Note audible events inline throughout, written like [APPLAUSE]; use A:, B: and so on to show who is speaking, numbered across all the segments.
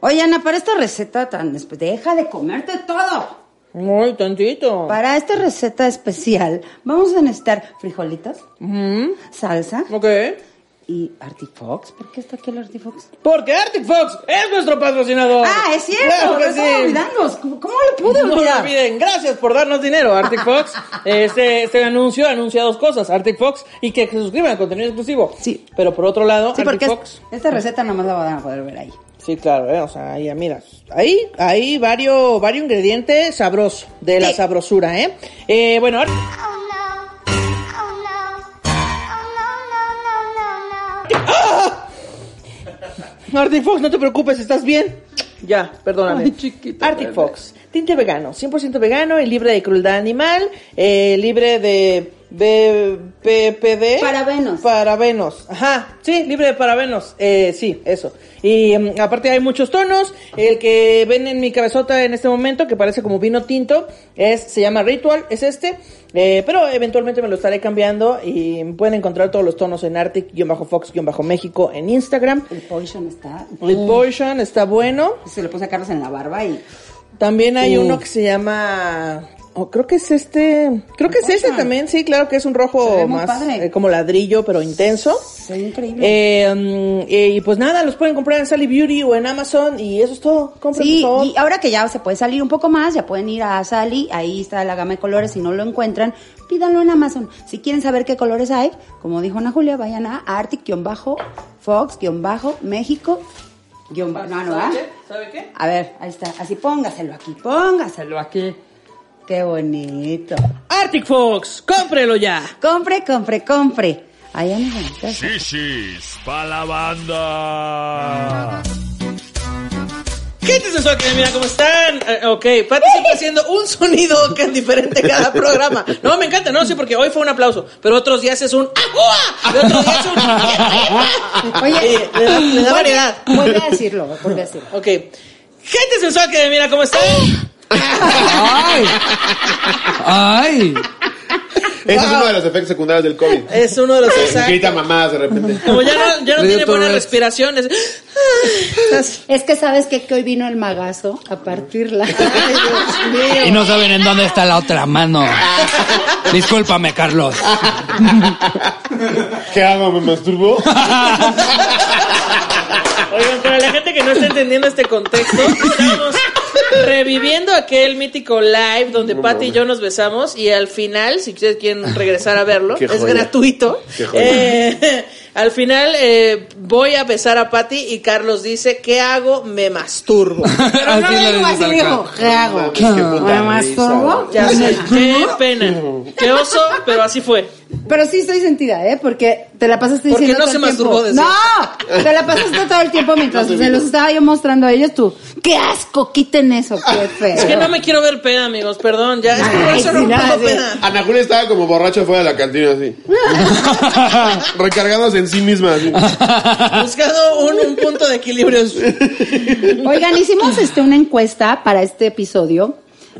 A: Oye, Ana, para esta receta tan... espe- Deja de comerte todo.
B: Muy tantito.
A: Para esta receta especial vamos a necesitar frijolitos,
B: Ujú.
A: salsa
B: Mm, Ok.
A: y artifox. ¿Por qué está aquí el artifox?
B: Porque Artifox es nuestro patrocinador.
A: Ah, es cierto,
B: Claro que
A: lo estaba
B: sí.
A: olvidando. ¿Cómo, cómo lo pude
B: No lo
A: olvidar?
B: olviden, gracias por darnos dinero, Arctic
A: [LAUGHS]
B: Fox. Este, este anuncio anuncia dos cosas, Arctic Fox y que se suscriban a contenido exclusivo.
A: Sí.
B: Pero por otro lado,
A: sí,
B: Arctic
A: porque es-
B: Fox.
A: esta receta nomás la van a poder ver ahí.
B: Sí, claro, eh, o sea, ahí, mira, ahí, ahí varios, varios ingredientes sabrosos, de la
A: Sí.
B: sabrosura, ¿eh? Eh, bueno, Ar-
C: Oh no. Oh no. Oh no, no, no, no, no.
B: Arctic Fox, no te preocupes, estás bien. Ya, perdóname.
A: Ay, chiquita,
B: Arctic
A: bebé.
B: Fox, tinte vegano, 100% vegano y libre de crueldad animal, eh, libre de B- PPD.
A: Parabenos.
B: Parabenos, ajá, sí, libre de parabenos, eh, sí, eso. Y mm, aparte hay muchos tonos, el que ven en mi cabezota en este momento, que parece como vino tinto, es se llama Ritual, es este, eh, pero eventualmente me lo estaré cambiando y pueden encontrar todos los tonos en Arctic-Fox-México en Instagram.
A: El potion está...
B: Red Potion está bueno.
A: Se lo puse a Carlos en la barba y...
B: También hay
A: Mm.
B: uno que se llama. oh, creo que es este. Creo que es este
A: Potion.
B: también, sí, claro que es un
A: Se
B: rojo
A: ve muy
B: más
A: padre.
B: eh, como ladrillo, pero intenso.
A: Se ve increíble.
B: Eh, mm, eh, y pues nada, los pueden comprar en Sally Beauty o en Amazon y eso es todo. Compren
A: Sí,
B: por favor.
A: y ahora que ya se puede salir un poco más, ya pueden ir a Sally, ahí está la gama de colores, si no lo encuentran, pídanlo en Amazon. Si quieren saber qué colores hay, como dijo Ana Julia, vayan a Arctic-Fox-México. guión ba- No, no, ¿ah?
B: ¿Sabe qué?
A: A ver, ahí está, así póngaselo aquí, póngaselo aquí. Qué bonito.
B: Arctic Fox, cómprelo ya.
A: Compre, compre, compre. Ahí amiguitas.
B: [LAUGHS]
D: Shishis pa la banda.
B: Gente sensual, mira cómo están. Eh, ok, Pati siempre haciendo un sonido que es diferente cada programa. No, me encanta, no sé, porque hoy fue un aplauso, pero otros días es un ¡Ajua! Y otros días es un ¡Epa,
A: [LAUGHS]
B: epa!
A: Oye,
B: Eh, le da,
A: [LAUGHS]
B: le da
A: vuelve-
B: variedad.
A: Vuelve a decirlo, vuelve a decirlo.
B: Ok. Gente sensual, que mira cómo están.
E: ¡Ay! ¡Ay!
F: Ese es uno de los efectos secundarios del COVID.
B: Es uno
F: [LAUGHS]
B: de los
F: Eh, Grita
B: exactos.
F: mamás de repente.
B: Como ya no, ya no
E: Le dio
B: tiene
E: todo
B: buenas
E: eso.
B: respiraciones.
A: Es que sabes qué? que hoy vino el magazo a partirla. [LAUGHS]
E: Y no saben en dónde está la otra mano. Discúlpame, Carlos.
F: [LAUGHS] ¿Qué hago? ¿Me [LAUGHS] masturbo?
B: Oigan, para la gente que no está entendiendo este
F: [LAUGHS]
B: contexto, estamos reviviendo aquel mítico live donde Pati y yo nos besamos y al final, si ustedes quieren regresar a verlo,
F: [LAUGHS] Qué
B: es
F: joya.
B: gratuito.
F: Qué joya.
B: Eh, [LAUGHS] al final eh, voy a besar a Pati y Carlos dice, ¿qué hago? Me masturbo.
A: Pero no
E: Así
A: le
E: le
A: digo
E: dices
A: así,
E: al
A: dijo,
E: Carlos.
A: ¿qué hago?
F: Qué puta
A: ¿Me
F: risa,
A: masturbo?
F: güey.
B: Ya
F: [LAUGHS]
B: sé, qué pena. Qué oso, pero así fue.
A: [LAUGHS] Pero sí estoy sentida, ¿eh? Porque te la pasaste
B: Porque
A: diciendo
B: no
A: todo
B: se
A: el tiempo.
B: masturbó desde-
A: ¡No! Te la pasaste todo el tiempo mientras
F: No te
A: se
F: digo.
A: los estaba yo mostrando a ellos tú. ¡Qué asco! Quiten eso, qué feo.
B: Es que no me quiero ver peda, amigos, perdón. Ya, es que por
A: Ay,
B: eso
A: sí,
B: no me
A: nada,
B: pongo
A: sí.
B: peda.
F: Ana Julia estaba como borracho fuera de la cantina [LAUGHS] así. Recargándose en sí misma así.
B: Buscando un, un punto de equilibrio.
A: Oigan, hicimos este, una encuesta para este episodio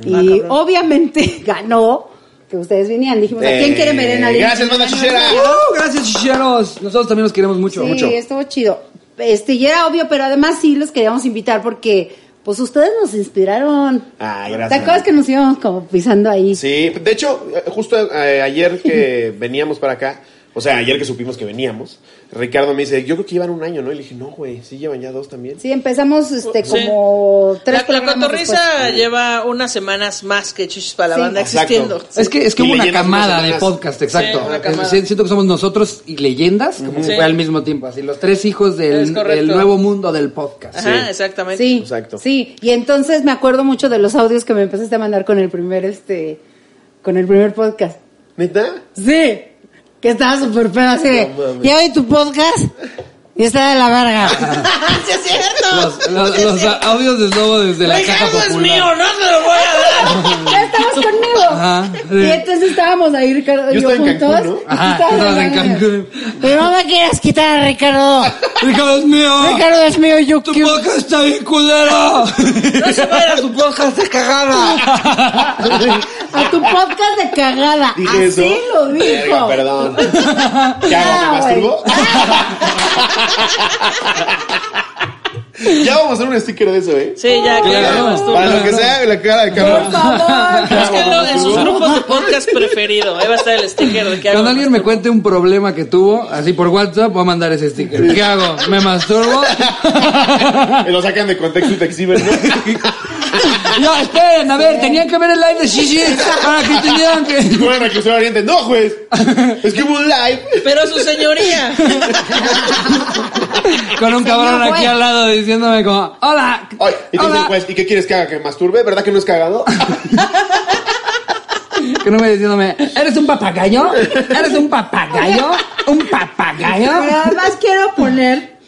A: y obviamente [LAUGHS] ganó que ustedes vinieran. Dijimos, ¿a quién
F: Eh,
A: quieren ver en la
F: Gracias, banda chichera.
E: Uh, gracias, chicheros. Nosotros también los queremos mucho.
A: Sí,
E: Mucho.
A: estuvo chido. Este, y era obvio, pero además sí los queríamos invitar porque, pues, ustedes nos inspiraron.
F: Ah,
A: ¿Te
F: gracias.
A: acuerdas que nos íbamos como pisando ahí?
F: Sí, de hecho, eh, justo eh, ayer [LAUGHS] que veníamos para acá, o sea, ayer que supimos que veníamos, Ricardo me dice, yo creo que llevan un año, ¿no? Y le dije, no, güey, sí llevan ya dos también.
A: Sí, empezamos este,
B: Sí.
A: como tres
B: La, la
A: programas
B: cotorriza lleva unas semanas más que Chichis para la
A: Sí.
B: banda
F: Exacto.
B: existiendo.
E: Es que, es que
F: Y
E: hubo una
F: leyendas
E: camada
F: más
E: de
F: humanas.
E: podcast,
B: Sí,
E: exacto.
B: una camada.
E: Es- siento que somos nosotros y leyendas, como
B: Sí.
E: fue al mismo tiempo, así los tres hijos
B: Es
E: del,
B: correcto.
E: del nuevo mundo del podcast.
B: Ajá,
F: Sí.
B: exactamente.
A: Sí,
F: Exacto.
A: Sí, y entonces me acuerdo mucho de los audios que me empezaste a mandar con el primer, este, con el primer podcast.
F: ¿Neta?
A: Sí, que estaba súper feo así de,
F: No mames.
A: ya vi tu podcast y está de la verga.
F: [LAUGHS]
B: ¡Sí es cierto!
E: Los, los- los audios de Lobo desde la
B: Oiga,
E: caja
B: Pues eso es
E: popular.
B: mío, no te lo voy a dar.
A: ya estabas conmigo.
E: Ajá.
A: Y entonces estábamos ahí, Ricardo y yo,
F: Yo estaba en
A: juntos.
F: Cancún, ¿no?
A: y tú
E: Ajá,
A: estabas
E: estabas en
A: la-
E: [LAUGHS] Cancún.
A: Pero no me quieras quitar, Ricardo.
E: Ricardo es mío.
A: Ricardo es mío, yo
E: Tu
A: que-
E: podcast está bien culero.
B: No se vaya a tu podcast de cagada.
A: A tu podcast de cagada.
F: Dije
A: Así
F: eso.
A: lo dijo.
F: Verga, perdón. ¿Qué hago? ¿Me
A: Ah,
F: masturbo? Ya vamos a hacer un sticker de eso, ¿eh?
B: Sí, ya, claro.
E: Claro.
B: vas tú.
F: Para lo que sea, la cara de
G: Por
B: [LAUGHS]
F: Carlos.
G: favor.
B: Búsquenlo en sus grupos de podcast preferido. Ahí va a estar el sticker de que hago.
E: Cuando alguien me cuente un problema que tuvo, así por WhatsApp, voy a mandar ese sticker. ¿Qué hago? ¿Me masturbo?
F: Y Lo sacan de contexto y te exhiben, ¿no?
E: No, esperen, a ver, tenían que ver el live de Shishi para que entendieran que...
F: Bueno, reclusión oriente. No, juez. Es que hubo un live.
B: Pero su señoría.
E: Con un cabrón aquí al lado diciéndome como, hola,
F: Ay, y te dice el
E: hola.
F: juez, ¿y qué quieres que haga? ¿Que masturbe? ¿Verdad que no es cagado?
E: Que no me diciéndome, ¿eres un papagayo? ¿Eres un papagayo? ¿Un papagayo?
A: Pero además quiero poner.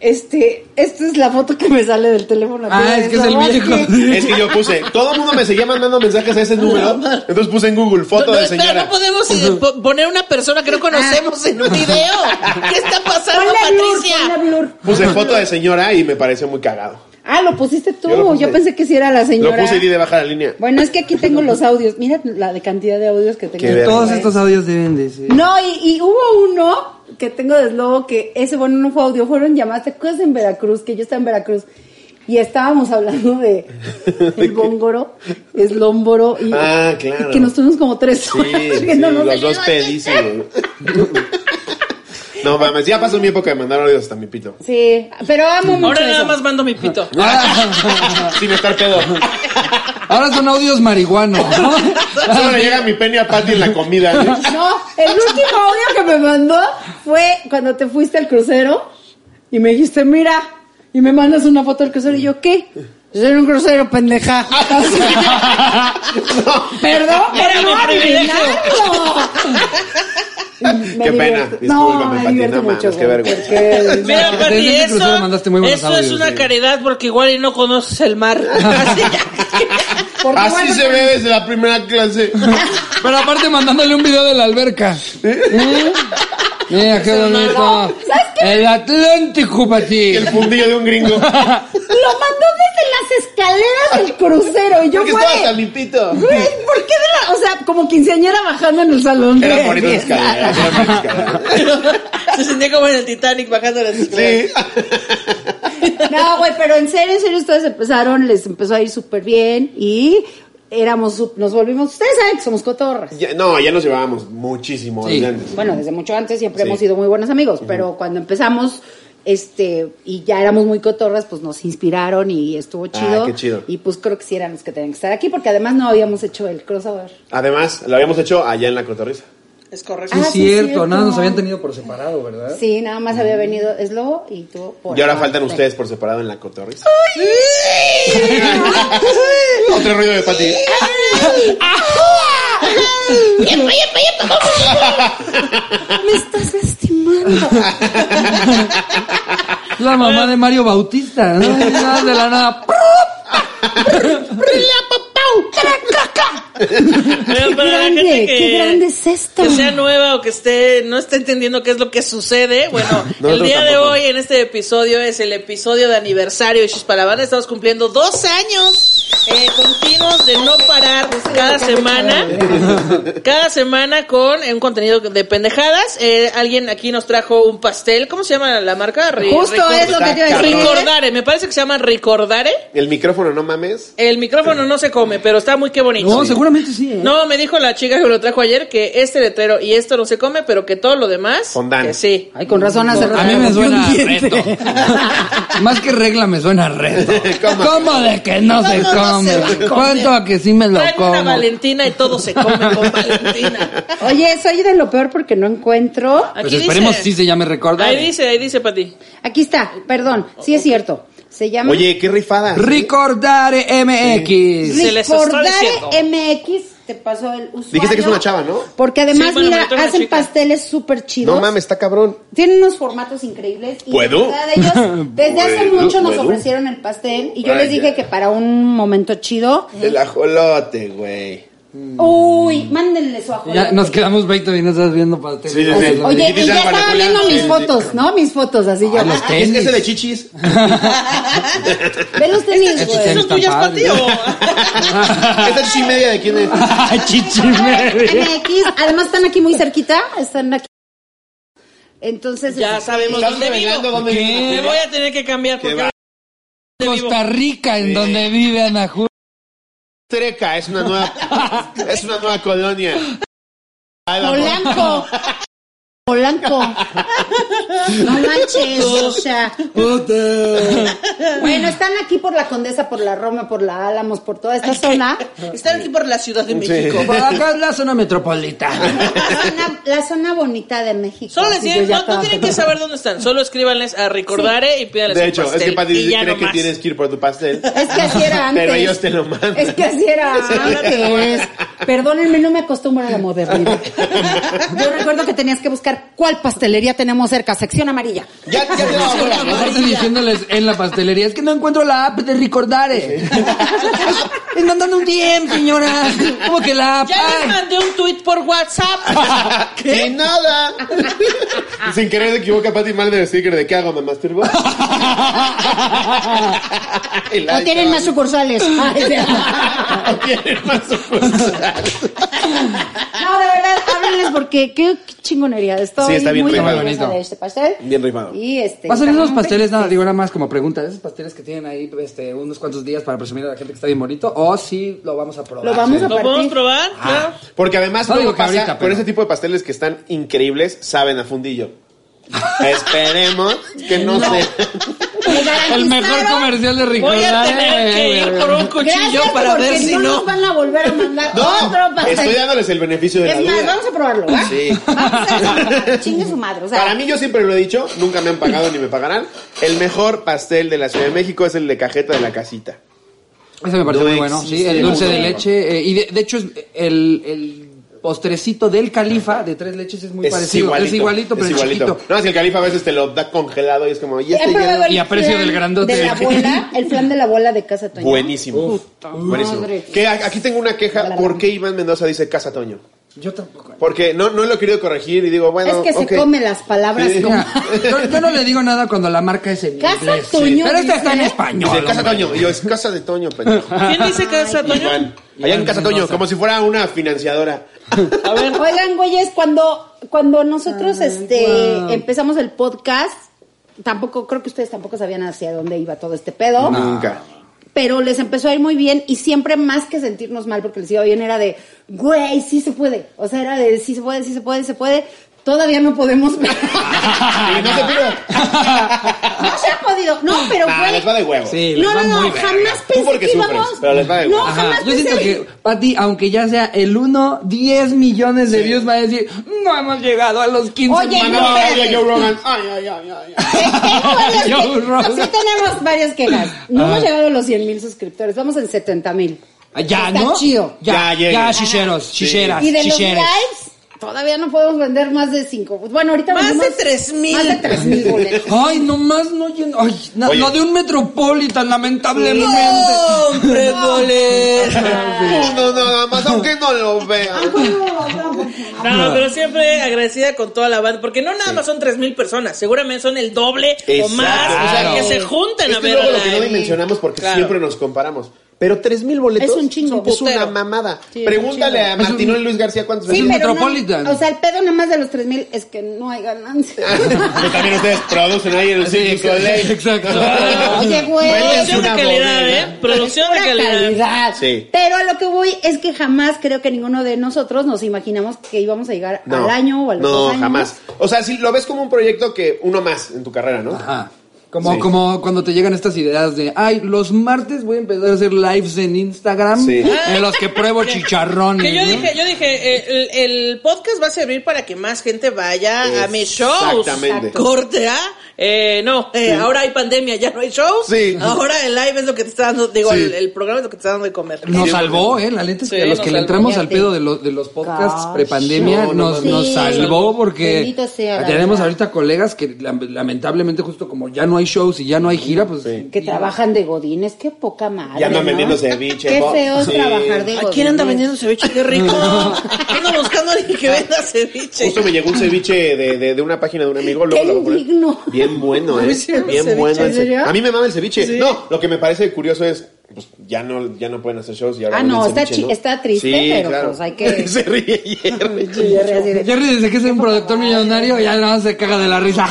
A: Este, esta es la foto que me sale del teléfono.
E: Ah, es que es el
A: Ahora
E: mítico.
F: Es que yo puse, todo el mundo me seguía mandando mensajes a ese número. Entonces puse en Google foto
B: No,
F: de
B: espera,
F: señora.
B: no podemos eh, po- poner una persona que no conocemos en un video. ¿Qué está pasando,
A: Ponle blur,
B: Patricia?
A: ponle blur.
F: Puse foto de señora y me pareció muy cagado.
A: Ah, lo pusiste tú.
F: Yo
A: Yo,
F: lo puse.
A: pensé que sí era la
F: Lo
A: señora.
F: puse y di de baja la línea.
A: Bueno, es que aquí tengo los audios. Mira la de cantidad de audios que tengo.
F: Qué verga.
E: Todos estos audios deben decir.
A: No, y, y hubo uno que tengo desde luego que ese, bueno, no fue audio, fueron llamadas, ¿te acuerdas en Veracruz? Que yo estaba en Veracruz y estábamos hablando
F: [LAUGHS]
A: de el bóngoro, eslómboro y,
F: Ah, claro.
A: y que nos tuvimos como tres [LAUGHS]
F: Sí,
A: horas
F: sí,
A: riéndonos de-
F: los
A: [LAUGHS]
F: dos pedísimos. No mames, ya pasó mi época de mandar audios hasta
A: [LAUGHS]
F: mi pito.
A: Sí, pero amo mucho
B: Ahora nada
A: eso.
B: más mando mi pito.
E: Ah. Ahora,
F: Sin estar
A: [LAUGHS]
F: pedo.
E: ahora son audios marihuanos, ¿no?
F: Solo le llega mi pene a Patty en la comida. ¿sí?
A: No, el último audio que me mandó fue cuando te fuiste al crucero y me dijiste, mira, y me mandas una foto del crucero y yo, ¿qué? Pues era un crucero, pendeja. [LAUGHS] Así. Perdón,
B: Era
A: pero no
B: mi privilegio.
A: [LAUGHS] adivinarlo. Me
F: Qué pena,
A: divierto.
F: discúlpame, Pati, no mames, qué vergüenza.
A: porque-
B: Mira,
E: Desde
B: Pati,
E: ese crucero mandaste muy
B: eso,
E: buenos
B: eso
E: audios, eh.
B: es una
E: sí.
B: caridad porque igual y no conoces el mar. [LAUGHS]
E: [LAUGHS]
B: Así ya.
A: porque
F: Así
A: bueno,
F: se ve desde la primera
A: [LAUGHS]
F: clase.
E: Pero aparte mandándole un video de la alberca. ¿Eh? Mira qué bonito. El Atlántico para ti.
F: El fundillo de un gringo.
A: Lo mandó desde las escaleras del crucero y yo,
F: Porque
A: güey,
F: estaba hasta mi pito.
A: güey, ¿por qué de la, o sea, como quinceañera bajando en el salón?
F: Eran
A: de-
F: bonitas
A: de-
F: escaleras, eran bonitas escaleras.
B: Se sentía como en el Titanic bajando las escaleras.
F: Sí. [LAUGHS]
A: No, güey, pero en serio, en serio, ustedes empezaron, les empezó a ir súper bien y éramos, su- nos volvimos, ustedes saben que somos cotorras.
F: Ya- no, ya nos llevábamos muchísimo
E: Sí.
F: desde antes.
A: Bueno, desde mucho antes siempre
F: Sí.
A: hemos sido muy buenos amigos, pero cuando empezamos, este, y ya éramos muy cotorras, pues nos inspiraron y estuvo chido.
F: Ah, qué chido.
A: Y pues creo que sí eran los que tenían que estar aquí, porque además no habíamos hecho el crossover.
F: Además, lo habíamos hecho allá en la cotorriza.
B: Es correcto.
E: Sí,
A: Ah,
E: es
A: sí,
E: cierto,
A: cierto.
E: nada, nos habían tenido por separado, ¿verdad?
A: Sí, nada más había venido Slobo y tú por
F: Mm. Y ahora
A: aparte.
F: faltan ustedes por separado en la cotorriza. Otro ruido de Pati.
A: Me estás estimando.
E: La mamá de Mario [LAUGHS] Bautista, ¿no? Y nada, de la nada.
B: Pero para la
A: grande,
B: gente que,
A: qué grande es esto.
B: que sea nueva o que esté, no esté entendiendo qué es lo que sucede, bueno, el
F: Nosotros
B: día de
F: tampoco.
B: hoy en este episodio es el episodio de aniversario de Chispalabana. Estamos cumpliendo dos años eh, continuos de no parar cada semana. Cada semana con eh, un contenido de pendejadas. Eh, alguien aquí nos trajo un pastel. ¿Cómo se llama la marca? Ri-
A: Justo
B: Ricor-
A: es lo que te iba a decir.
B: Ricordare. Me parece que se llama Ricordare.
F: El micrófono, no mames.
B: El micrófono no se come, pero está muy que bonito.
E: No, seguramente sí. ¿eh?
B: No, me dijo la chica que lo trajo ayer que este letrero y esto no se come, pero que todo lo demás.
F: Fondant.
B: Que sí.
A: Ay, con razón hace rato
E: A mí
A: me
E: me
A: rompió un
E: suena a
A: diente.
E: reto. [LAUGHS] Más que regla, me suena a reto. [LAUGHS]
F: ¿Cómo?
E: ¿Cómo? de que no se
B: ¿Cómo no se va a
E: come?
B: comer?
E: ¿Cuánto a que sí me lo
B: Traen una
E: como?
B: Valentina y todo se come
F: [LAUGHS]
B: con Valentina.
A: Oye, soy de lo peor porque no encuentro.
B: Aquí
E: Pues esperemos
B: dice,
E: si se llame recordar.
B: Ahí dice, ahí dice, Pati.
A: Aquí está, perdón, sí es cierto. Se llama
F: Oye, qué rifada.
E: Recordare MX.
B: Se les está diciendo.
A: Recordare MX, te pasó el usuario.
F: Dijiste que es una chava, ¿no?
A: Porque además,
B: Sí, bueno,
A: mira,
B: me trae una
A: hacen
B: chica.
A: pasteles súper chidos.
F: No mames, está cabrón.
A: Tienen unos formatos increíbles. Y de
F: ¿Puedo?
A: verdad,
F: [LAUGHS]
A: ellos desde hace
F: ¿Puedo?
A: mucho nos
F: ¿Puedo?
A: ofrecieron el pastel y yo
F: Vaya.
A: les dije que para un momento chido.
F: El ajolote, güey.
A: Uy, mándenle su ajo.
E: Ya nos quedamos 20 minutos viendo pastel.
F: Sí, sí, sí.
A: Oye,
F: Aquí
A: y
F: dice
A: ya
F: algo,
A: estaban
F: Anacola.
A: viendo
F: Sí,
A: mis
F: sí.
A: fotos, ¿no? Mis fotos, así yo.
E: Ah, los
F: Es
E: tenis.
F: ese de chichis. [LAUGHS]
A: Ve los tenis, güey.
E: Están
B: ¿Son tuyas, Pati?
E: padres.
B: O... [LAUGHS]
E: [LAUGHS]
F: Esa chichi media de quién es.
E: Chichimere.
A: MX, además están aquí muy cerquita, están aquí. Entonces,
B: ya
A: este,
B: sabemos
F: Estás
B: dónde vivo.
F: revelando dónde
B: Me
F: vivo.
B: voy a tener que cambiar
F: Qué
B: porque
F: va-
E: Costa Rica, en donde vive Ana Julia.
F: Treca es una [LAUGHS] nueva, es una nueva colonia. Álamo.
A: Polanco. Polanco.
H: No manches, o sea.
A: Bueno, están aquí por la Condesa, por la Roma, por la Álamos, por toda esta zona.
I: Están aquí por la Ciudad de México.
E: Por acá es la zona
F: [LAUGHS]
E: metropolitana.
A: La zona, la zona bonita de México.
I: Solo les
A: Así
I: tienen,
A: yo ya
I: no, no
A: estaba
I: tienen que
A: pensando.
I: saber dónde están. Solo escríbanles a Recordare y pídanles
F: De
I: un
F: hecho, es
I: pastel,
F: que Pati
I: y
F: dice,
I: ya
F: cree
I: no
F: que
I: más.
F: tienes que ir por tu pastel.
A: Es que así era antes.
F: Pero ellos te lo mandan.
A: Es que así era antes. Perdónenme, no me acostumbro a la modernidad. Yo recuerdo que tenías que buscar cuál pastelería tenemos cerca, sección amarilla.
F: Ya,
A: [LAUGHS]
F: ya te lo
E: Aparte diciéndoles en la pastelería, es que no encuentro la app de Ricordare. [LAUGHS] Es mandando un DM, señora. ¿Cómo que la app?
I: Ya les mandé un tweet por WhatsApp.
F: ¡Ni nada! Sin querer equivoca Pati mal de sticker de qué hago, me [LAUGHS] masturbo. Y la-
H: No tienen más sucursales.
F: No tienen más sucursales.
A: No, de verdad, háblenles porque qué
H: Chingonería de
A: estoy
F: Sí, está bien
A: muy
F: rifado.
A: orgullosa de este pastel.
F: Bien rimado.
A: Y este.
E: Pasan
A: también
E: esos
A: un
E: pasteles, nada, digo nada más como pregunta, esos pasteles que tienen ahí este, unos cuantos días para presumir a la gente que está bien bonito, o si lo vamos a probar.
A: Lo vamos a
I: ¿Lo podemos
A: partir.
I: probar?
F: Ah.
I: Claro.
F: Porque además,
E: No
F: luego
E: digo que
F: pasa
E: ahorita,
F: por
E: pero-
F: ese tipo de pasteles que están increíbles, saben a fundillo. Esperemos que no, sea.
A: Me garantizaron-
E: El mejor comercial de
I: Voy a tener que
E: Ricordare.
I: ir por un cuchillo
A: Gracias,
I: para
A: porque
I: ver si no.
A: nos van a volver a mandar otro
F: No,
A: pastel.
F: estoy dándoles el beneficio de la
A: es más,
F: duda.
A: vamos a probarlo, ¿va?
F: Sí.
A: Vamos
F: [LAUGHS]
A: a Chingue su madre, o sea.
F: Para mí, yo siempre lo he dicho, nunca me han pagado ni me pagarán. El mejor pastel de la Ciudad de México es el de cajeta de la casita.
E: Ese me pareció
F: No
E: muy bueno, sí,
F: existe
E: el dulce de
F: uno.
E: leche, eh, y de, de hecho es el, el postrecito del califa de tres leches es muy parecido, es igualito, pero
F: es
E: es
F: igualito.
E: chiquito.
F: No, si el califa a veces te lo da congelado y es como, y
A: He
F: este
A: probado
F: ya-
A: el
E: y a precio
A: flan
E: del grandote.
A: De la abuela, el flan de la abuela de casa Toño.
F: Buenísimo. Buenísimo.
A: madre.
F: Que a- aquí tengo una queja. ¿Por qué Iván Mendoza dice Casa Toño?
E: Yo tampoco.
F: Porque no, no lo he querido corregir y digo, bueno.
A: es que se
F: ok.
A: come las palabras
F: Sí.
A: como...
E: Mira, yo, yo no le digo nada cuando la marca es en
A: Casa
E: inglés, sí,
A: Toño
E: pero esta está en
A: dice-
E: español.
F: Dice Casa
E: hombre.
F: Toño. Y yo, es Casa de Toño,
A: [LAUGHS]
I: [LAUGHS]
F: pendejo.
I: ¿Quién dice casa, Toño?
F: Iván. Allá en
E: Iván
F: Casa Toño,
E: Mendoza.
F: como si fuera
E: [LAUGHS]
F: una financiadora.
I: A ver.
A: Oigan, güeyes, cuando, cuando nosotros este, empezamos el podcast, tampoco, creo que ustedes tampoco sabían hacia dónde iba todo este pedo.
F: Nunca.
A: Pero les empezó a ir muy bien y siempre más que sentirnos mal porque les iba bien era de, güey, sí se puede. O sea, era de, sí se puede, sí se puede, se puede. Todavía no
F: [LAUGHS]
A: podemos. [LAUGHS] no se
F: Y no se pudo.
A: ha podido. No, pero
F: Ah,
A: güey.
F: les va de huevo.
E: Sí, les
A: No,
E: va
A: no,
E: muy
A: no,
E: bien.
A: jamás
F: Tú
A: pensé
F: porque
A: que
F: sufres,
A: íbamos.
F: pero les va de
A: no,
F: huevo.
A: jamás
E: Ajá, yo
A: pensé
E: siento que, Pati, aunque ya sea el 1, 10 millones de views va a decir, no hemos llegado a los 15
A: Oye,
E: mano".
A: no,
F: Ay,
A: espérate.
F: ay, Joe Rogan. Ay, ay,
A: [LAUGHS]
F: ay, ay. ay.
A: Eh, Tengo varias
E: Yo,
A: que-
E: Rosa.
A: sí tenemos varias quejas. No hemos llegado a los 100 mil suscriptores, vamos en 70 mil.
E: Ah, Ya,
A: Está
E: ¿no?
A: chido.
E: Ya,
F: Ya
E: ya,
F: llega.
E: chicheros, chicheras,
A: Y de los
E: chicheres.
A: likes, todavía no podemos vender más de 5. Bueno, ahorita
I: Más de
A: vendimos
I: 3
A: Más de
I: mil.
A: 3 mil
F: [LAUGHS]
A: boletos.
E: Ay, nomás no lleno. Ay, na-
F: Oye.
E: no de un Metropolitan, lamentablemente. [LAUGHS]
I: ¡Hombre, goles!
F: Uno nada más, aunque no lo vean.
I: No, pero siempre agradecida con toda la banda, porque no nada más son tres mil personas, seguramente son el doble o
F: Exacto.
I: más, o sea,
E: Claro.
I: que se juntan
F: Es
I: a
F: que
I: ver.
F: luego
I: a
F: lo que no
I: la-
F: dimensionamos porque
I: Claro.
F: siempre nos comparamos. Pero tres mil boletos
A: Es un chingo.
F: es una
I: Putero.
F: mamada.
A: Sí, es
F: Pregúntale
A: un
F: a Martín y Luis García cuántos
E: Sí,
A: Sí,
E: un
F: [LAUGHS] veces-
A: pero
E: Metropolitan.
A: no, o sea, el pedo nada más de los 3 mil es que no hay
F: [LAUGHS]
A: ganancia.
F: Pues también ustedes producen ahí en el
E: Sí,
F: Cirque du Soleil.
E: exacto.
A: Oye, güey.
F: Bueno,
I: Producción de
F: una
I: calidad,
F: bodega.
I: ¿eh? Producción de
A: Pura
I: calidad.
A: calidad.
F: Sí.
A: Pero a lo que voy es que jamás creo que ninguno de nosotros nos imaginamos que íbamos a llegar al año o a los
F: No,
A: dos años.
F: jamás. O sea, si lo ves como un proyecto que uno más en tu carrera, ¿no?
E: Ajá. Como,
F: Sí.
E: como cuando te llegan estas ideas de, ay, los martes voy a empezar a hacer lives en Instagram
F: Sí.
E: en los que pruebo chicharrones.
I: Que yo
E: ¿no?
I: dije, yo dije, eh, el, el podcast va a servir para que más gente vaya a mis shows.
F: Exactamente.
I: Corte, ¿ah? Eh, no, eh, ahora hay pandemia, ya no hay shows.
F: Sí.
I: Ahora el live es lo que te está dando, digo,
F: Sí.
I: el, el programa es lo que te está dando de comer.
E: Nos salvó, ¿eh? La neta es que
I: Sí,
E: a los
I: nos
E: que le
I: salvó.
E: entramos al pedo de, los de los podcasts
A: Gosh.
E: prepandemia
F: No, no
E: nos,
F: mames.
E: nos
A: Sí.
E: salvó porque
A: Bendito sea, la
E: tenemos
A: verdad.
E: ahorita colegas que lam- lamentablemente justo como ya no hay shows y ya no hay gira, pues...
F: Sí.
A: Que trabajan de godines, qué poca madre.
F: Ya andan
A: ¿no?
F: vendiendo ceviche.
A: Qué
F: bo-
A: feo es
F: Sí.
A: trabajar de
I: ¿A
A: godines.
I: quién anda vendiendo ceviche? ¡Qué
F: [LAUGHS]
I: rico! Ando buscando a alguien que venda ceviche.
F: Justo me llegó un ceviche de, de, de una página de un amigo. luego
A: Qué
F: lo voy a poner.
A: indigno.
F: Bien bueno,
I: A
F: ¿eh?
J: [LAUGHS]
I: mí sí me gusta
F: Bien
I: el
F: bueno.
I: ceviche.
F: el
A: ¿En serio?
F: ceviche. A mí me mama el ceviche. No, lo que me parece curioso es pues, ya no, ya no pueden hacer shows y ahora
J: Ah,
F: van a
J: no,
F: hacer
J: está,
F: biche,
J: chi- está triste, pero pues hay que...
F: [LAUGHS] Se ríe Jerry.
E: Jerry, desde que es un productor millonario, ya nada más se caga de la risa.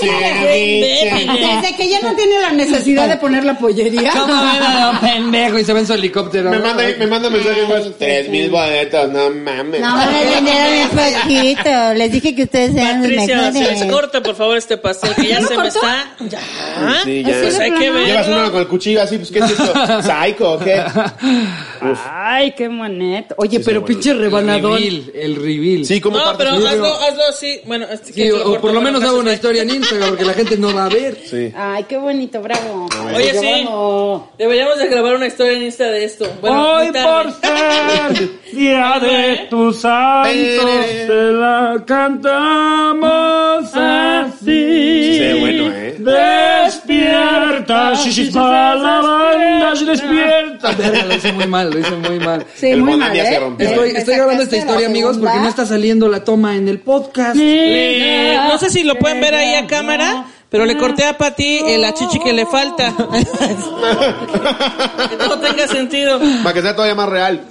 K: Desde que ya no tiene la, desde que ya no tiene la
A: Necesidad
K: necesidad
A: de poner la pollería.
E: ¿Cómo ven a don pendejo? Y se ve en su helicóptero.
F: Me manda, me manda mensaje igual. Tres mil boletos, no mames.
K: No, me vendieron bien poquito. Les dije que ustedes eran los
B: Patricia,
K: mejores.
B: Sánchez, corta por favor este pastel que ya se me está. Ya.
I: ¿Ah?
F: Sí, ya.
B: Pues hay que verlo.
F: Llevas uno con el cuchillo así, pues ¿qué
J: [LAUGHS]
F: es esto? ¿Psycho o qué?
J: Ay, qué maneta. Oye,
F: Sí,
J: pero
F: sí, bueno.
J: pinche
E: El
J: rebanadón.
E: reveal, el reveal.
F: Sí, ¿cómo
B: No,
F: partes?
B: pero
F: Sí,
B: hazlo, hazlo así. Bueno, este,
E: Sí,
B: ¿quién se
E: o, o por
B: corta?
E: lo
B: Bueno,
E: menos hago
B: casi
E: una
B: ahí.
E: historia en Instagram porque la gente no va a
F: [LAUGHS]
E: ver.
F: Sí.
J: [LAUGHS] Ay, qué bonito, bravo.
B: Oye, sí. Deberíamos de grabar una historia en Insta de esto. Bueno,
E: Hoy
B: muy tarde.
E: por ser día de tu santo, te la cantamos así.
F: Ah, Sí, bueno, ¿eh? Ah,
E: Despierta, shishis para la banda,
F: [LAUGHS]
E: despierta. Verga, Lo hice muy mal, lo hice muy mal.
A: Sí,
F: El
A: muy
F: Bonanza
A: mal,
F: se
A: ¿eh?
F: rompió.
E: Estoy,
A: me
E: estoy grabando esta
A: sacaste la
E: historia, amigos,
A: segunda.
E: porque no está saliendo la toma en el podcast.
B: Le- no sé si lo pueden ver ahí a cámara, pero le corté a Pati eh, la chichi que le falta. que no tenga sentido.
F: Para que sea todavía
A: [LAUGHS]
F: más real.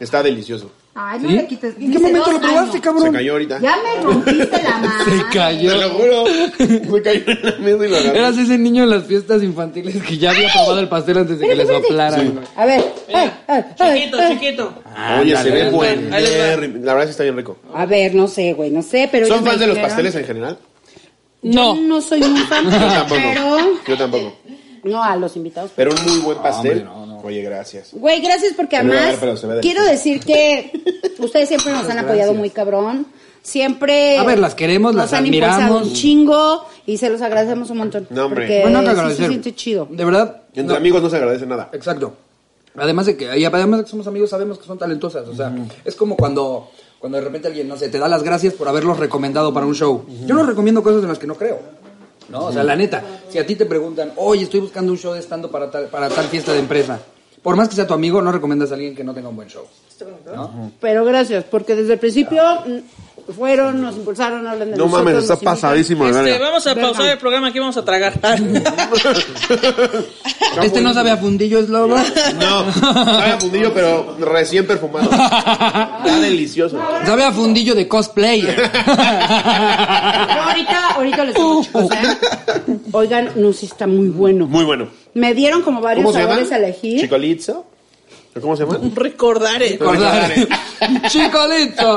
F: Está delicioso.
K: Ay, no le quites.
E: ¿En qué momento lo probaste,
F: Se
E: cabrón?
F: cayó ahorita.
K: Ya me rompiste la mano.
E: [LAUGHS] Se cayó.
F: [LAUGHS] Te lo juro. Se cayó en la mesa y lo agarré.
E: Eras ese niño en las fiestas infantiles que ya había probado el pastel antes de que le soplaran. güey.
A: A ver. ay, ay, ay,
B: Chiquito,
A: ay.
B: chiquito.
F: Oye, se
E: Ándale,
F: ve
E: ándale.
F: bueno.
B: Ahí les va.
F: Jerry. La verdad sí está bien rico.
A: A ver, no sé, güey, no sé, pero.
F: ¿Son
A: ellos me
F: fans de los
A: dijeron-
F: pasteles en general?
B: No.
A: No soy muy
F: [LAUGHS]
A: fan,
F: Yo tampoco.
A: pero.
F: Yo tampoco.
A: No, a los invitados.
F: Pero un muy buen pastel.
E: hombre, no, no.
F: Oye, gracias.
A: Güey, gracias porque
F: Se me va a
A: además
F: ver, pero se ve
A: quiero decir que ustedes siempre
F: [LAUGHS]
A: nos han apoyado muy cabrón. Siempre
E: A ver, las queremos,
A: nos
E: las
A: han impulsado
E: admiramos.
A: un chingo y se los agradecemos un montón.
F: No, hombre.
A: Porque
E: Bueno, hay que
A: Eh, sí
E: agradecer.
A: se siente chido.
E: De verdad.
F: Entre
E: no, Este
F: amigos no se agradece nada.
E: Exacto. Además de que, y además de que somos amigos, sabemos que son talentosas. O sea, es como cuando, cuando de repente alguien, no sé, te da las gracias por haberlos recomendado para un show. Yo no recomiendo cosas en las que no creo. No, o sea, la neta, si a ti te preguntan, oye, estoy buscando un show de estando para tal, para tal fiesta de empresa. Por más que sea tu amigo, no recomiendas a alguien que no tenga un buen show.
A: Pero gracias, porque desde el principio mm, fueron, nos impulsaron, hablan de
F: No
A: nosotros,
F: mames, está
A: nos invitan.
F: pasadísimo de
B: Este,
F: verga.
B: vamos a pausar el programa, aquí vamos a tragar.
E: este no sabe a fundillo, es lobo.
F: No, sabe a fundillo, pero recién perfumado. Está delicioso.
E: Sabe a fundillo de cosplayer.
A: Yo ahorita, ahorita les
F: Uh.
A: digo, chicos, ¿eh? Oigan, no, sí está muy bueno.
F: Muy bueno.
A: Me dieron como
F: ¿Cómo
A: varios
F: se llama?
A: sabores a elegir.
F: ¿Chicolitzo? ¿O ¿Cómo se llama?
B: Recordar eh.
E: Recordar. [LAUGHS] Chicolito.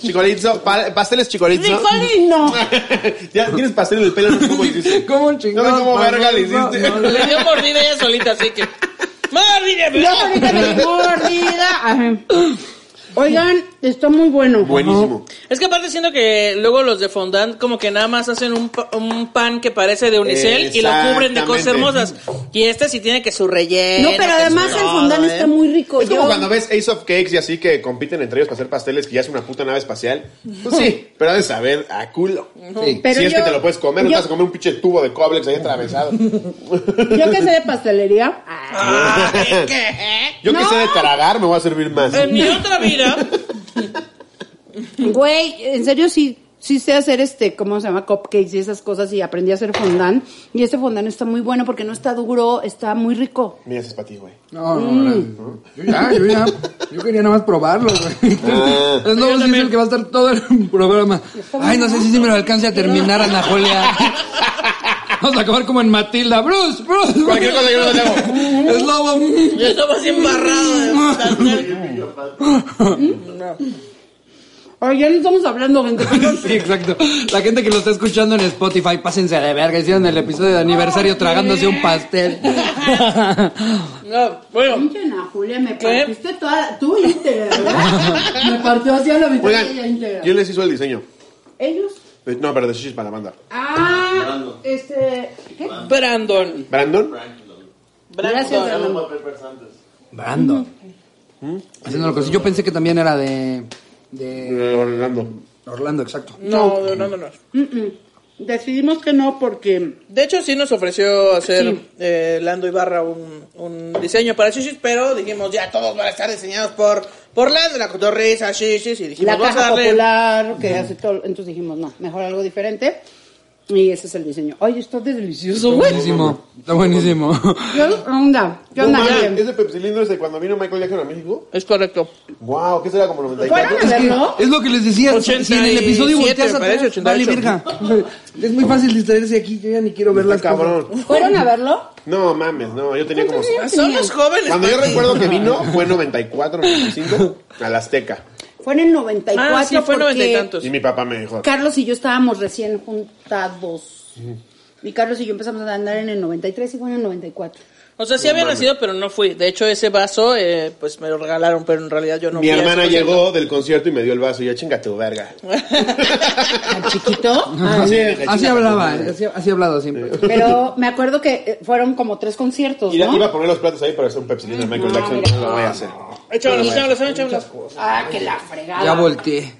F: Chicolitzo. pa- pasteles chicolitzo.
A: ¡Colino!
F: [LAUGHS] ya tienes pastel en el pelo, no sé cómo
E: [LAUGHS]
F: hiciste.
E: Como un chingón.
F: No sé cómo
E: por
F: verga le
E: favor,
F: hiciste.
E: no
B: Le dio mordida ella solita, así que. ¡Mordida!
A: Yo ahorita me di mordida. Ajá. Oigan, está muy bueno.
F: Buenísimo.
B: Es que aparte siento que luego los de fondant como que nada más hacen un, pa- un pan que parece de unicel y lo cubren de cosas
F: Exactamente.
B: hermosas. Y este sí tiene que su relleno.
A: No, pero
B: que su
A: además el
B: todo,
A: fondant
B: ¿eh?
A: está muy rico.
F: Es como
A: Yo-
F: cuando ves Ace of Cakes y así que compiten entre ellos para hacer pasteles que ya es una puta nave espacial. Pues [LAUGHS] sí, pero ha de saber a culo.
E: Sí.
A: Pero
F: si es
A: yo-
F: que te lo puedes comer, no
A: yo-
F: te vas a comer un pinche tubo de coblex ahí atravesado.
A: Yo que sé de pastelería. ah,
F: Yo que
A: No.
F: sé de tragar, me voy a servir más.
B: En mi otra vida,
A: Güey, en serio sí, sí sé hacer este, ¿cómo se llama? Cupcakes y esas cosas y aprendí a hacer fondant. Y este fondant está muy bueno porque no está duro, está muy rico.
F: Mira, ese es para ti, güey.
E: No, no, no. Yo ya, yo ya. Yo quería nada más probarlo, güey.
F: Ah.
E: Es luego sí es el que va a estar todo el programa. Ay, no sé si se me lo alcance a terminar, Ana Julia. Vamos a acabar como en Matilda. Bruce, Bruce.
F: Cualquier cosa yo no lo hago.
E: Es
F: [LAUGHS]
E: lobo. mm.
B: yo estaba así embarrado de fondant.
A: Ay, ya no estamos hablando, gente.
E: Sí, exacto. La gente que lo está escuchando en Spotify, pásense de verga. Hicieron el episodio de aniversario tragándose un pastel.
B: No, bueno,
A: Pinche Ana Julia, me
B: ¿Qué?
A: partiste toda la- tú íntegra, ¿verdad?
B: [LAUGHS]
A: Me partió así a la mitad de ella
F: Oigan,
A: íntegra.
F: yo les hizo el diseño.
A: Ellos.
F: Eh, No, pero de shishis para la banda.
A: Ah, este. ¿qué?
B: Brandon.
F: ¿Brandon?
A: Gracias, Fernando.
E: Brando. Haciendo lo que- Yo pensé que también era de. de
F: Eh, Orlando.
E: Orlando, exacto.
B: No, no, no, no.
A: Mm-mm. Decidimos que no porque.
B: De hecho, sí nos ofreció hacer eh, Lando Ibarra un, un diseño para Shishis, pero dijimos ya todos van a estar diseñados por, por Lando, la cotorriza, Shishis, y dijimos
A: La
B: vamos a
A: caja
B: darle.
A: popular que hace todo. Entonces dijimos, no, mejor algo diferente. Y ese es el diseño. Oye, está delicioso, güey.
E: Buenísimo, está buenísimo.
A: ¿Qué onda? ¿Qué
F: No
A: onda?
F: mames,
A: Gabriel?
F: ese pepsilindro es de cuando vino Michael Jackson a México.
B: Es correcto.
F: Wow, ¿qué será como 94?
A: ¿Fueron a verlo?
E: Es lo que les decía, si en el
B: 87,
E: episodio volteas
B: me
E: atrás,
B: parece,
E: vale
B: 88.
E: verga. Es muy fácil distraerse aquí, yo ya ni quiero ver
F: Está
E: las cosas.
F: cabrón.
A: ¿Fueron a verlo?
F: No mames, no, yo tenía como.
A: Pues,
B: Somos jóvenes.
F: Cuando yo
B: Pati.
F: recuerdo que vino, fue 94, 95, al Azteca.
A: Fue en el 94.
B: Ah, sí, fue noventa y
A: porque
B: tantos.
F: Y mi papá me dijo.
A: Carlos y yo estábamos recién juntados. Y Carlos y yo empezamos a andar en el 93 y fue en el 94.
B: O sea, sí había nacido, pero no fui. De hecho, ese vaso, eh, pues me lo regalaron, pero en realidad yo no
F: Mi
B: fui a
F: hermana
B: ese concierto.
F: llegó del concierto y me dio el vaso. Y yo, chinga tu verga.
A: ¿Tan chiquito?
F: Así, dije,
E: Así
F: "Chinga tu
E: hablaba,
F: madre".
E: así, así hablado siempre.
A: Pero me acuerdo que eh, fueron como tres conciertos,
F: Y ya
A: ¿no?
F: iba a poner los platos ahí para hacer un Pepsi de Michael Jackson. No lo voy a hacer.
B: Échamelos, échamelos, échamelos.
A: Ah, que la fregada.
E: Ya volteé.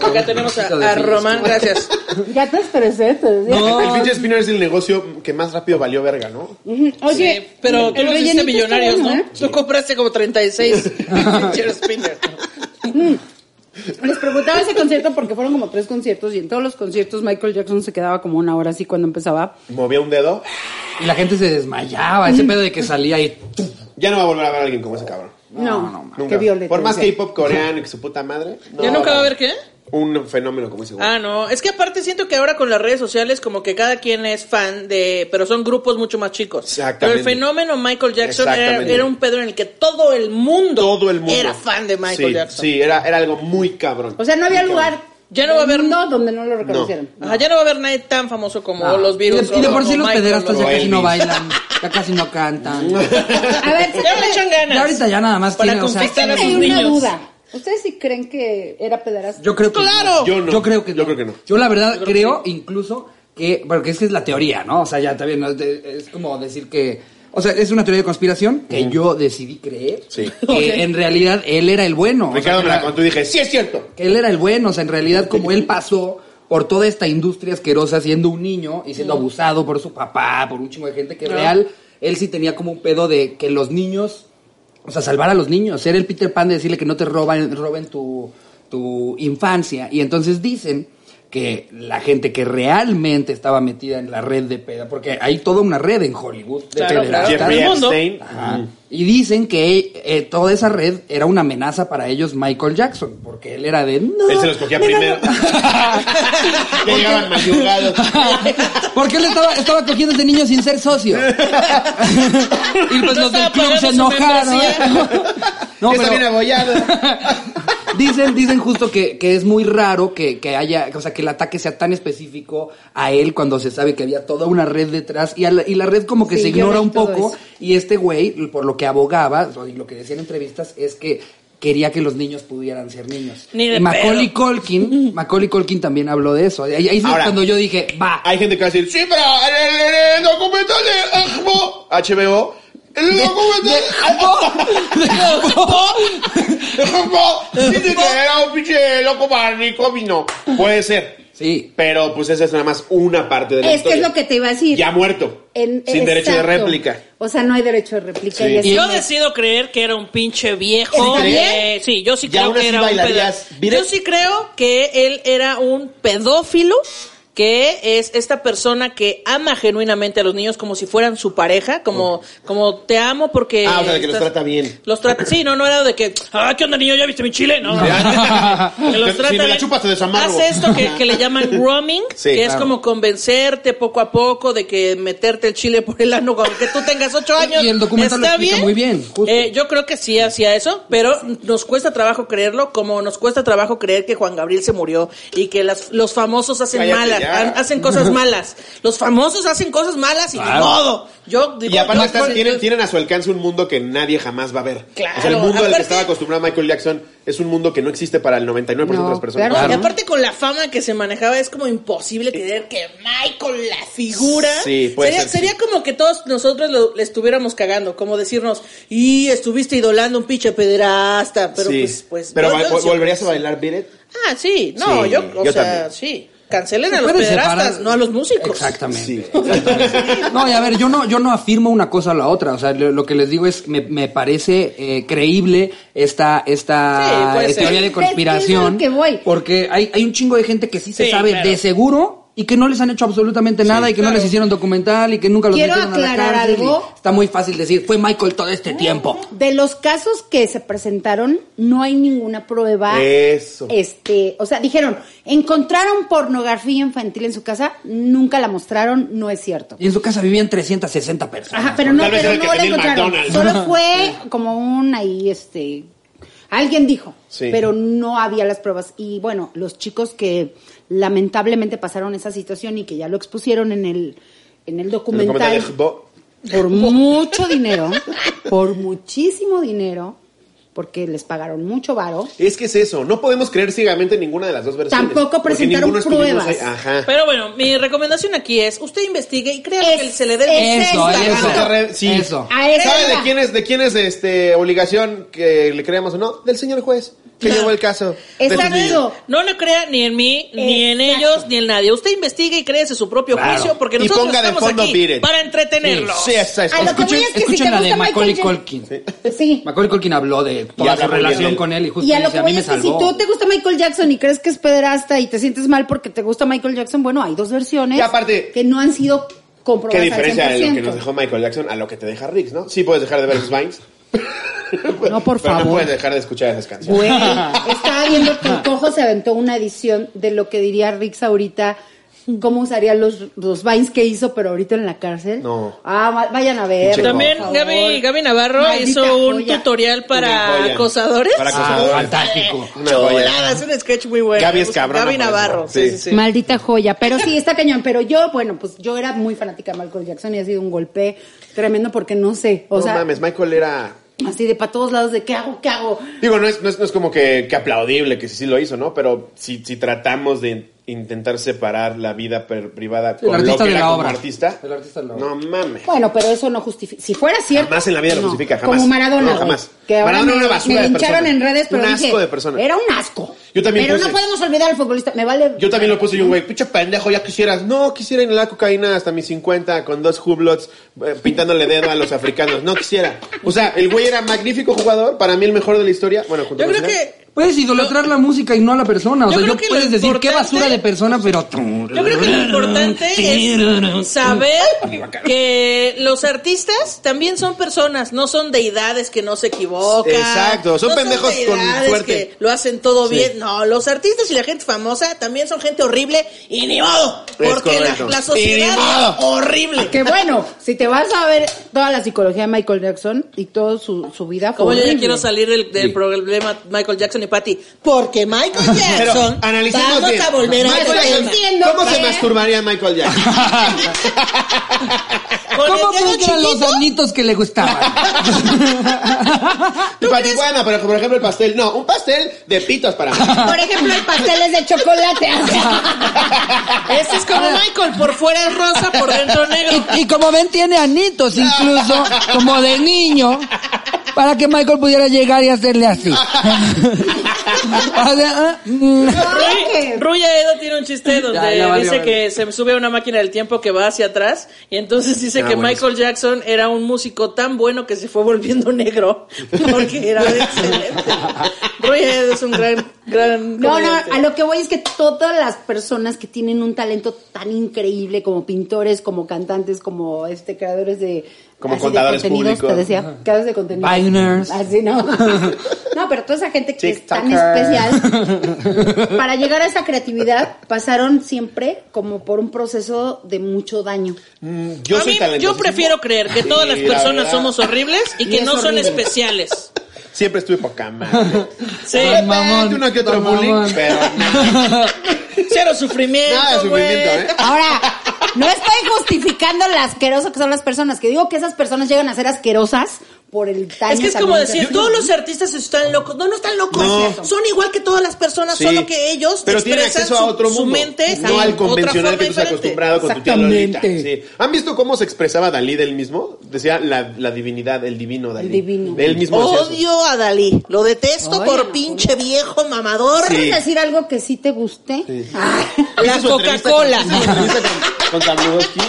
B: Acá tenemos a,
E: Hijo de
B: a
E: Cristo.
B: Román, gracias.
F: [LAUGHS]
A: Ya te estresé, te decía.
F: El pinche Spinner es el negocio que más rápido valió verga, ¿no?
A: Ujú. Oye,
B: Sí, pero tú
A: el
B: lo hiciste
A: rellenito
B: millonarios,
A: está
B: ¿no?
A: bueno,
B: Tú compraste como [LAUGHS] 36 pinche spinner.
A: ¿eh? Les preguntaba ese concierto porque fueron como tres conciertos y en todos los conciertos Michael Jackson se quedaba como una hora así cuando empezaba.
F: Movía un dedo.
E: Y la gente se desmayaba, ese pedo de que salía y...
F: Ya no va a volver a ver a alguien como ese cabrón.
A: No,
F: Nunca.
A: qué violento.
F: Por más
A: o sea.
F: K-pop coreano y que su puta madre. no
B: ¿Ya nunca va a haber qué?
F: Un fenómeno como ese güey.
B: Ah, no. Es que aparte siento que ahora con las redes sociales como que cada quien es fan de... Pero son grupos mucho más chicos.
F: Exactamente.
B: Pero el fenómeno Michael Jackson era,
F: Exactamente.
B: era un pedo en el que todo el mundo...
F: Todo el mundo.
B: Era fan de Michael
F: Sí,
B: Jackson.
F: Sí, era, era algo muy cabrón.
A: O sea, no había
F: Muy
A: lugar.
B: Ya no va a
A: del
B: haber-
A: mundo donde no lo reconocieron.
B: Ajá, ya no va a haber nadie tan famoso como los
E: Y
B: virus.
E: de, y de
B: o-
E: por sí
B: o
E: los
B: Michael,
E: pederastas
B: o-
E: ya casi no
F: Elvis.
E: bailan, ya casi no cantan.
A: A ver, si
B: Ya le echan ganas.
E: Ya ahorita ya nada más
B: Para
E: tiene, o sea,
B: conquistar a
A: hay
B: sus
A: una
B: niños.
A: duda. ¿Ustedes sí creen que era pederasta?
E: Yo creo que...
B: ¡Claro!
F: Yo no.
E: Yo creo que
F: Yo creo que no.
E: Yo la verdad creo incluso que, bueno, que es que es la teoría, ¿no? O sea, ya también ¿no? es, de- es como decir que, o sea, es una teoría de conspiración que yo decidí creer
F: Sí.
E: [LAUGHS] que en realidad él era el bueno. o sea,
F: [LAUGHS] Ricardo
E: que
F: me la
E: era-
F: contó y dije, sí es cierto.
E: que él era el bueno, o sea, en realidad como él pasó por toda esta industria asquerosa siendo un niño y siendo abusado por su papá, por un chingo de gente que real, él sí tenía como un pedo de que los niños, o sea, salvar a los niños, ser el Peter Pan de decirle que no te roban, roben tu, tu infancia. Y entonces dicen que la gente que realmente estaba metida en la red de peda, porque hay toda una red en Hollywood de
B: Claro, claro.
E: pederastas.
F: Jeffrey
B: el mundo.
F: Epstein.
E: Ajá. Y dicen que eh, toda esa red era una amenaza para ellos Michael Jackson, porque él era de... "No,
F: Él se los cogía
E: me
F: primero. [LAUGHS] Ya llegaban mayugados.
E: [LAUGHS] Porque él estaba, estaba cogiendo a ese niño sin ser
F: [LAUGHS]
E: socio. [LAUGHS] y pues
B: No
E: los del
B: estaba
E: club se
B: pagando su
E: enojaron. [LAUGHS] no,
F: Ya está bien
E: pero
F: abollado.
E: [LAUGHS] dicen, dicen justo que, que es muy raro que, que haya, o sea, que el ataque sea tan específico a él cuando se sabe que había toda una red detrás y, a la, y la red como que
A: Sí,
E: se
A: yo
E: ignora
A: vi
E: un
A: todo
E: poco.
A: eso.
E: Y este güey, por lo que abogaba, o- y lo que decía en entrevistas, es que quería que los niños pudieran ser niños.
B: Ni de
E: y Macaulay
B: [LAUGHS]
E: Colkin, Macaulay Colkin también habló de eso. Ahí, ahí es
F: Ahora,
E: cuando yo dije, va.
F: Hay gente que va a decir, sí, pero en el, en el documental de HBO, HBO, en el documental de HBO, dice que era un pinche loco vino. Puede ser.
E: [LAUGHS] Sí.
F: Pero pues esa es nada más una parte de la
A: Es que
F: historia.
A: es lo que te iba a decir.
F: Ya muerto.
A: En-
F: sin derecho de
A: exacto.
F: réplica.
A: O sea, no hay derecho de réplica.
F: Sí.
A: y es-
B: Yo decido creer que era un pinche viejo.
F: ¿Sí crees?
B: eh, sí, yo sí
F: Y
B: creo
F: aún
B: que
F: así
B: era un
F: bailarías
B: pedo-
F: directo.
B: Yo sí creo que él era un pedófilo, que es esta persona que ama genuinamente a los niños como si fueran su pareja, como, como te amo porque.
F: Ah, o sea, de que los
B: estás-
F: trata bien.
B: Los trata, sí, no, no era de que, ah, ¿qué onda, niño? ¿Ya viste mi chile? No, [LAUGHS] que los
F: Si
B: trata
F: me la
B: bien.
F: chupas, te desamarro.
B: Hace esto que, que le llaman grooming,
F: [LAUGHS] Sí,
B: que es
F: claro.
B: como convencerte poco a poco de que meterte el chile por el ano, aunque tú tengas ocho años.
E: Y el documental lo
B: está
E: explica muy bien, justo.
B: Eh, yo creo que sí hacía eso, pero nos cuesta trabajo creerlo, como nos cuesta trabajo creer que Juan Gabriel se murió y que las- los famosos hacen
F: Cállate
B: malas,
F: ya.
B: ha- hacen cosas malas. Los famosos hacen cosas malas y ni
E: Claro.
B: modo. Yo digo,
F: Y aparte
B: yo-
F: están-
B: yo-
F: tienen, tienen a su alcance un mundo que nadie jamás va a ver.
B: Claro,
F: o sea, el mundo al que
B: aparte-
F: estaba acostumbrado Michael Jackson es un mundo que no existe para el 99% de las
A: No,
F: personas.
A: claro.
B: Y aparte con la fama que se manejaba es como imposible creer que Michael la figura.
F: Sí, puede
B: sería,
F: ser, sí.
B: sería como que todos nosotros lo- le estuviéramos cagando, como decirnos, y estuviste idolando un pinche pederasta, pero
F: Sí.
B: pues, pues
F: Pero
B: no,
F: va-
B: no,
F: vol-
B: sí.
F: volverías a bailar Beat It?
B: Ah, sí, no,
F: Sí,
B: yo, o
F: yo
B: sea,
F: también.
B: sí. Cancelen a los
E: Pueden separar-
B: pederastas, no a los músicos.
E: Exactamente.
F: Sí.
E: No, y a ver, yo no, yo no afirmo una cosa a la otra. O sea, lo, lo que les digo es, me, me parece eh, creíble esta, esta
B: Sí, puede
E: eh,
B: ser.
E: teoría de
A: Es que es a lo
E: conspiración.
A: que voy.
E: Porque hay, hay un chingo de gente que sí se
B: Sí,
E: sabe
B: claro.
E: de seguro y que no les han hecho absolutamente nada y que no les hicieron documental y que nunca los
A: Quiero
E: metieron a la
A: aclarar
E: cárcel y
A: algo.
E: Está muy fácil decir, fue Michael todo este tiempo.
A: De los casos que se presentaron, no hay ninguna prueba.
F: Eso.
A: Este, o sea, dijeron, encontraron pornografía infantil en su casa, nunca la mostraron, no es cierto.
E: Y en su casa vivían 360 personas.
A: Ajá, pero no,
F: Tal vez
A: pero
F: era el que
A: no la
F: tenía el
A: encontraron.
F: McDonald's.
A: Solo fue como un ahí, este, alguien dijo,
F: Sí.
A: pero no había las pruebas. Y bueno, los chicos que lamentablemente pasaron esa situación y que ya lo expusieron en el, en el
F: El
A: documental.
F: comentario de Bo-
A: por mucho
F: [LAUGHS]
A: dinero, por muchísimo dinero, porque les pagaron mucho varo.
F: Es que es eso, no podemos creer ciegamente ninguna de las dos versiones.
A: Tampoco
F: porque
A: presentaron
F: ninguno estuvimos
A: pruebas.
F: ahí. Ajá.
B: Pero bueno, mi recomendación aquí es, usted investigue y crea
A: Es-
B: que se le dé el
A: es-
E: Eso,
A: Esa es la
E: eso.
F: Re- sí.
E: Eso.
A: A eso
F: ¿Sabe de
A: iba.
F: quién es, de quién es este obligación que le creamos o no? Del señor juez, que llevó el caso. de esos niños.
A: Exacto.
B: No le crea ni en mí, ni en ellos, ni en nadie. Usted investigue y créese su propio
E: Claro.
B: juicio porque
F: Y
B: nosotros
F: ponga de
B: estamos
F: fondo
B: aquí
F: Beat It.
B: para entretenerlo.
F: Sí, esa es.
A: A lo que voy
E: Escuchen,
A: es que si
E: escuchen
A: te
E: la de
A: gusta
E: Macaulay
A: Michael
E: Culkin.
A: Sí.
E: Macaulay Culkin habló de toda
F: habla
E: su
F: muy bien de
E: relación
F: él.
E: con él y justo
A: Y a lo
E: dice,
A: que
E: a mí
A: voy
E: me
A: es que si
E: salvó.
A: tú te gusta Michael Jackson y crees que es pederasta y te sientes mal porque te gusta Michael Jackson, bueno, hay dos versiones
F: Y aparte-
A: que no han sido comprobadas.
F: ¿Qué
A: al
F: diferencia de lo que
A: 100%.
F: nos dejó Michael Jackson a lo que te deja Riggs, no? Sí puedes dejar de ver sus vines.
A: No, por
F: Pero no
A: favor.
F: puedes dejar de escuchar esas canciones.
A: Güey,
F: [LAUGHS]
A: estaba viendo que el cojo se aventó una edición de lo que diría Rix ahorita, cómo usaría los, los vines que hizo, pero ahorita en la cárcel.
F: No.
A: Ah, va- vayan a ver.
F: Pinche
B: También
F: Por
B: Gaby, Gaby Navarro
A: Maldita
B: hizo un
A: joya.
B: tutorial
F: Una
B: para
F: joya.
B: acosadores.
F: Para
E: Ah,
F: acosadores.
E: fantástico.
F: Una joya.
B: es un sketch muy bueno.
F: Gaby es cabrona
B: Gaby
F: por eso.
B: Navarro. Sí, sí, sí.
F: Sí.
A: Maldita joya, pero sí,
F: [LAUGHS]
A: está cañón. Pero yo, bueno, pues yo era muy fanática de Michael Jackson y ha sido un golpe tremendo porque no sé, o
F: no
A: sea,
F: mames, Michael era.
A: así de para todos lados de qué hago, qué hago.
F: Digo, no es, no es, no es como que, que aplaudible que sí, sí lo hizo, ¿no? Pero si, si tratamos de intentar separar la vida per- privada
E: El
F: con lo
E: artista
F: que
E: de
F: era
E: la
F: como
E: obra.
F: artista.
E: El artista de la
F: No mames.
A: Bueno, pero eso no justifica. Si fuera cierto.
F: Jamás en la vida lo
A: no.
F: justifica, jamás.
A: Como Maradona.
F: No, jamás.
A: güey, Que ahora
F: Maradona
A: me,
F: era una basura
A: me
F: de
A: lincharon
F: persona.
A: en redes, pero
F: Un
A: dije,
F: asco de persona.
A: Era un asco.
F: Yo también
A: Pero
F: puse-
A: no podemos olvidar al futbolista. Me vale.
F: Yo también lo puse yo, güey, pinche pendejo, ya quisieras. No, quisiera inhalar cocaína hasta mis 50 con dos hublots eh, pintándole dedo a los africanos. No quisiera. O sea, el güey era magnífico jugador, para mí el mejor de la historia. Bueno, junto
B: Yo
F: con
B: creo
F: Zidane.
B: que
E: Puedes idolatrar la música y no a la persona. O
B: Yo
E: sea,
B: creo
E: yo
B: que lo
E: puedes decir qué
B: importante-
E: basura de persona, pero.
B: Yo creo que lo importante es saber que los artistas también son personas, no son deidades que no se equivocan.
F: Exacto, son
B: no
F: pendejos con
B: deidades
F: suerte.
B: que lo hacen todo bien. No, los artistas y la gente famosa también son gente horrible y ni modo,
F: Es
B: porque la,
F: correcto.
B: la
F: Y ni
B: sociedad
F: modo.
B: es
E: Ah,
B: horrible.
A: Que bueno, si te vas a ver toda la psicología de Michael Jackson y toda su, su vida. fue
B: Como yo ya
A: horrible.
B: quiero salir del, del problema Michael Jackson y Patty, porque Michael
F: Pero
B: Jackson
F: analicemos
B: eh, vamos
F: bien.
B: a este volver a
F: Michael
B: ese
F: Jackson,
B: tema.
A: entiendo
F: ¿Cómo se
A: que-
F: masturbaría Michael Jackson?
B: [LAUGHS] Con el
E: ¿Cómo
B: dedo
E: creen que eran los
B: chiquito,
E: donitos que
B: [LAUGHS]
E: le gustaban?
F: Y Pati, bueno, pero por ejemplo el pastel, no, un pastel de pitos
B: [LAUGHS]
F: para mí.
A: Por ejemplo, el pastel es de chocolate. [LAUGHS]
B: Este es como Michael, por fuera es rosa, por
E: [LAUGHS]
B: dentro negro.
E: Ah. Y, y como ven, tiene anitos incluso, como de niño, para que Michael pudiera llegar y hacerle así. [LAUGHS] O sea, ah, mm.
B: Ruy, Ruy Aedo tiene un chiste donde
E: ya valió,
B: dice
E: valió.
B: que se sube a una máquina del tiempo que va hacia atrás y entonces dice
F: Ah,
B: que
F: bueno.
B: Michael Jackson era un músico tan bueno que se fue volviendo [LAUGHS] negro porque era excelente. Ruy Aedo es un gran, gran
A: No, no,
B: comediante.
A: a lo que voy es que todas las personas que tienen un talento tan increíble como pintores, como cantantes, como este creadores de
F: Como
A: así de
F: contadores
A: contenidos,
F: públicos.
A: te decía, creadores de contenido.
E: Biners.
A: Así
B: [LAUGHS]
A: no. No, pero toda esa gente que es tan
E: TikTokers.
A: especial
F: [LAUGHS]
A: para llegar a esa creatividad pasaron siempre como por un proceso de mucho daño.
B: A
F: Mm,
B: mí,
F: talentosísimo.
B: yo prefiero creer que todas las
F: Sí, la
B: personas
F: verdad.
B: somos horribles y que
A: es
B: no son
A: horrible.
B: especiales.
F: Siempre estuve
B: [LAUGHS]
F: poca madre. [LAUGHS]
B: Sí.
E: Don mamón,
F: Uno que otro
E: don
F: bullying,
E: mamón.
F: pero nada,
B: Cero sufrimiento,
F: nada de sufrimiento,
B: güey.
F: ¿eh?
A: Ahora, no estoy justificando lo asqueroso que son las personas, que digo que esas personas llegan a ser asquerosas por el daño.
B: Es que es
A: tan
B: como
A: grande.
B: decir, todos los artistas están locos. No, no están locos.
F: No.
B: Son igual que todas las personas,
F: Sí.
B: solo que ellos
F: pero tienen
B: expresan
F: acceso
B: su,
F: a otro
B: su
F: mundo,
B: mente.
F: no
B: en
F: al
B: otra forma
F: convencional que tú estás
B: diferente.
F: acostumbrado con tu tía Lolita.
E: Exactamente.
F: Sí. ¿Han visto cómo se expresaba Dalí del mismo? Decía la, la divinidad, el divino Dalí.
A: El divino.
F: Él mismo decía eso.
B: Odio a Dalí. Lo detesto
A: Ay,
B: por
A: no.
B: pinche viejo mamador.
F: Sí.
A: ¿Puedes decir algo que sí te guste? Ah.
F: ¿Ves
B: La
F: su entrevista con-
B: Coca-Cola.
F: ¿ves su entrevista con- Con Sabludowski.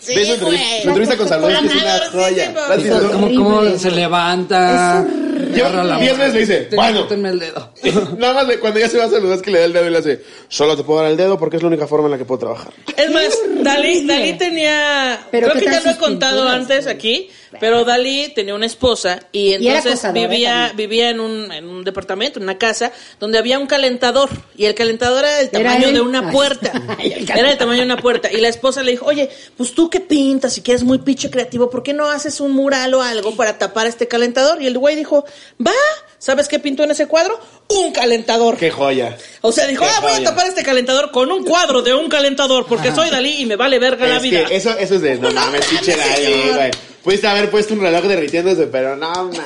B: Sí,
F: ¿Ves su entrevista,
B: güey.
F: su entrevista con Sabludowski? Es
E: [LAUGHS]
F: una
B: Mamador, sí, sí,
F: joya.
B: mamador.
F: Las
E: Como,
F: hizo-
E: como se levanta.
F: Yo viernes le dice,
E: Ten-
F: bueno.
E: Tenme el dedo.
F: [LAUGHS] Nada más le- cuando ya se va a saludar es que le da el dedo y le hace, solo te puedo dar el dedo porque es la única forma en la que puedo trabajar.
B: Es más, Dalí, Dalí tenía.
A: Pero
B: creo
A: ¿qué
B: que ya
A: tal
B: lo he
A: sus
B: contado
A: pinturas,
B: antes
A: güey?
B: aquí, pero Dalí tenía una esposa y
A: era
B: entonces
A: acosadora
B: vivía,
A: también.
B: vivía en, un, en un departamento, en una casa, donde había un calentador y el calentador era del tamaño
A: él?
B: de una
A: Ay.
B: puerta.
A: [LAUGHS] Ay, el
B: era del tamaño de una puerta. Y la esposa le dijo, oye, pues tú que pintas y que eres muy pinche creativo, ¿por qué no haces un mural o algo para tapar este calentador? Y el güey dijo, va, ¿sabes qué pintó en ese cuadro? Un calentador.
F: Qué joya.
B: O sea, dijo,
F: Qué
B: ah, voy a
F: joya.
B: tapar este calentador con un cuadro de un calentador, porque soy Dalí y me vale verga la
F: Es
B: vida.
F: que eso, eso es de, no mames, pinche Dalí, güey. Pudiste haber puesto un reloj derritiéndose, pero no mames.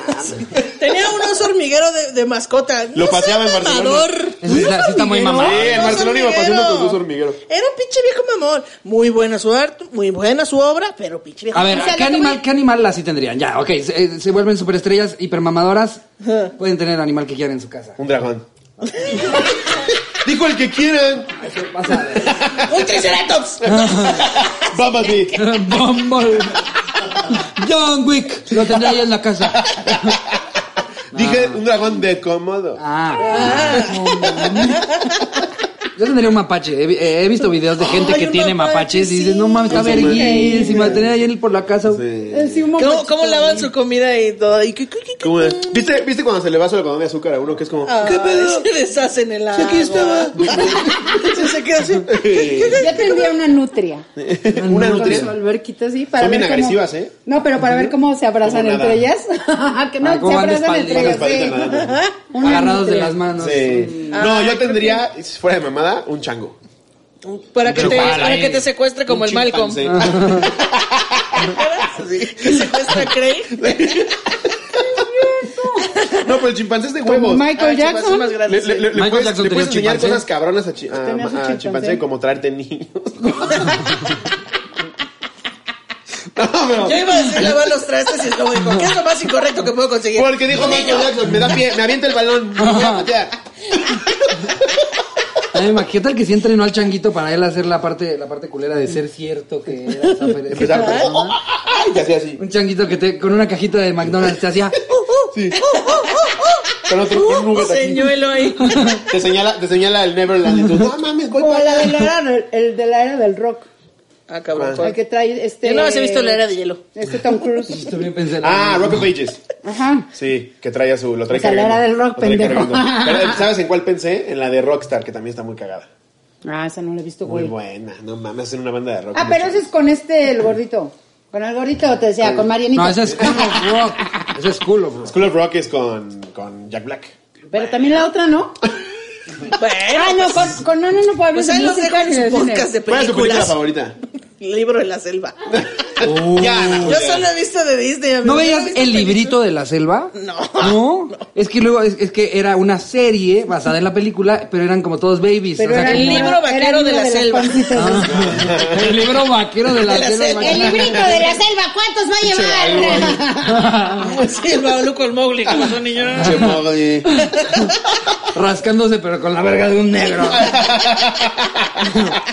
B: [LAUGHS] Tenía un oso hormiguero de, de mascota. No
F: Lo paseaba
B: seas
F: en Barcelona.
B: mamador.
E: Es- está- sí está muy mamá.
F: Sí, en
B: No,
F: Barcelona iba paseando con
B: hormiguero.
F: dos hormigueros.
B: Era un pinche viejo mamón. Muy buena su arte, muy buena su obra, pero pinche viejo
E: A ver,
B: mamón.
E: ¿qué animal, ¿qué animal así tendrían? Ya, ok, se, eh, se vuelven superestrellas, hipermamadoras. Pueden tener el animal que quieran en su casa.
F: Un dragón. Dijo el que quieran.
E: Eso pasa [LAUGHS] de-
B: Un
F: [LAUGHS]
B: triceratops.
F: Baba Dick.
E: Bumble. John Wick. Lo tendría ahí en la casa.
F: Dije un dragón de cómodo.
E: Ah. Yo tendría un mapache. He, vi- eh, he visto videos de gente
B: Ay,
E: que
B: un
E: tiene
B: mapache,
E: mapaches y
B: sí.
E: dices, no mames, está
F: Sí, sí,
E: verguísima. Tener ahí en el- por la casa.
F: Sí.
A: Sí, un
B: ¿Cómo,
A: momento.
B: cómo lavan su comida y todo? Y que- que- que- que-
F: ¿Cómo es? ¿Viste, ¿Viste cuando se le va solo cuando de azúcar a uno que es como...
B: Ay, [LAUGHS] Se deshacen el agua. Aquí estaba. [LAUGHS] se, se queda
F: [LAUGHS]
B: así.
E: [LAUGHS]
A: Yo tendría una nutria.
F: Una
A: Con
F: nutria.
A: su alberquita, sí. Para
F: Son bien
A: ver cómo-
F: agresivas, ¿eh?
A: No, pero para ver cómo se abrazan
F: Como nada.
A: entre ellas. [LAUGHS] que no
E: Ah, cómo
A: se
E: van de
A: abrazan
E: espalda-
A: entre
E: van de
A: ellas.
F: espalda
A: sí.
F: nada más.
A: Una
E: Agarrados de
A: nutria.
E: las manos.
F: Sí.
B: Ah,
F: No, yo tendría, si fuera de mamada, un chango.
B: Para que, te,
F: Chupala,
B: para
F: eh.
B: que te secuestre como
F: Un
B: el Malcolm.
F: chimpancé.
B: Que secuestra a Craig.
F: No, pero el chimpancé es de huevos.
A: Michael
B: Ah, el chimpancé es
A: Jackson.
B: más
F: Le,
B: grande.
F: le- le- le
E: Michael
F: puedes,
E: Jackson
F: le
E: tenía
F: puedes
E: un
F: enseñar
E: chimpancé.
F: cosas cabronas a, chi-
A: Tenía
F: a-
A: su
F: a
A: chimpancé.
F: chimpancé como traerte niños. [LAUGHS] No, pero-
B: Yo iba a decir lavar los trastes y luego dijo, ¿qué es lo más incorrecto que puedo conseguir?
F: Porque dijo Michael Jackson, me da pie, me avienta el balón, me voy a
A: [LAUGHS]
F: patear.
E: Ay, ma, ¿Qué tal que si entrenó al changuito para él hacer la parte, la parte culera de ser cierto que era
F: [LAUGHS]
E: esa per-
F: ¿Qué tal?
E: esa persona?
F: Ay, que hacía así.
E: Un changuito que te, con una cajita de McDonald's te [LAUGHS] hacía. "Oh,
F: Sí. Con otro con un nugget aquí.
B: Señuelo ahí.
F: Te señala, te señala el Neverland y tú, no mames, voy
A: Como
F: para
A: la de la
F: allá.
A: era, el de la era del rock.
B: Ah, cabrón.
A: El que trae este.
B: Yo no más he visto la era de hielo.
A: Este Tom
F: [LAUGHS]
A: Cruise.
E: Estoy bien pensando.
F: Ah, Rocket Pages.
A: Ajá.
F: Sí, que traía su, lo trae
A: O sea, Pues la era
F: cargando,
A: del rock,
F: lo trae
A: pendejo. [LAUGHS]
F: cargando. Pero, ¿Sabes en cuál pensé? En la de Rockstar, que también está muy cagada.
A: Ah, esa no la he visto,
F: Muy
A: güey.
F: buena, no mames, en una banda de rock.
A: Ah, pero ese es con este, el gordito. Con el gordito, te decía, con Marianita.
E: No, ese es School of [LAUGHS] Rock. Ese es School of Rock.
F: School of Rock es con, con Jack Black.
A: [LAUGHS] Pero también la otra, ¿no?
B: Bueno,
A: Ah, no, con, con no, no, no puedo hablar
B: pues
A: de
B: ahí los dejo
A: música
B: en
A: ni de
B: sus
A: cine.
B: podcasts de
F: ¿Cuál es tu película
B: películas.
F: favorita?
B: Libro de la
F: [LAUGHS]
B: selva.
F: Ya, Ana,
B: Yo
F: culera.
B: solo he visto de Disney. amigo.
E: ¿No
B: Yo he
E: veías
B: visto
E: el
B: películas.
E: librito de la selva?
B: No.
E: No. Es que luego, es, es que era una serie basada en la película, pero eran como todos babies.
A: Pero
E: o sea,
A: era
E: como- Ah.
B: el libro vaquero
A: era
B: de la
A: las
B: selva. Ah,
A: pancitas. [LAUGHS]
E: [LAUGHS] el libro vaquero de la,
B: De la
E: selva.
B: selva.
L: El librito de la selva, ¿cuántos va a llevar?
B: Ah, pues Sí, el Babalu con Mowgli, como son
F: [LAUGHS]
B: niños.
F: Che, Mowgli.
E: Rascándose, pero con la verga de un negro. [LAUGHS]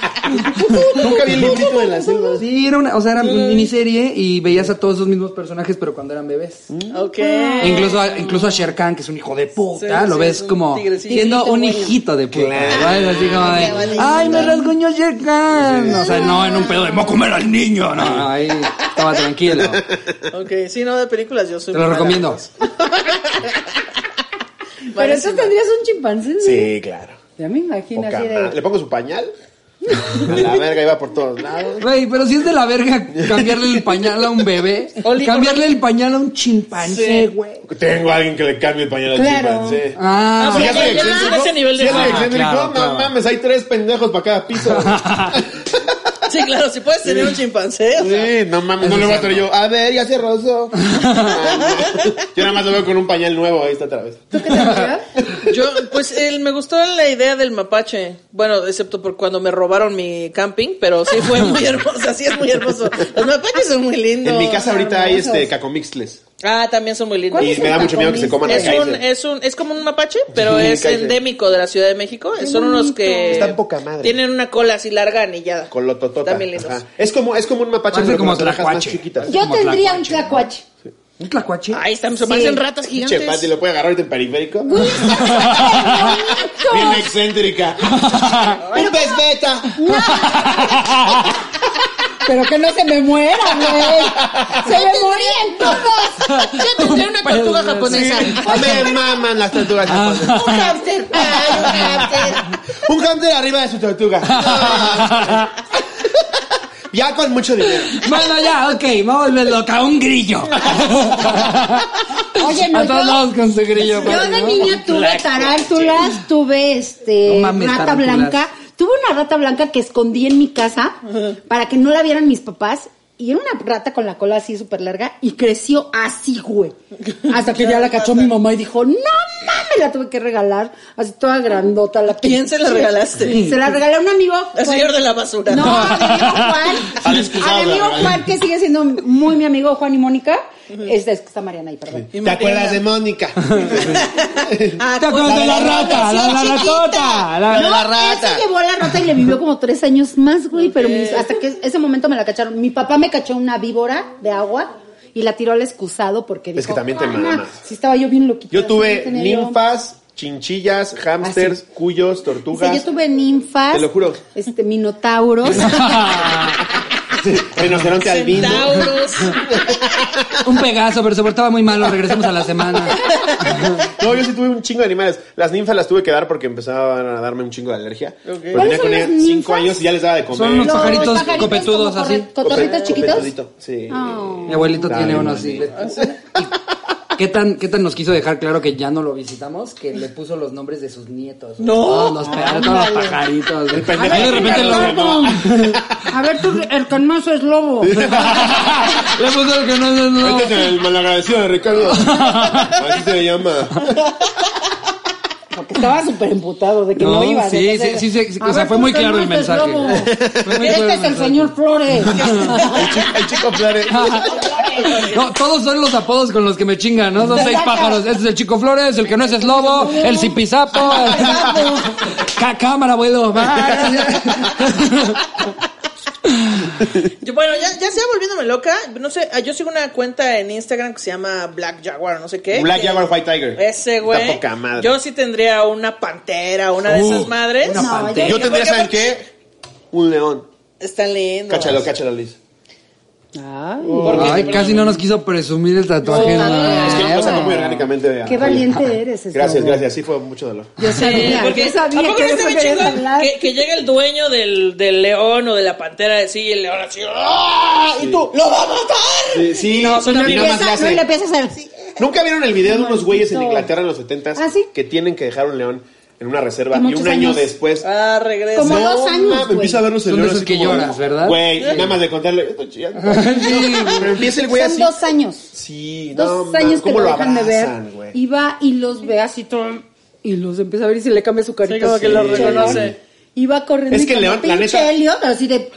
F: Nunca vi el librito de la selva.
E: Sí, era una, o sea, era una miniserie y veías a todos esos mismos personajes, pero cuando eran bebés.
B: Ok.
E: E Incluso a, incluso a Shere Khan, que es un hijo de puta,
B: Sí,
E: lo
B: sí,
E: ves
B: es un
E: como
B: tigrecito.
E: siendo un
B: Tigrito,
E: hijito de puta. ¿sabes? Así como de, ay, me rasguñó Shere Khan. O sea, no en un pedo de, voy a comer al niño. No, no, ahí estaba tranquilo.
B: Ok, sí, no, de películas yo soy.
E: Te lo
B: muy mala.
E: recomiendo.
A: [LAUGHS] Pero eso tendrías un chimpancé. Sí.
F: Sí, claro.
A: Ya me imagino
F: Poca
A: así
F: madre.
A: de.
F: ¿Le pongo su pañal? A la verga, iba por todos lados.
E: Güey, pero si es de la verga cambiarle el pañal a un bebé,
B: [LAUGHS] Oli,
E: cambiarle el pañal a un chimpancé, güey.
F: Tengo a alguien que le cambie el pañal al
A: Claro.
F: chimpancé.
E: Ah,
B: Ah,
F: Si ya soy
B: ya, ya,
F: excéntrico,
B: ese nivel de-
F: si ya soy
B: Ah,
F: excéntrico,
E: claro,
F: no
E: claro.
F: mames, hay tres pendejos para cada piso.
B: [LAUGHS] Sí, claro, si puedes tener un chimpancé. o sea,
F: Sí, no mames, no le voy a traer yo. A ver, ya se [LAUGHS] rozó. Yo nada más lo veo con un pañal nuevo, ahí está otra vez.
A: ¿Tú qué te refieres?
B: Yo, pues el- me gustó la idea del mapache. Bueno, excepto por cuando me robaron mi camping, pero sí fue
F: [LAUGHS]
B: muy hermosa, sí es muy hermoso. Los mapaches son muy lindos.
F: En mi casa ahorita hay
A: hermosos.
F: este cacomixles.
B: Ah, también son muy lindos.
A: ¿Cuál
F: Y
A: es
F: me
A: el
F: da mucho miedo que se coman a
B: Es un,
F: Kaiser.
B: es un, es como un mapache, pero
F: Sí,
B: es
F: cállate.
B: endémico de la Ciudad de México. Son unos que
F: Están poca madre.
B: tienen una cola así larga anillada.
F: Con lo totota.
B: También lindos.
F: Ajá. Es como, es como un mapache,
E: Parece
F: pero
E: como
F: como las rajas más
E: tlacuache.
F: chiquitas.
A: Yo
E: Como
A: tendría un tlacuache.
E: ¿Un tlacuache?
B: Ahí están, se parecen ratas
F: Pinche Pati,
B: gigantes.
F: ¿lo puede agarrar ahorita en periférico? [LAUGHS] Bien excéntrica. ¡Un pez beta!
A: Pero que no se me muera, güey.
H: ¡Se me morían todos!
B: Yo tendría [LAUGHS] una tortuga japonesa.
F: Me maman las tortugas. japonesas.
H: ¡Un hamster! ¡Ay, un hamster!
F: Un hamster arriba de su tortuga. ya con mucho dinero.
E: Bueno, ya, ok, vamos a volver loca, un
B: [LAUGHS]
E: grillo.
A: Oye, no,
E: A todos
A: yo,
E: lados con su grillo.
A: yo de niña tuve tarántulas, tuve este
E: No mames,
A: rata
E: tarántulas.
A: blanca. Tuve una rata blanca que escondí en mi casa para que no la vieran mis papás. Y era una rata con la cola así súper larga y creció así, güey. Hasta que ya la cachó mi mamá y dijo, no mames, la tuve que regalar. Así toda grandota. La
B: ¿Quién se la
A: pinche-
B: regalaste?
A: Se la regalé a un amigo.
B: El señor de la basura.
A: No, a mi
B: [LAUGHS]
A: amigo Juan.
F: Al excusado,
A: A mi amigo
F: la verdad.
A: Juan, que sigue siendo muy mi amigo Juan y Mónica. Este, es que está Mariana ahí, perdón.
F: ¿Te acuerdas
A: [LAUGHS]
F: de Mónica?
B: Ah,
E: ¿Te acuerdas de la rata? La, la ratota. La,
A: No,
F: la rata.
A: él se llevó la rata y le vivió como tres años más, güey. Pero mis- hasta que ese momento me la cacharon. Mi papá me cachó una víbora de agua y la tiró al excusado porque dijo...
F: Es que también te
A: "Ana".
F: mamas.
A: Sí, estaba yo bien loquita.
F: Yo tuve
A: Sí, tenía yo-
F: ninfas, chinchillas, hamsters,
A: Ah,
F: cuyos,
A: O sea,
F: tortugas. [LAUGHS]
A: yo tuve ninfas.
F: Te lo juro.
A: Este,
F: [LAUGHS]
A: minotauros.
F: Rinoceronte albino.
B: Centauros.
E: [LAUGHS] Un pegaso, pero se portaba muy malo. Regresemos a la semana.
F: [LAUGHS] No, yo sí tuve un chingo de animales. Las ninfas las tuve que dar porque empezaban a darme un chingo de alergia. Porque
A: ¿Cuáles
F: tenía
A: son
F: con
A: las
F: ella cinco
A: ninfas?
F: años y ya les daba de comer.
E: Son unos
A: Los
E: pajaritos
A: pajaritos
E: copetudos
A: como
E: así.
A: corre- ¿Cotorritos
F: Cope-
A: chiquitos?
F: copetudito, Sí.
A: Oh.
E: Mi abuelito
F: Ay,
E: tiene
F: no
E: uno así.
F: mames.
E: ¿Qué tan, ¿Qué tan nos quiso dejar claro que ya no lo visitamos? Que le puso los nombres de sus nietos.
B: No.
E: Todos los, pe- todos los pajaritos.
F: El
E: Yo
F: pendejo
E: de repente lo...
F: Ricardo.
A: A ver, tú, el canoso es lobo.
E: [LAUGHS] Le puso el que no no, no.
F: Métete en Este el malagradecido de Ricardo. [LAUGHS] Así se llama.
A: Porque estaba súper emputado de que no,
E: No,
A: ibas.
E: sí,
A: entonces-
E: sí, sí, sí,
A: A
E: o sea,
A: ver,
E: fue muy
A: tú,
E: claro el
A: canoso es
E: mensaje.
A: lobo.
E: Fue muy claro el
A: Este es el
E: mensaje.
A: señor Flores.
F: El chico, el
A: [LAUGHS]
F: chico Flores.
E: No, todos son los apodos con los que me chingan, ¿no? Son seis pájaros. Este es el Chico Flores, el que no es es lobo, el zipizapo. [LAUGHS] el- Cá- Cámara, abuelo.
B: Yo, bueno, ya, ya sea volviéndome loca, no sé, ah, yo sigo una cuenta en Instagram que se llama Black Jaguar, no sé qué.
F: Black
B: que-
F: Jaguar White Tiger.
B: Ese güey.
F: Está poca madre.
B: Yo sí tendría una pantera, una de
E: Uh,
B: esas madres.
E: una
A: No,
E: pantera.
F: Yo tendría,
B: Porque-
F: ¿saben qué? Un león.
B: Están lindos.
F: Cáchalo, cáchalo, Liz.
E: Ay, casi no nos quiso presumir el tatuaje. ¿no?
F: Es que lo sacó muy orgánicamente. de-
A: Qué valiente eres. este Slobo.
F: Gracias, gracias. Sí, fue mucho dolor.
A: Yo
B: Sí,
A: sabía,
B: porque
A: yo sabía
B: ¿a poco
A: que
B: no
A: de
B: está
A: eso
B: bien
A: querías
B: chingón
A: hablar.
B: que, que llega el dueño del, del león o de la pantera así y el león así ¡ah! y tú ¡lo va a matar!
F: Sí, sí, no,
B: no
F: nada más le
A: Empieza-
F: hace.
A: no le empiezas a hacer así.
F: ¿Nunca vieron el video de unos güeyes en
A: Maldito.
F: Inglaterra en los 70s
A: ¿Ah, sí?
F: que tienen que dejar un león en una reserva
A: Por
F: y un
A: muchos
F: año
A: años.
F: después?
B: Ah, regresa.
A: Como
F: No,
A: dos años,
F: mames,
A: güey.
F: Empieza a verlos el
E: Son de
F: león
E: esos
F: así
E: que
F: como-
E: lloras, ¿verdad?
F: Güey, nada más de contarle. "Yo
E: [LAUGHS]
F: estoy chillando".
E: Sí.
F: Pero empieza el güey
A: Son
F: así.
A: dos años.
F: Sí, no,
A: Dos
F: mames,
A: años que
F: ¿cómo
A: lo
F: lo
A: dejan de
F: abrazan,
A: ver.
F: güey?
A: Y va y los ve así todo. Y los empieza a ver y se le cambia su carita.
B: Sí, como que lo
A: Pinche
B: reconoce.
A: león. Y va corriendo.
F: Es
A: y
F: que el
A: como
F: león, la
A: pinche
F: neta-
A: Elliot, así de.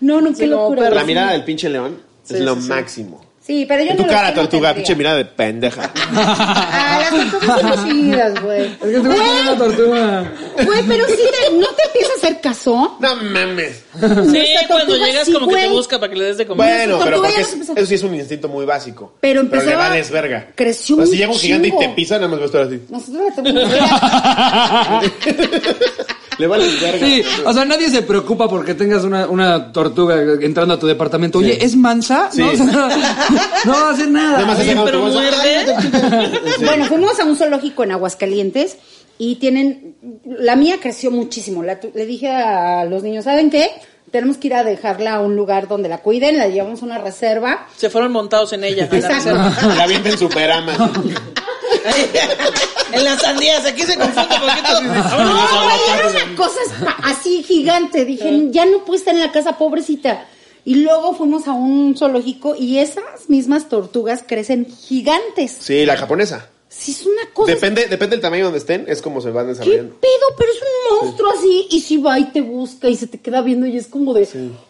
A: No, no, qué
B: como
A: locura.
B: perro.
F: La
A: Sí.
F: mirada del pinche león es
B: sí,
F: lo
B: sí.
F: máximo.
A: Sí, pero yo
F: En
A: no
F: tu
A: lo
F: cara,
A: sé, no
F: tortuga,
A: tendría.
F: pinche mirada
A: [LAUGHS]
F: de pendeja.
A: Ah, las tortugas son chidas, güey.
E: Es que te gusta una tortuga.
A: Güey, pero sí, te- ¿no te empieza a hacer caso?
F: No mames.
B: Sí,
A: Nuestra
B: cuando
A: tortuga
B: llegas
A: sí,
B: como que te
A: güey.
B: busca para que le des de comer.
F: Bueno,
A: tortuga
F: pero
A: ya
F: porque
A: no
F: es-
A: se empezó-
F: eso sí es un instinto muy básico.
A: Pero
F: le
A: empezaba-
F: vales verga.
A: creció
F: O sea,
A: un
F: si llega un gigante y te
A: chingo.
F: pisa, nada más va a estar así.
A: Nosotros la tenemos.
B: [LAUGHS]
F: Le vales verga.
E: Sí, o sea, nadie se preocupa porque tengas una, una tortuga entrando a tu departamento. Oye, ¿es mansa?
F: Sí.
E: No, [LAUGHS] o sea, no va a hacer
F: Nada
E: nada.
F: más se
B: Oye,
F: saca
B: pero
F: otro bolso.
B: muerde.
A: [LAUGHS] Bueno, fuimos a un zoológico en Aguascalientes y tienen. La mía creció muchísimo. La tu- le dije a los niños, ¿saben qué? Tenemos que ir a dejarla a un lugar donde la cuiden, la llevamos a una reserva.
B: Se fueron montados en ella. en la
A: Exacto.
B: reserva.
F: La viente en superama.
B: [LAUGHS] en las sandías, aquí se confunde porque
A: No,
B: todo.
A: güey, era una cosa espa- así gigante.
B: Ah.
A: Dije, ya no puedo estar en la casa, pobrecita. Y luego fuimos a un zoológico y esas mismas tortugas crecen gigantes.
F: Sí, la japonesa.
A: Sí, es una cosa.
F: Depende, depende del tamaño donde estén, es como se van
A: ¿Qué
F: desarrollando.
A: pedo? Pero es un monstruo así. Y si va y te busca y se te queda viendo y es como de,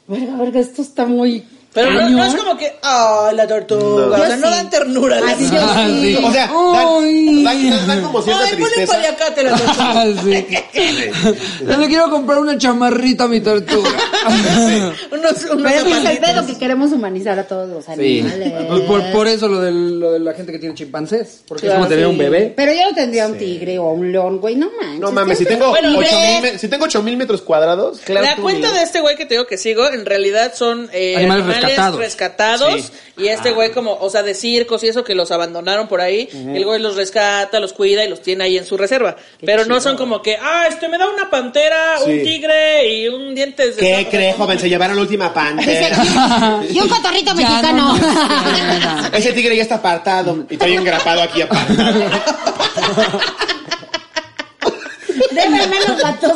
A: verga, verga, esto está muy
B: Pero no, no es
M: Cañón.
B: como que, ah, la tortuga.
F: No.
B: O sea,
A: Yo
B: no
A: sí.
B: dan ternura. las-
A: Así yo
E: Ah,
A: sí.
E: [LAUGHS] sí.
F: O sea, dan, dan- dan- dan como cierta
B: Ay, ponle
F: tristeza.
B: paliacate la
E: [LAUGHS]
B: tortuga.
E: Ah, [LAUGHS] sí. Yo le quiero comprar una chamarrita a mi tortuga.
B: unos, unos
A: Pero ese es el
B: zapalitos.
A: pedo que queremos humanizar a todos los
E: Sí.
A: animales.
E: Pues por, por eso lo, del- lo de la gente que tiene chimpancés. Porque es como tener un bebé.
M: Pero yo no tendría un tigre o un león, güey, no manches.
F: No mames, si tengo,
B: Bueno,
F: 8000
B: ves.
F: me- si tengo 8000 metros cuadrados.
B: la cuenta de este güey que te digo que sigo, en realidad son eh,
E: Animales
B: animales,
E: rescatados.
B: rescatados. Y
F: Ah.
B: este güey, como, o sea, de circos y eso que los abandonaron por ahí. El güey los rescata, los cuida y los tiene ahí en su reserva. Pero no son como que, ah, este me da una pantera,
F: Sí.
B: un tigre y un diente de.
F: ¿Qué crees, joven? Se llevaron la última pantera. eh.
H: Y un cotorrito
E: Ya
H: mexicano.
A: [LAUGHS]
E: no nos-
F: Ese tigre ya está apartado. Y estoy engrapado aquí apartado.
A: Déjenme los
F: [LAUGHS]
A: gatos.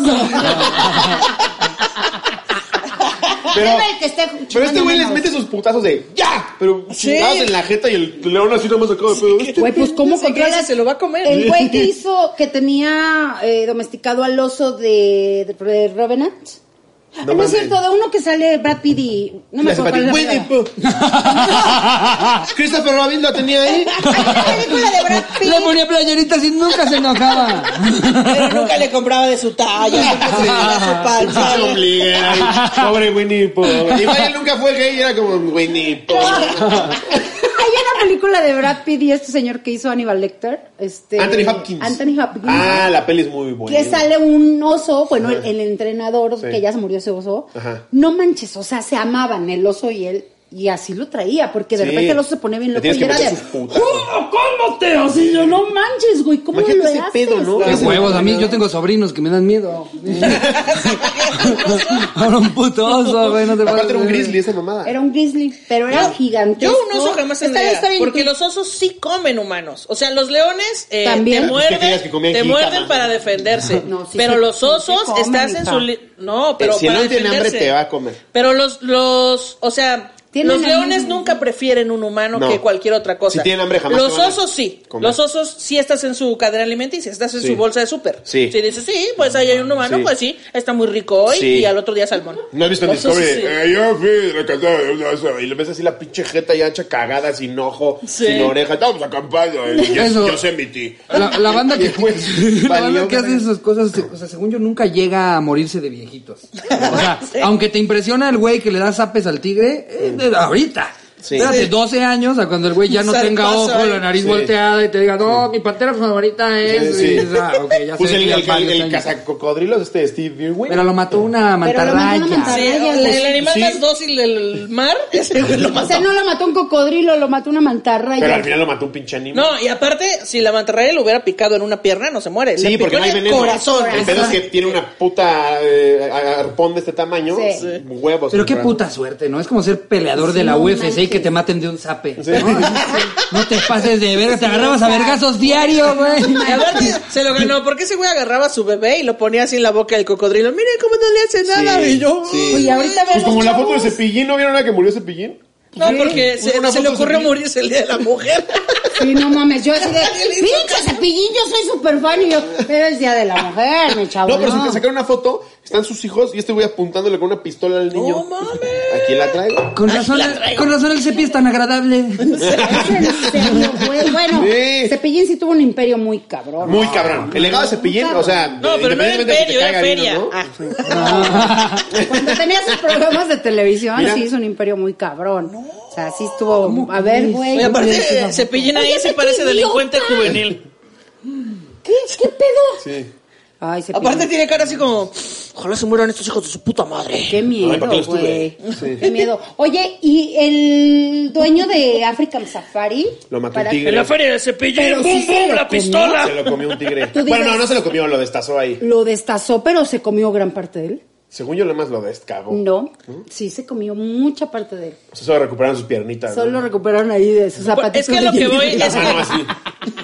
F: Pero,
H: Debe el que esté
F: pero este
H: chupando
F: güey les
H: menos.
F: mete sus putazos de ¡Ya! Pero chingados en la jeta y el león así nomás sacado de pedo. Este
A: Güey, pues ¿cómo
B: Sí, que
A: controlas?
B: ese se lo va a comer.
A: El güey que hizo, que tenía eh, domesticado al oso de, de- de Revenant. Ah, No,
F: mames.
A: es cierto, de uno que sale Brad Pitt y... No
F: le
A: me
F: hace
A: acuerdo cuál
F: patín.
A: es la
F: Winnie
A: palabra.
F: Pooh. pues.
A: [LAUGHS]
F: Christopher Robin lo tenía ahí.
A: Hay una película
B: [LAUGHS]
A: de Brad Pitt.
E: Le ponía playeritas y nunca se enojaba.
B: Pero nunca le compraba de su talla, nunca se le daba su panza.
F: Pinche ombliguera ahí. Pobre Winnie Pooh. Igual él nunca fue gay y era como Winnie Pooh.
A: Hay una película de Brad Pitt y este señor que hizo Aníbal Lecter. Este,
F: Anthony Hopkins.
A: Anthony Hopkins.
F: Ah, la peli es muy buena.
A: Que sale un oso, bueno, el,
F: Ajá.
A: el entrenador
F: Sí.
A: que ya se murió ese oso.
F: Ajá.
A: No manches, o sea, se amaban el oso y él. Y así lo traía, porque de
F: Sí.
A: repente el oso se pone bien
F: Le
A: loco
F: tienes
A: y
F: que
A: era
F: meter
A: de. "Uh".
F: sus putazos.
A: "¿Cómo? ¿Cómo te así yo, no manches, güey, ¿cómo
F: Imagínate
A: lo
F: ese
A: haces?
F: pedo, ¿no?
E: De huevos, a mí yo tengo sobrinos que me dan miedo. Ahora un puto oso, güey, no te
F: Aparte
E: pases.
F: era un grizzly esa mamada.
A: Era un grizzly, pero era gigante.
B: Yo un oso jamás tendría, porque los osos sí comen humanos. O sea, los leones eh,
A: También.
B: te
A: Es que
F: creías
B: muerden,
F: que comían
B: te
F: jícamas,
B: muerden
F: ¿no?
B: para defenderse.
A: [LAUGHS] No, sí
B: pero
A: se-
B: los
A: sí se
B: osos
A: comen,
B: estás en
A: hija.
B: su... li- No, pero
F: Eh, si
B: para
F: no tiene hambre
B: defenderse.
F: te va a comer.
B: Pero los, los, o sea,
A: Tienen
B: los
A: el
B: leones
A: mismo-
B: nunca prefieren un humano
F: No.
B: que cualquier otra cosa.
F: Si tienen hambre, jamás
B: Los
F: te van a
B: osos sí.
F: comer.
B: Los osos sí estás en su cadena alimenticia, estás en
F: Sí.
B: su bolsa de súper.
F: Sí.
B: Si dices, sí, pues ahí hay un humano,
F: Sí.
B: pues sí, está muy rico hoy
F: Sí.
B: y al otro día salmón.
F: ¿No has visto en
B: Los osos
F: Discovery?
B: sí.
F: Eh, yo fui de la casa de un oso", Y le ves así la pinche jeta ya ancha, cagada, sin ojo,
B: Sí.
F: sin oreja. Estamos acampando. eh,
E: Eso.
F: Yo, yo sé mi tí.
E: La, la banda
F: [LAUGHS]
E: que,
F: Y pues,
E: la banda
F: valió
E: que hace
F: verga.
E: esas cosas, o sea, según yo, nunca llega a morirse de viejitos. O sea, aunque te impresiona el güey que le da zapes al tigre, eh, de- ahorita.
F: Sí.
E: Espérate 12 años a cuando el güey ya no
B: Un
E: tenga
B: zarpazo
E: ojo,
B: ahí.
E: la nariz
F: Sí.
E: volteada y te diga, no, mi pantera favorita es.
F: Sí, sí.
E: y dices, "Ah, ok, ya
F: Pues
E: sé
F: el,
E: que ya
F: el, el,
E: varios
F: el
E: años".
F: cazacocodrilos, este Steve Irwin.
E: Pero lo mató una
A: Pero lo mató una
E: mantarraya.
A: mantarraya.
B: Sí,
A: Rayas,
B: el,
A: los-
B: el animal
F: sí.
B: más dócil del
F: [LAUGHS]
B: mar, ese güey lo
A: O
B: mató.
A: sea, no lo mató un cocodrilo, lo mató una mantarraya.
F: Pero al final lo mató un pinche animal.
B: [LAUGHS] No, y aparte, si la mantarraya le hubiera picado en una pierna, no se muere.
F: Sí,
B: le
F: porque
B: picó
F: no hay
B: en el
F: veneno.
B: corazón.
F: El pedo es que tiene una puta eh, arpón de este tamaño.
A: Sí.
F: Sí. Huevos.
E: Pero qué
F: comprando.
E: puta suerte, ¿no? Es como ser peleador de la
A: no
E: UFC y
A: manches.
E: que te maten de un zape.
B: [LAUGHS]
F: Sí.
E: ¿no? No te pases de verga, te agarrabas a vergazos diario, güey.
B: Y aparte, se lo ganó, porque ese güey agarraba a su bebé y lo ponía así en la boca del cocodrilo. Miren cómo no le hace nada.
F: Sí,
B: y yo,
F: sí.
B: "Ay,
A: Y ahorita
B: güey".
F: Pues como la foto de
B: Chavos.
F: Cepillín, ¿no vieron la que murió Cepillín?
B: No, porque
F: Sí,
B: se,
F: una
B: se
F: foto
B: le
F: de
B: ocurrió
F: Cepillín.
B: morirse el día de la
F: [LAUGHS]
B: mujer.
A: Sí, no mames, yo
B: [LAUGHS]
A: así de,
B: Ay,
A: pinche cepillín, yo soy súper fan y yo, pero es día de la mujer, mi
B: Ah,
A: chavo.
F: No, pero
A: no.
F: se sacaron una foto, están sus hijos y este güey apuntándole con una pistola al niño.
B: No mames.
F: Aquí la traigo.
E: Con razón, con razón el cepi es
A: [LAUGHS]
E: tan agradable.
A: Es
F: [LAUGHS]
A: en serio, güey. Bueno,
F: Sí.
A: Cepillín sí tuvo un imperio muy cabrón.
F: Muy cabrón. El legado de Cepillín, o sea,
B: No, pero no era
F: independientemente de que
B: imperio,
F: te
B: era
F: caiga bien o
B: feria.
F: no,
B: Ah.
F: [LAUGHS]
A: Cuando tenía sus programas de televisión,
F: Mira.
A: sí hizo un imperio muy cabrón. O sea, sí estuvo, a ver, güey.
B: Oye, aparte,
A: ¿qué,
B: Cepillín ahí
A: Oye,
B: se
A: qué
B: parece
A: idiota.
B: delincuente juvenil.
A: qué pedo?
F: Sí.
A: Ay, Cepillín,
B: Aparte tiene cara así como, ojalá se mueran estos hijos de su puta madre.
A: qué
F: Ay, ¿para qué
A: miedo,
F: los tuve?
A: güey.
F: Sí.
A: Qué miedo. Oye, ¿y el dueño de African Safari?
F: Lo mató un
A: Para-
F: tigre.
B: feria de Cepillín,
A: Pero sí se lo comió.
F: Se lo comió
B: [LAUGHS]
F: un tigre.
A: Tú dices-
F: Bueno, no, no se lo comió, lo destazó ahí.
A: Lo destazó, pero se comió gran parte de él.
F: Según yo, lo más lo descagó.
A: No, sí se comió mucha parte de él.
F: [LAUGHS] O sea, solo recuperaron sus piernitas. ¿no?
B: Pues,
A: Solo recuperaron ahí de sus zapatitos.
B: Es que lo
A: de
B: que voy
A: Yeezy.
F: La
B: es
F: mano
B: que
F: así.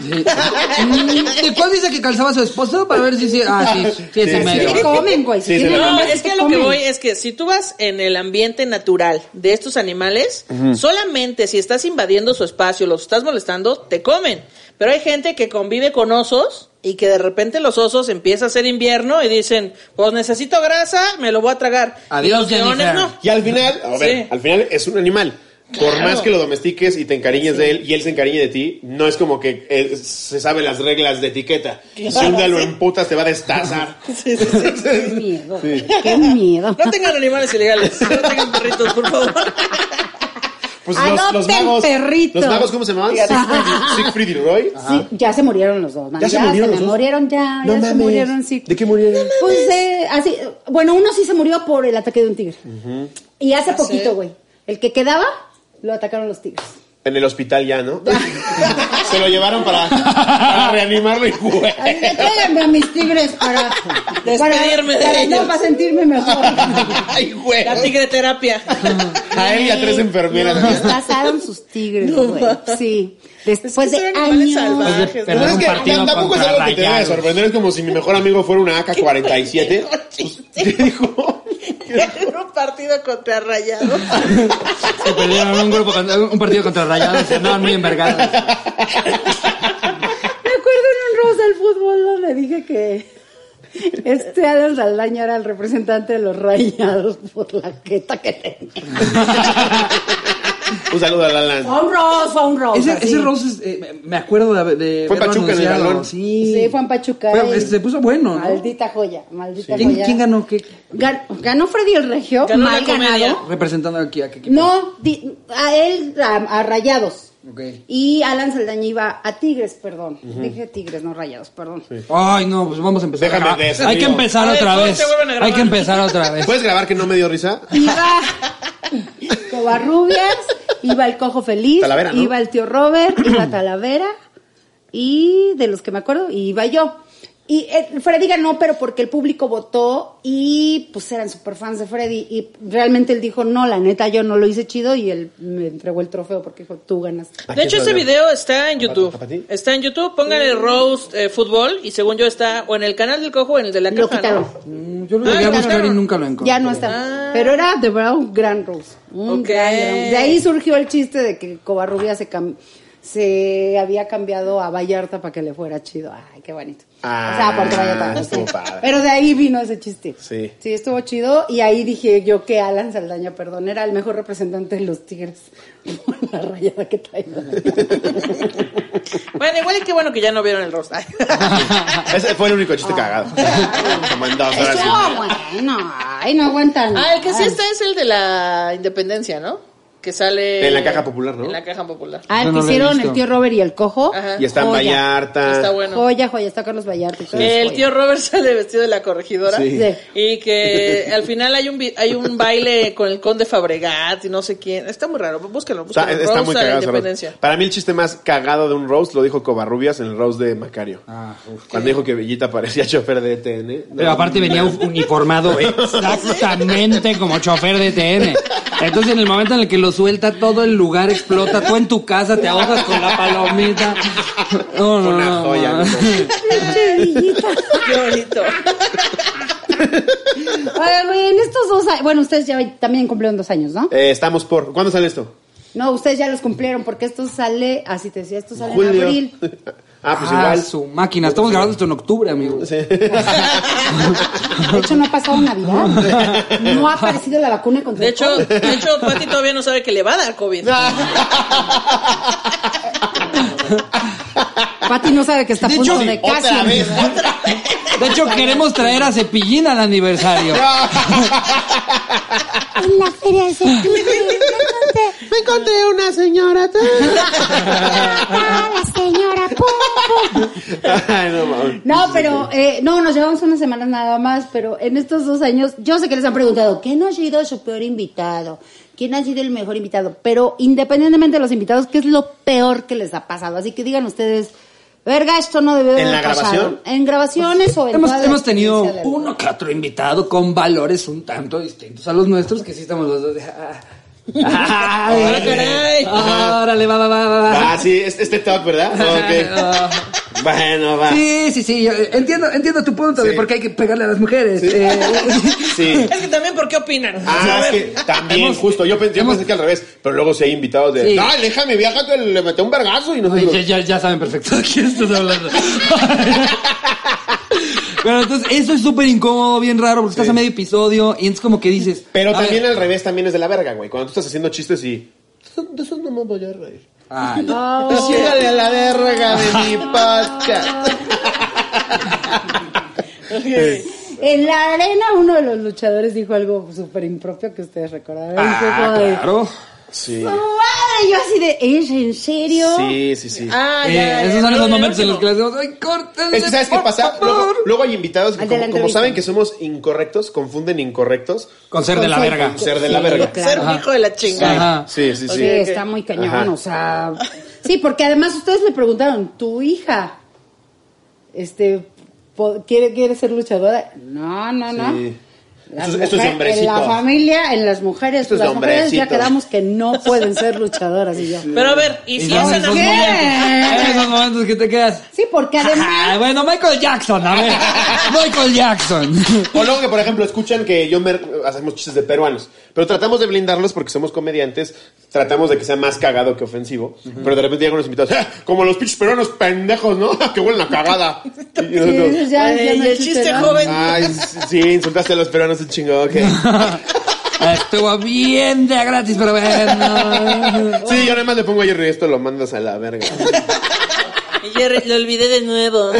E: Mm, ¿De cuál dice que calzaba su esposo? Para ver si sí. Ah, sí, sí, es
F: Sí,
E: en
F: sí.
E: medio.
M: ¿Qué comen, güey? Si
F: Sí, sí,
M: tienen
F: no.
M: hambre,
B: No,
M: ¿qué
B: es que a lo que
M: comen?
B: voy es que si tú vas en el ambiente natural de estos animales, solamente si estás invadiendo su espacio, los estás molestando, te comen. Pero hay gente que convive con osos y que de repente los osos empieza a ser invierno y dicen, pues necesito grasa, me lo voy a tragar.
E: Adiós,
B: Y los leones
E: Jennifer.
B: no.
F: Y al final, a ver,
B: Sí.
F: al final es un animal. Por más que lo domestiques y te encariñes de él y él se encariñe de ti, no es como que eh, se sabe las reglas de etiqueta. si un día lo emputas te va a
B: [LAUGHS]
F: destazar.
M: Qué
F: [LAUGHS]
M: miedo. Qué miedo.
B: No tengan animales ilegales, no tengan perritos, por
E: [LAUGHS]
B: favor.
F: Pues
M: Adopten perritos.
F: los magos, ¿cómo se llamaban? Siegfried, Siegfried y Roy.
M: Sí, ya se murieron los dos, man.
F: ¿Ya se murieron
M: me
F: los dos?
M: murieron ya, ya
F: No
M: se
F: mames.
M: murieron, sí.
F: ¿De qué murieron?
M: Pues eh, así, bueno, uno sí se murió por el ataque de un tigre. Y hace poquito, güey. El que quedaba, lo atacaron los tigres.
F: En el hospital ya, [LAUGHS] ¿no? se lo llevaron para, para reanimarlo y güey.
M: Así que tráiganme a mis tigres [LAUGHS] para, para-
B: Despedirme de
M: para-
B: ellos.
M: No, para sentirme [LAUGHS] mejor.
F: Ay, güey.
B: La tigre
E: [LAUGHS]
B: terapia. [LAUGHS]
F: A él y a tres enfermeras.
M: Desplazaron sus tigres, güey. Sí. Después
B: son
M: de años.
B: animales salvajes, ¿no?
F: Pero
N: Perder
F: Pues es
N: un
F: que
N: partido
F: tampoco es
N: contra
F: algo que te debe de
N: Rayados.
F: sorprender. Es como si mi mejor amigo fuera una [LAUGHS] AK-47. Pues, ¿Qué dijo?
B: Era un partido contra Rayados.
E: Se perdieron un, grupo contra- un partido contra Rayados. Se andaban muy envergados. [LAUGHS]
A: Me acuerdo en un rosa del fútbol donde dije que este Adam Saldaña era el representante de los rayados por la queta que tenía.
F: Un saludo a Lalan.
A: Fue un rosa, fue un rosa.
E: Ese,
A: sí.
E: ese Rose, es, eh, me- me acuerdo de. de
F: Fue
E: verlo
F: Pachuca en el
E: anunciado.
F: galón.
E: Sí.
A: Sí, Juan Pachuca.
E: Fue-
A: y-
E: se puso bueno, ¿no?
A: Maldita joya, maldita
E: ¿Quién,
A: joya.
E: quién ganó? ¿Qué,
A: Gan- ganó Freddy el Regio,
B: Ganó la
A: mal
B: comedia.
A: ganado.
E: representando aquí a qué equipo?
A: No, di- a él, a, a Rayados.
E: Ok.
A: Y Alan Saldaña iba a Tigres, perdón. Dije Tigres, no Rayados, perdón.
E: Ay, no, pues vamos a empezar.
F: Déjame
E: a grabar.
F: de eso,
E: Hay que
F: digo.
E: empezar
B: A ver,
E: otra
B: ¿cuándo
E: vez.
B: se Ah, vuelven a grabar?
E: Hay que empezar
A: [LAUGHS]
E: otra vez.
F: ¿Puedes grabar que no me dio risa?
A: Iba Covarrubias, iba el Cojo Feliz,
F: Talavera, ¿no?
A: iba el tío Robert, iba Talavera, y de los que me acuerdo, iba yo. Y eh, Freddy ganó, pero porque el público votó y pues eran super fans de Freddy. Y realmente él dijo, no, la neta, yo no lo hice chido y él me entregó el trofeo porque dijo, tú ganas.
F: ¿A
B: De
F: quién
B: hecho,
F: se
B: ese
F: lo dio?
B: video está en
F: ¿A pa- a
B: YouTube.
F: ti?
B: Está en YouTube, pónganle Roast eh, Fútbol y según yo está o en el canal del cojo o en el de la
A: Lo
B: caja.
A: quitaron.
B: ¿no?
E: Mm, Yo lo llegué
B: Ah,
E: a
B: ya
E: buscar y
B: no.
E: nunca lo encontré.
A: Ya no está. Pero era de verdad un gran rose. Un
B: Ah. Ok.
A: gran rose. De ahí surgió el chiste de que Covarrubia se cam- se había cambiado a Vallarta para que le fuera chido. Ay, qué bonito. o sea, a Puerto
F: Ah,
A: Vallarta.
F: estuvo
A: sí.
F: padre.
A: Pero de ahí vino ese chiste.
F: Sí.
A: Sí, estuvo chido. Y ahí dije yo que Alan Saldaña, perdón, era el mejor representante de los Tigres. [LAUGHS] Por la rayada que
F: [LAUGHS]
A: traía.
B: Bueno, igual y qué bueno que ya no vieron el Roast. [LAUGHS] Ay.
F: [LAUGHS] Ese fue el único chiste cagado. Como en dos
A: Este
F: horas.
A: Estuvo bueno. Ay, no aguantan.
B: Ah, el que sí
A: Ay.
B: está es el de la Independencia, ¿no? Que sale...
F: En la caja popular, ¿no?
B: En la caja popular.
A: Ah, el
E: Yo
A: que
E: no lo he
A: hicieron
E: visto.
A: el tío Robert y el cojo.
B: Ajá.
F: Y está en
A: Joya.
F: Vallarta.
B: Está bueno.
A: Joya, joya, está Carlos Vallarta. y todo eso,
B: El
A: joya.
B: tío Robert [LAUGHS] sale vestido de la corregidora
F: Sí.
A: Sí.
B: y que al final hay un vi- hay un baile con el conde Fabregat y no sé quién. Está muy raro, búsquenlo,
F: Está,
B: búsquenlo.
F: está muy
B: Roast a la
F: cagado. ese
B: Independencia.
F: roast. Para mí el chiste más cagado de un roast lo dijo Covarrubias en el roast de Macario.
E: Ah, uf.
F: Cuando dijo que Villita parecía [LAUGHS] chofer de E ETN.
E: Pero aparte venía un-
F: [LAUGHS]
E: uniformado exactamente como chofer de TN. Entonces en el momento en el que lo suelta, todo el lugar explota, tú en tu casa te ahogas con la palomita. No, no,
F: Una
E: no,
F: joya,
E: no.
F: no mames.
A: Pinche villita.
B: Qué bonito.
A: Oye, güey, en estos dos años, bueno, ustedes ya también cumplieron dos años, ¿no?
F: Eh, estamos por. ¿Cuándo sale esto?
A: No, ustedes ya los cumplieron porque esto sale, así te decía, esto sale en
F: Julio.
A: abril.
F: [LAUGHS] Ah, pues
E: Ah,
F: igual.
E: su máquina. Estamos grabando esto en octubre, amigo.
A: De hecho, no ha pasado Navidad. No ha aparecido la vacuna contra
B: De
A: el
B: hecho,
A: COVID.
B: de hecho, Pati todavía no sabe que le va a dar COVID.
A: Pati no sabe que está a
E: De
A: punto
E: hecho,
A: de
E: sí,
A: casi.
F: otra
E: [LAUGHS]
F: vez.
E: De hecho, queremos traer a Cepillín al
F: [LAUGHS]
E: aniversario.
H: En la feria se
F: Me encontré una señora.
H: la señora Pum Pum.
F: Ay, no mames.
A: No, pero eh, no, nos llevamos unas semanas nada más, pero en estos dos años, yo sé que les han preguntado, ¿quién ha sido su peor invitado? ¿Quién ha sido el mejor invitado? Pero independientemente de los invitados, ¿qué es lo peor que les ha pasado? Así que digan ustedes, verga, esto no debe de
F: ¿En la
A: haber pasado".
F: grabación?
A: En grabaciones o en
E: Hemos,
A: toda la
E: hemos tenido
A: experiencia de-
E: uno que otro invitado con valores un tanto distintos a los nuestros, que sí estamos los dos de, ah,
F: [LAUGHS]
B: Ah, caray.
E: Ah, Órale, va, va, va, va, va.
F: Ah, sí, es, este talk, ¿verdad? Ok. bueno, va.
E: Ah. [LAUGHS] Sí, sí, sí. yo Entiendo, entiendo tu punto de
F: Sí.
E: por qué hay que pegarle a las mujeres. Eh,
F: [LAUGHS] Sí.
B: Es que también, ¿por qué opinan?
F: Ah,
B: A
F: es
B: ver.
F: que también, justo. Yo, pen- yo pensé que al revés, pero luego sí hay invitados de.
E: Sí.
F: No, el hija mi vieja te le metió un vergazo y no sé
E: ya, ya- ya saben perfecto de quién estás
F: [LAUGHS]
E: hablando. Pero entonces, eso es súper incómodo, bien raro, porque estás a medio episodio y es como que dices.
F: Pero
E: a
F: también
E: ver,
F: al revés también es de la verga, güey. Cuando tú estás haciendo chistes y. De esos no me voy a reír.
E: ay,
F: Sígale a la verga de [LAUGHS] mi podcast.
A: En la arena uno de los luchadores dijo algo súper impropio que ustedes recordarán. Fue como
E: ah,
A: de,
E: claro.
F: Sí.
A: "No madre", yo así de, ¿es en serio?
F: Sí, sí, sí.
B: Ah,
E: Eh,
B: ya, ya,
E: esos son
B: ya,
E: esos
B: ya,
E: momentos
B: último.
E: en los que le decimos, ay, córtale.
F: Es que, ¿sabes qué
E: por
F: pasa? Luego,
E: favor".
F: luego hay invitados que,
A: Al de la
F: como, como
A: entrevista.
F: saben que somos incorrectos, confunden incorrectos
E: Con ser de la verga.
F: con ser de la verga.
B: Ser
E: Ajá.
B: hijo de la chingada.
E: Ajá.
F: Sí, sí,
A: Sí,
F: sí.
A: está muy cañón,
F: Ajá.
A: o sea. Sí, porque además ustedes le preguntaron, tu hija, este, po- ¿quiere, quiere ser luchadora? No, no, no.
F: Sí.
A: Las
F: Esto es- esto es de
A: mujeres- en la
F: hombrecito.
A: familia, en las mujeres,
F: Esto es de
A: las mujeres ya
F: hombrecito.
A: quedamos que no pueden
F: [LAUGHS]
A: ser luchadoras y yo.
B: Pero a ver, ¿y
E: Y
B: si
E: son
B: es
E: esos
B: analfabeto?
E: momentos, esos momentos que te quedas.
A: Sí, porque
E: Ah,
A: además
E: bueno, Michael Jackson,
F: [LAUGHS]
E: a ver. Michael Jackson.
F: O luego que, por ejemplo, escuchan que yo me, hacemos chistes de peruanos, pero tratamos de blindarlos porque somos comediantes, tratamos de que sea más cagado que ofensivo, pero de repente llegan los invitados, "Ah, como los pinches peruanos pendejos, ¿no? [LAUGHS] que huelen a cagada. Y
A: sí,
F: nosotros,
A: eso ya,
B: Ay,
A: ya
B: y
A: no
B: el
A: existe,
B: chiste
A: ¿no?
B: joven.
F: Ay, sí, insultaste a los peruanos, un
A: [LAUGHS]
F: chingo, ok.
E: Estuvo bien de a gratis, pero bueno.
F: Sí, yo nada más le pongo a Jerry esto, lo mandas a la
A: [LAUGHS]
F: verga.
E: Ah.
B: Jerry, lo olvidé de
E: [LAUGHS]
B: nuevo.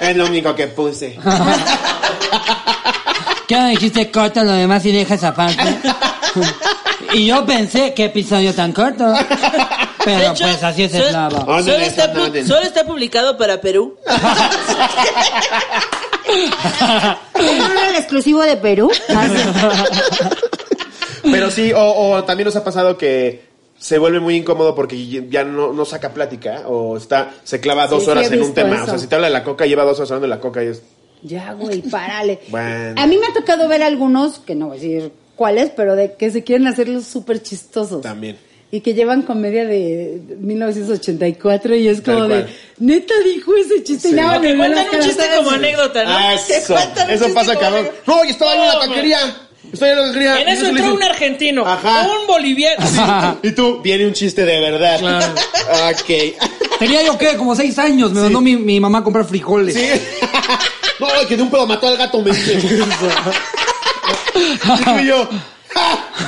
F: Es lo único que puse.
E: ¿Qué me dijiste corta lo demás y
B: [LAUGHS]
E: dejas aparte? Y yo pensé, qué episodio tan corto.
B: De
E: Pero
B: hecho,
E: pues así es
B: solo-
E: el lava.
F: Anden
B: Solo
F: eso,
B: está, pu-
F: anden.
B: solo está publicado para Perú.
A: ¿Tengo uno en exclusivo de
F: [LAUGHS]
A: Perú?
F: Pero sí, o, o también nos ha pasado que se vuelve muy incómodo porque ya no, no saca plática o está se clava dos
A: Sí, sí,
F: horas
A: he
F: en un
A: visto
F: tema.
A: eso.
F: O sea, si te habla de la coca, lleva dos horas hablando de la coca y es...
A: Ya, güey, párale.
F: [LAUGHS] Bueno.
A: A mí me ha tocado ver algunos, que no voy a decir cuáles, pero de que se quieren hacer los súper chistosos.
F: También.
A: Y que llevan comedia de 1984 y es
F: Tal
A: como de,
F: cual.
A: neta dijo ese chiste.
F: Sí.
A: Y nada,
F: O
A: más
B: Te
A: me ven las
B: cuentan un
A: caras,
B: chiste
A: ¿sabes?
B: como anécdota, ¿no? [LAUGHS]
F: Ah,
B: Te
F: eso.
B: cuentan un
F: Eso
B: chiste
F: pasa,
B: como
F: cabrón.
B: anécdota.
F: No, yo estaba en
B: No,
F: la
B: man.
F: taquería. Estoy en la taquería.
B: En
F: Y
B: eso
F: yo le
B: entró
F: dije,
B: un argentino,
F: Ajá.
B: un boliviano. [LAUGHS]
F: Y tú, viene un chiste de verdad.
E: Claro.
F: [LAUGHS] Ok.
E: [LAUGHS] Tenía yo, ¿qué? Como seis años. Me mandó mi, mi mamá a comprar frijoles.
F: Sí. [LAUGHS] No, que de un pedo mató al gato,
B: [LAUGHS]
F: me dice. Y yo,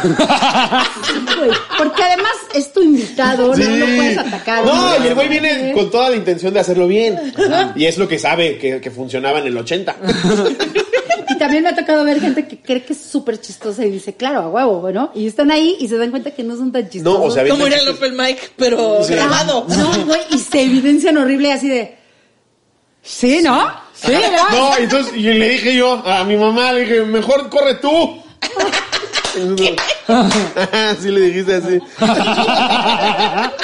A: Güey, Porque además es tu invitado, no, no puedes atacar.
F: No,
A: ¿no?
F: y el güey viene con toda la intención de hacerlo bien. Y es lo que sabe que, que funcionaba en el 80.
A: Y también me ha tocado ver gente que cree que es súper chistosa y dice, claro, a huevo, bueno. Y están ahí y se dan cuenta que no son tan chistosos.
F: No, o sea,
B: Como
F: avientan
B: era el
F: chistes.
B: Open Mic, pero
F: Sí.
B: grabado.
F: [LAUGHS]
A: No, güey, y se evidencian horrible así de, sí, ¿no? Sí, ¿no?
F: No, entonces y le dije yo a mi mamá, le dije, mejor corre tú. [LAUGHS] Así le dijiste así.
A: [LAUGHS]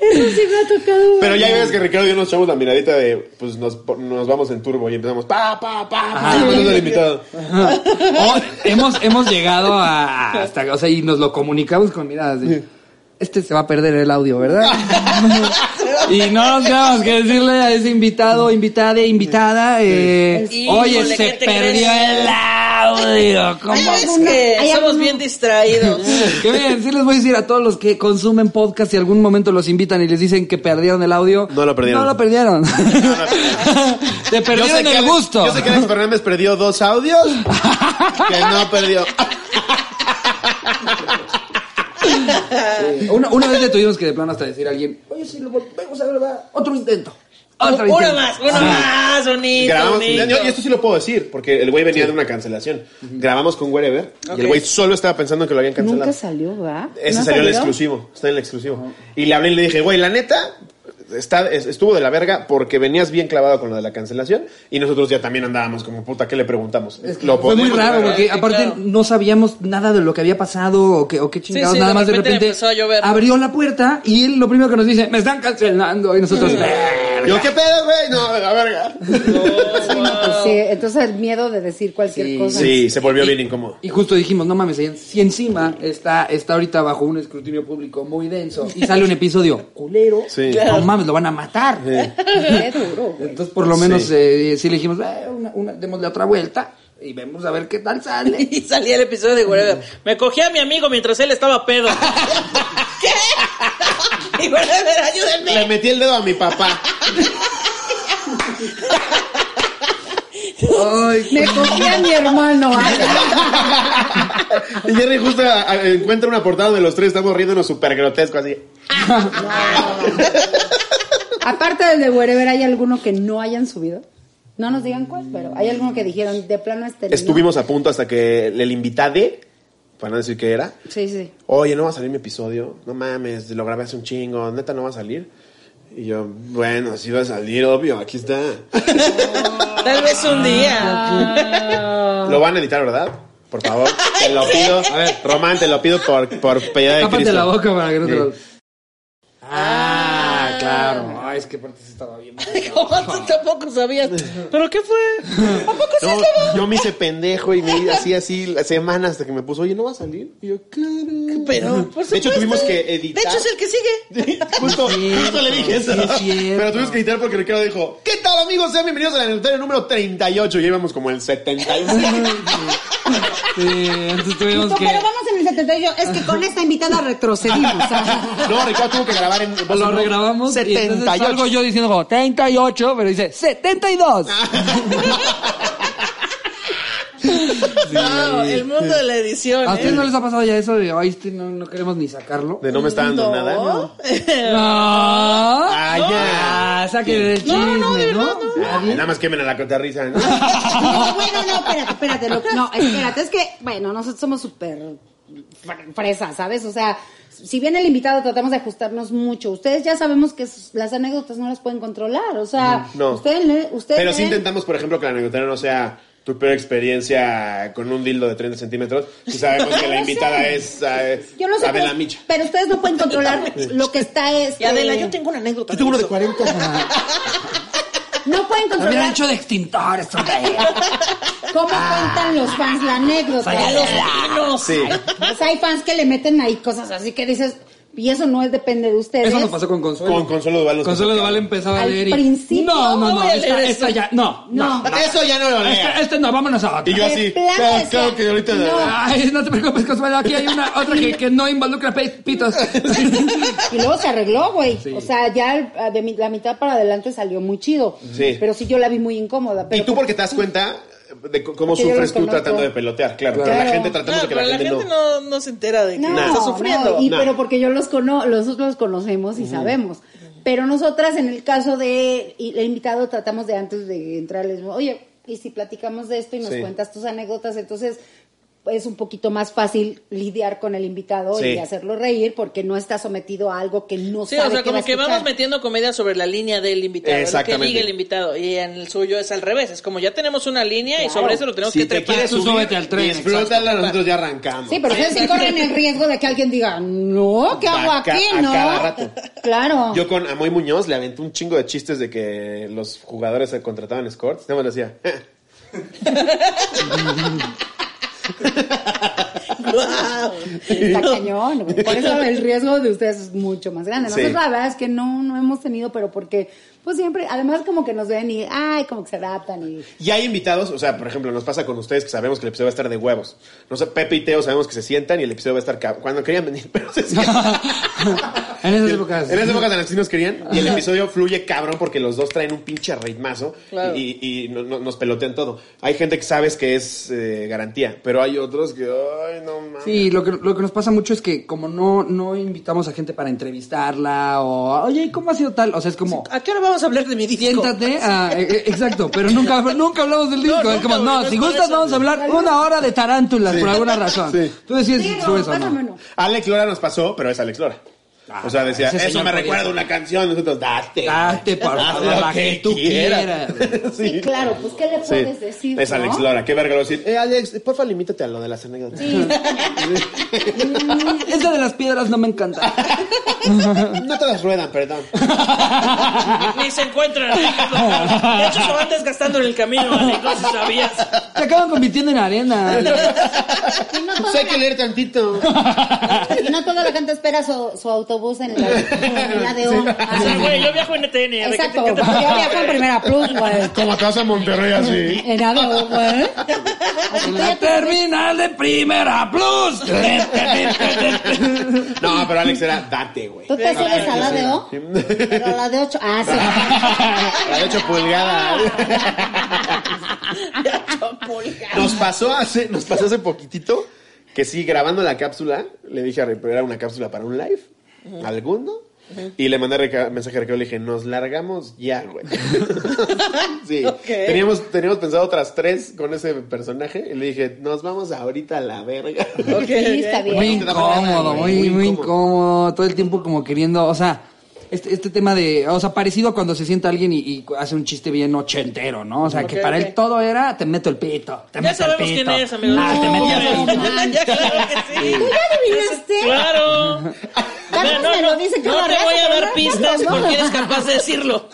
A: Eso sí me ha tocado.
F: Pero ya ves que Ricardo y yo nos echamos la miradita de, pues nos, nos vamos en turbo y empezamos pa, pa, pa,
E: Ah,
F: pa. y mandando al invitado.
E: O hemos, hemos llegado a hasta, o sea, y nos lo comunicamos con miradas de, este se va a perder el audio, ¿verdad?
B: [LAUGHS]
E: y no nos quedamos que decirle a ese invitado, invitada, invitada, eh,
B: Sí.
E: oye,
B: Híjole,
E: se
B: ¿qué te
E: perdió
B: crees?
E: el audio, ¿cómo?
B: Ay, es que
A: Hay
B: somos
A: alguno.
B: bien distraídos. [LAUGHS]
E: Que miren, sí les voy a decir a todos los que consumen podcast y algún momento los invitan y les dicen que perdieron el audio.
F: No lo perdieron.
E: No lo perdieron. [LAUGHS] Te
F: Yo sé
E: perdieron
F: que
E: el
F: Alex-
E: gusto.
F: Yo sé que Alex Fernández perdió dos audios. Que no perdió.
E: Una, una vez le tuvimos que de plano hasta decir a alguien, oye, si lo volvemos a grabar, otro intento. Otro
B: Uno
E: intento.
B: más, uno más, bonito,
F: Grabamos, y
B: bonito.
F: esto sí lo puedo decir, porque el güey venía de una cancelación. Grabamos con Wherever y el güey solo estaba pensando que lo habían cancelado.
A: Nunca salió, ¿verdad?
F: Ese
A: ¿No
F: salió en el
A: salió?
F: exclusivo, está en el exclusivo. Y le hablé y le dije, güey, la neta, está, es- estuvo de la verga porque venías bien clavado con lo de la cancelación y nosotros ya también andábamos como puta, ¿qué le preguntamos? Lo
E: Fue muy
F: podemos
E: raro
F: grabar.
E: porque
B: Sí,
E: aparte
B: claro.
E: no sabíamos nada de lo que había pasado o, que, o qué chingados,
B: sí,
E: nada
B: de
E: más de
B: repente
E: repente
B: empezó a llover.
E: abrió la puerta y él lo primero que nos dice, me están cancelando y nosotros... "Ah". verga.
F: Yo, ¿qué pedo, güey? No, a la verga.
A: Sí, entonces el miedo de decir cualquier
E: Sí.
A: cosa.
F: Sí, se volvió bien incómodo.
E: Y justo dijimos, no mames, si encima está, está ahorita bajo un escrutinio público muy denso y sale un episodio culero,
F: Sí.
E: no mames, lo van a matar.
A: Qué duro, güey.
E: Entonces, por lo menos,
F: Sí.
E: eh, sí le dijimos, "Eh, una, una- démosle otra vuelta y vemos a ver qué tal sale.
B: [LAUGHS] Y salía el episodio de Wherever.
F: Mm.
B: Me cogí a mi amigo mientras él estaba pedo.
F: [LAUGHS]
B: ¿Qué? Y Wherever, ayúdenme.
F: Le metí el dedo a mi papá.
E: Ay,
A: Me cogí a mi hermano. ¿ah? ay.
F: Y Jerry justo a- a- encuentra una portada de los tres, estamos riéndonos súper grotesco así.
A: Aparte del de Wherever, ¿hay alguno que no hayan subido? No nos digan cuál, pero hay alguno que dijeron de plano este. no.
F: Estuvimos a punto hasta que el invitade, para no decir qué era,
A: Sí, sí.
F: oye, no va a salir mi episodio, no mames, lo grabé hace un chingo, neta no va a salir. Y yo, bueno, sí va a salir, obvio, aquí está.
B: Tal vez
F: Ah,
B: un día.
E: Ah.
F: Lo van a editar, ¿verdad? Por favor, te lo pido. A ver, Román, te lo pido por, por pedido de
E: tápate
F: Cristo.
E: la boca para que no te lo...
F: Sí.
E: Ah, claro. Ay, es que aparte sí estaba bien.
B: [LAUGHS] ¿Cómo tú tampoco sabías? ¿Pero qué fue? ¿A poco sí
F: No,
B: acabó?
F: yo me hice pendejo y me así, así, la semana hasta que me puso, oye, ¿no va a salir? Y yo, claro.
B: Pero, por
F: De
B: supuesto.
F: hecho, tuvimos que editar.
B: De hecho, es el que sigue. [LAUGHS]
F: Justo,
E: cierto,
F: justo le dije eso.
E: sí es cierto.
F: Pero tuvimos que editar porque Ricardo dijo: ¿Qué tal, amigos? Sean bienvenidos al anecdotario número 38. Y ahí íbamos como el 71.
E: Sí, entonces tuvimos que...
H: Pero vamos en el 78. Es que con esta invitada retrocedimos.
F: no, Ricardo tuvo que grabar en.
E: Lo regrabamos y entonces
F: 78.
E: salgo yo diciendo como 38, pero dice
F: [LAUGHS]
E: 72.
B: Wow, el mundo de la edición.
F: Ah,
E: ¿A
B: ¿eh?
E: ustedes no les ha pasado ya eso de, ay, este no, no queremos ni sacarlo?
F: De no me está dando nada.
B: No.
E: No.
F: Ah, ya.
E: Ah, saquen el chisme,
B: No,
E: ¿no?
B: no, de verdad,
F: Ah, nada más quemen a la cota
B: [LAUGHS]
F: risa. ¿no?
A: [LAUGHS]
H: No, bueno, no, espérate, espérate. lo- no, espérate, es que, bueno, nosotros somos súper fre- fresas, ¿sabes? O sea,
A: Si bien el invitado tratamos de ajustarnos mucho, ustedes ya sabemos que sus- las anécdotas no las pueden controlar. O sea,
F: Mm, No.
A: ustedes, le- ustedes
F: Pero sí
A: leen-
F: intentamos, por ejemplo, que el anecdotario no sea tu peor experiencia con un dildo de 30 centímetros. Si sabemos que [LAUGHS] la invitada es. eh,
A: Yo no sé.
F: Adela
A: pero,
F: Micha.
A: pero ustedes no pueden
F: [LAUGHS]
A: controlar lo que está este,
B: Y Adela, yo tengo una anécdota. de eso.
E: [LAUGHS] 40.
A: No pueden
E: Me hubieran
A: controlar
E: hecho de extintor estos de ahí.
A: cómo
E: Ah.
A: cuentan los fans la anécdota.
B: A los pinos.
F: Ah, Sí.
A: O sea, hay fans que le meten ahí cosas así que dices, y eso no es depende de ustedes.
E: Eso nos pasó ¿Eh? con Consuelo.
F: Con Consuelo Duval. nos
E: Consuelo
F: platicaba.
E: Duval empezaba a
A: Al
E: leer y...
A: principio,
E: no, no,
B: voy
E: no,
B: a
E: esta,
B: leer
E: esta ya, no, no.
F: Eso ya no lo
E: Esta,
F: leas.
E: esta no, vámonos a otra.
F: Y yo así.
A: De plano
F: Claro,
A: decía,
F: claro que ahorita.
A: no.
E: Ay, no te preocupes, Consuelo, aquí hay una otra que, que no involucra pe- pitos.
A: Y luego se arregló, güey. O sea, ya ah, de mi- la mitad para adelante salió muy chido.
F: Sí.
A: Pero sí yo la vi muy incómoda. Pero
F: Y tú porque te das cuenta de c- cómo
A: Porque yo
F: sufres
A: los
F: tú
A: conozco.
F: tratando de pelotear, claro. Pero
A: Claro.
F: la gente tratamos
B: No,
F: de que la
B: pero
F: gente,
B: no,
F: no.
B: no se entera de que
A: No,
B: está sufriendo.
A: no, y
F: No.
A: pero porque yo los cono nosotros los conocemos y sabemos. Pero nosotras en el caso de y el invitado tratamos de antes de entrarles, oye, y si platicamos de esto y nos
F: Sí.
A: cuentas tus anécdotas, entonces es un poquito más fácil lidiar con el invitado
F: Sí.
A: y hacerlo reír porque no está sometido a algo que no
B: Sí,
A: sabe
B: o sea,
A: que va
B: como
A: a
B: que vamos
A: escuchar.
B: metiendo comedia sobre la línea del invitado, lo que
F: Exactamente.
B: diga el invitado. Y en el suyo es al revés, es como ya tenemos una línea y sobre eso lo tenemos
F: Si
B: que
F: te
B: trepar.
F: quieres
E: Tú
F: subir,
E: súbete al tren,
F: explótala, nosotros ya arrancamos.
A: Sí, pero ustedes sí corren el riesgo de que alguien diga, "No, ¿qué hago
F: A ca-
A: aquí?"
F: a
A: no.
F: cada rato.
A: Claro.
F: Yo con Amoy Muñoz le aventé un chingo de chistes de que los jugadores se contrataban escorts. Nada más le decía. "Eh".
B: Guau.
F: [LAUGHS]
A: Está cañón, güey. Por eso el riesgo de ustedes es mucho más grande. Nosotros
F: Sí.
A: la verdad es que no, no hemos tenido, pero porque, pues siempre, además como que nos ven y, ay, como que se adaptan y...
F: Y hay invitados, o sea, por ejemplo, nos pasa con ustedes que sabemos que el episodio va a estar de huevos. No sé, Pepe y Teo sabemos que se sientan y el episodio va a estar cab- cuando querían venir, pero se sientan.
A: [LAUGHS]
E: en esas épocas.
F: En esas épocas en las que sí nos querían. Y el episodio fluye cabrón porque los dos traen un pinche ritmazo
B: Claro.
F: y, y no- no- nos pelotean todo. Hay gente que sabes que es eh, garantía, pero hay otros que, ay, no mames.
E: Sí, lo que, lo que nos pasa mucho es que como no, no invitamos a gente para entrevistarla o, oye, ¿cómo ha sido tal? O sea, es como,
B: ¿A qué hora vamos a hablar de mi disco?
E: siéntate, ah, eh, eh, exacto, pero nunca, nunca hablamos del disco.
B: No,
E: es como,
B: nunca,
E: no,
B: no
E: si
B: es por
E: gustas
B: eso.
E: vamos a hablar una hora de tarántulas por alguna razón.
F: Sí.
E: Tú decides si
A: Pero,
E: subes o no.
A: pásame uno.
F: Alex Lora nos pasó, pero es Alex Lora. o sea, decía,
E: ese
F: eso
E: señor
F: me
E: podía
F: recuerda a
E: ser".
F: una canción. Nosotros, date.
E: Date, por
F: haz
E: favor,
F: lo
E: la que tú quieras.
F: [LAUGHS] Sí.
A: Sí, claro, pues ¿qué le
F: Sí.
A: puedes decir?
F: Es
A: no?
F: Alex Lora, qué verga lo decir. Eh, Alex, porfa, limítate a lo de las anécdotas.
E: [LAUGHS] Esa de las piedras no me encanta.
F: [LAUGHS]
E: [LAUGHS]
F: no todas ruedan, perdón.
B: [LAUGHS] Ni se encuentran. De hecho, se van desgastando en el camino, Alex. No sé si
H: [LAUGHS]
B: sabías.
E: Se acaban convirtiendo
B: [LAUGHS]
E: en arena.
F: [LAUGHS]
H: Y no
F: Pues
H: toda,
F: hay que
H: la,
F: leer tantito.
H: y no toda la gente espera su, su autobús
F: [LAUGHS]
H: en la, en la de O.
B: O sea, güey, yo viajo en ETN. ¿de qué te-
H: Exacto,
B: qué
H: porque
B: te-
H: yo viajo en primera plus, güey.
F: Como te vas a Monterrey así.
H: En ADO, güey. Así que ya te-
E: Terminal de primera plus. [LAUGHS]
F: No, pero Alex era date, güey.
H: ¿Tú te subes a la de O? Pero a la de 8. Ah,
F: [LAUGHS]
H: sí.
F: La de 8 pulgadas. Nos pasó hace, nos pasó hace poquitito que sí, grabando la cápsula, le dije a Ricardo, era una cápsula para un live, alguno. Y le mandé reca- mensaje a Ricardo, le dije, nos largamos ya, güey. sí. Teníamos, teníamos pensado otras tres con ese personaje. Y le dije, nos vamos ahorita a la verga.
A: Sí, está
E: Muy
A: bien.
E: incómodo, muy, muy incómodo. Todo el tiempo como queriendo, o sea, este, este tema de, o sea, parecido a cuando se sienta alguien y, y hace un chiste bien ochentero, ¿no? O sea, que para él todo era, te meto el pito, te
B: Ya
E: meto el
B: sabemos
E: pito.
B: quién es, amigo.
E: Ah, te meto el
B: [LAUGHS]
E: pito.
B: ya, claro que sí.
H: ¿Tú ya adivinaste?
B: Claro.
H: Carlos me lo dice
B: no
H: cada
B: te
H: rato,
B: voy a
H: pero
B: dar
H: no,
B: pistas
H: Carlos, no.
B: porque eres capaz de
H: [LAUGHS]
B: decirlo.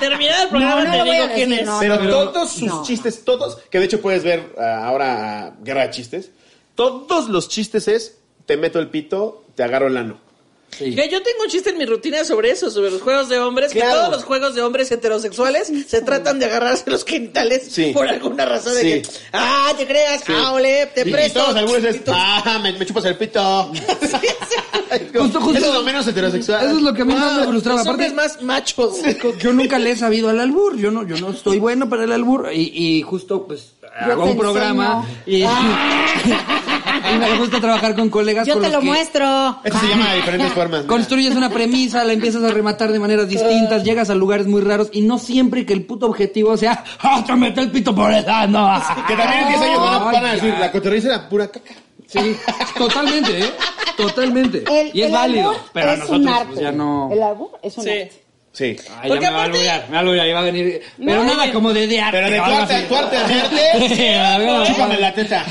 B: Terminado el programa,
H: No, no
B: te
H: lo voy
B: digo
H: a
B: quién
H: decir,
B: es.
H: no.
F: Pero todos sus chistes, todos, que de hecho puedes ver ah, ahora ah, Guerra de Chistes, todos los chistes es, te meto el pito, te agarro el ano.
E: Sí.
B: Que yo tengo un chiste en mi rutina sobre eso, sobre los juegos de hombres, que
F: Claro.
B: todos los juegos de hombres heterosexuales se tratan de agarrarse los quintales
F: Sí.
B: por alguna razón de
F: Sí.
B: que, ah, te creas, ah, ole, te
F: Y- y
B: presto.
F: todos algunos es,
B: Y todos-
F: ah, me, me chupas el [LAUGHS] pito.
B: Sí, sí.
E: Justo, justo.
F: Eso es lo menos heterosexual. Ah,
E: Eso es lo que a mí más me frustraba.
B: Ah, Los
E: Aparte,
B: hombres más machos. [LAUGHS]
E: yo nunca le he sabido al albur. Yo no, yo no estoy bueno para el albur. Y, y justo, pues,
A: Yo
E: hago
A: te
E: un programa y, [LAUGHS] y me gusta trabajar con colegas
H: Yo
E: con
H: te
E: los
H: lo
E: que
H: muestro.
F: Eso se llama de diferentes formas. mira.
E: Construyes una premisa, la empiezas a rematar de maneras distintas, llegas a lugares muy raros y no siempre que el puto objetivo sea ¡Ah, te meto el pito por esa! ¡No!
F: Que también en 10 años van a, van a
E: Ay,
F: decir,
E: ya.
F: la cotorriza era pura caca.
E: Sí, totalmente, ¿eh? Totalmente.
A: El-
E: y es
A: el
E: válido,
A: albur
E: pero a
A: es un
E: nosotros pues,
A: arte.
E: ya no...
A: El álbum es un
B: Sí.
A: arte.
F: Sí.
E: Ay,
B: Porque
E: ya me va
B: aparte-
E: a alburear, me va a alburear, ahí va a venir... Pero nada como de, de arte.
F: Pero de
E: o algo
F: tuarte,
E: así. [LAUGHS]
F: tuarte, hacerte,
E: Sí, a ver,
F: chúpame la teta.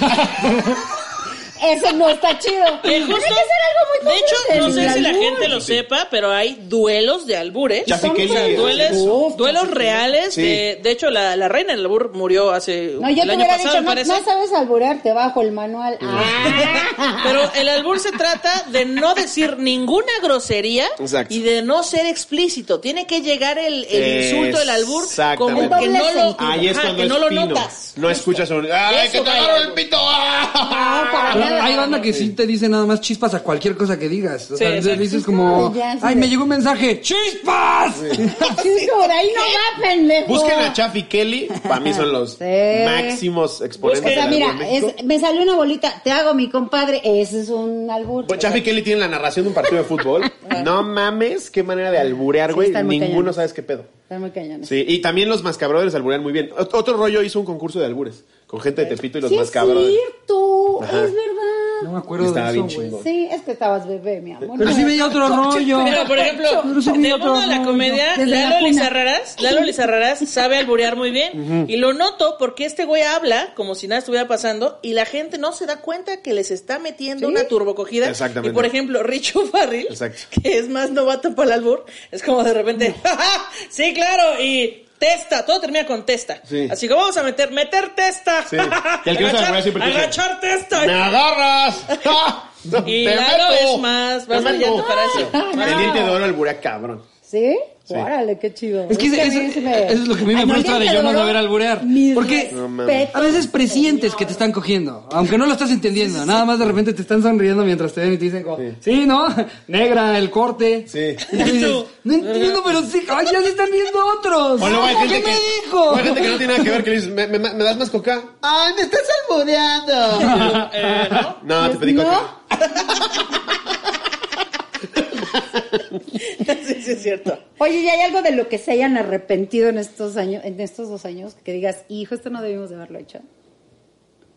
A: Eso no está chido.
B: Que
A: Tiene
B: Eh, justo-
A: que ser algo muy
B: de hecho, no
A: fuerte,
B: sé si la
A: albur.
B: gente lo sepa, pero hay duelos de albures.
F: Ya sé que
B: O sea,
F: sí,
B: dueles-
F: sí.
B: duelos reales.
F: Sí.
B: De, de hecho, la, la reina del albur murió hace
A: No, yo
B: el
A: te
B: año
A: hubiera
B: pasado,
A: dicho,
B: me
A: no,
B: parece.
A: no sabes alburearte bajo el manual. Ah.
B: Pero el albur se trata de no decir ninguna grosería
F: Exacto.
B: y de no ser explícito. Tiene que llegar el, el insulto, el albur, como
F: Exactamente.
B: que no lo,
F: Ahí es
B: ajá,
F: cuando
B: que
F: es
B: no lo
F: fino.
B: notas.
F: No escuchas un. ¡Ay,
B: Eso
F: que te
B: vale,
F: agarro el
B: güey.
F: pito! ¡Ah!
A: No, para
E: Pero
A: nada.
E: hay banda que sí te dice nada más chispas a cualquier cosa que digas. O sea,
B: exacto.
E: dices como,
A: Ay, ya, sí,
E: ay,
A: de-
E: me llegó un mensaje, ¡chispas!
A: Ah, Sí, por ahí no va, pendejo.
F: Busquen a Chaffy Kelly, para mí son los
A: [LAUGHS] Sí.
F: máximos exponentes.
H: O sea,
F: del
H: mira,
F: albur en México.
H: es- me salió una bolita, te hago mi compadre, ese es un albur.
F: Pues Chaffy Kelly tiene la narración de un partido de
A: [LAUGHS]
F: fútbol. No mames, qué manera de alburear,
A: Sí,
F: güey.
A: están muy
F: Ninguno
A: cañones.
F: sabes qué pedo.
A: Están muy cañones.
F: Sí, y también los mascabrothers alburean muy bien. Ot- Otro rollo hizo un concurso de albures con gente de Tepito y los
A: Sí, es
F: mascabrothers.
A: cierto,
F: Ajá.
A: es verdad.
E: [LAUGHS] No me acuerdo
F: Estaba
E: de
F: bien
E: eso, güey.
F: chingón.
A: Sí, es que estabas bebé, mi amor.
E: Pero sí veía otro rollo.
B: Pero, por ejemplo,
E: Pero sí
B: del
E: veía
B: mundo
E: otro
B: de la
E: rollo.
B: comedia,
A: Desde la
B: Lalo
A: cuna.
B: Lizarraras, Lalo Lizarraras sabe alburear muy bien. Y lo noto porque este güey habla como si nada estuviera pasando y la gente no se da cuenta que les está metiendo una turbocogida.
F: Exactamente.
B: Y por ejemplo, Richo Farril,
F: Exacto.
B: que es más novato para el albur, es como de repente, "Ja, ja, sí, claro, y... Testa, todo termina con testa.
F: Sí.
B: Así que vamos a meter, meter testa. [LAUGHS]
F: Sí. Y el que no sabe alburear siempre te dice,
B: agachar testa.
A: [LAUGHS]
F: ¡Me agarras! [LAUGHS] ¡Ah!
B: Y
F: ¡Te
B: Lalo
F: meto!
B: es más,
F: ¡Te
B: más
F: meto!
B: brillante para eso.
F: El diente de oro alburea cabrón.
A: ¿Sí?
F: Sí.
A: Órale, qué chido.
E: Es que
A: a
E: eso-
A: mí se
E: eso es lo que a mí me
A: Ay, no,
E: frustra
A: ya
E: de
A: te
E: yo no
A: adoro.
E: saber alburear.
A: Mis
E: Porque
F: No mames.
A: respetos.
E: a veces presientes que te están cogiendo, aunque no lo estás entendiendo. Nada más de repente te están sonriendo mientras te ven y te dicen como, sí, ¿no? Negra, el corte.
F: Sí.
E: Y tú dices, no entiendo, pero sí, ay, ya se están viendo otros.
F: O luego hay
E: ¿Qué
F: gente
E: me
F: que,
E: dijo?
F: o hay gente que no tiene nada que ver que le dices, ¿me, me, me das más coca? ¡Ay, me estás albureando!
E: [LAUGHS]
B: Eh, ¿no?
F: no, Ah, te pedí
A: Pues No.
F: coca.
B: [LAUGHS] sí, sí, es cierto.
A: Oye, ¿y hay algo de lo que se hayan arrepentido en estos años, en estos dos años? Que digas, hijo, esto no debimos de haberlo hecho.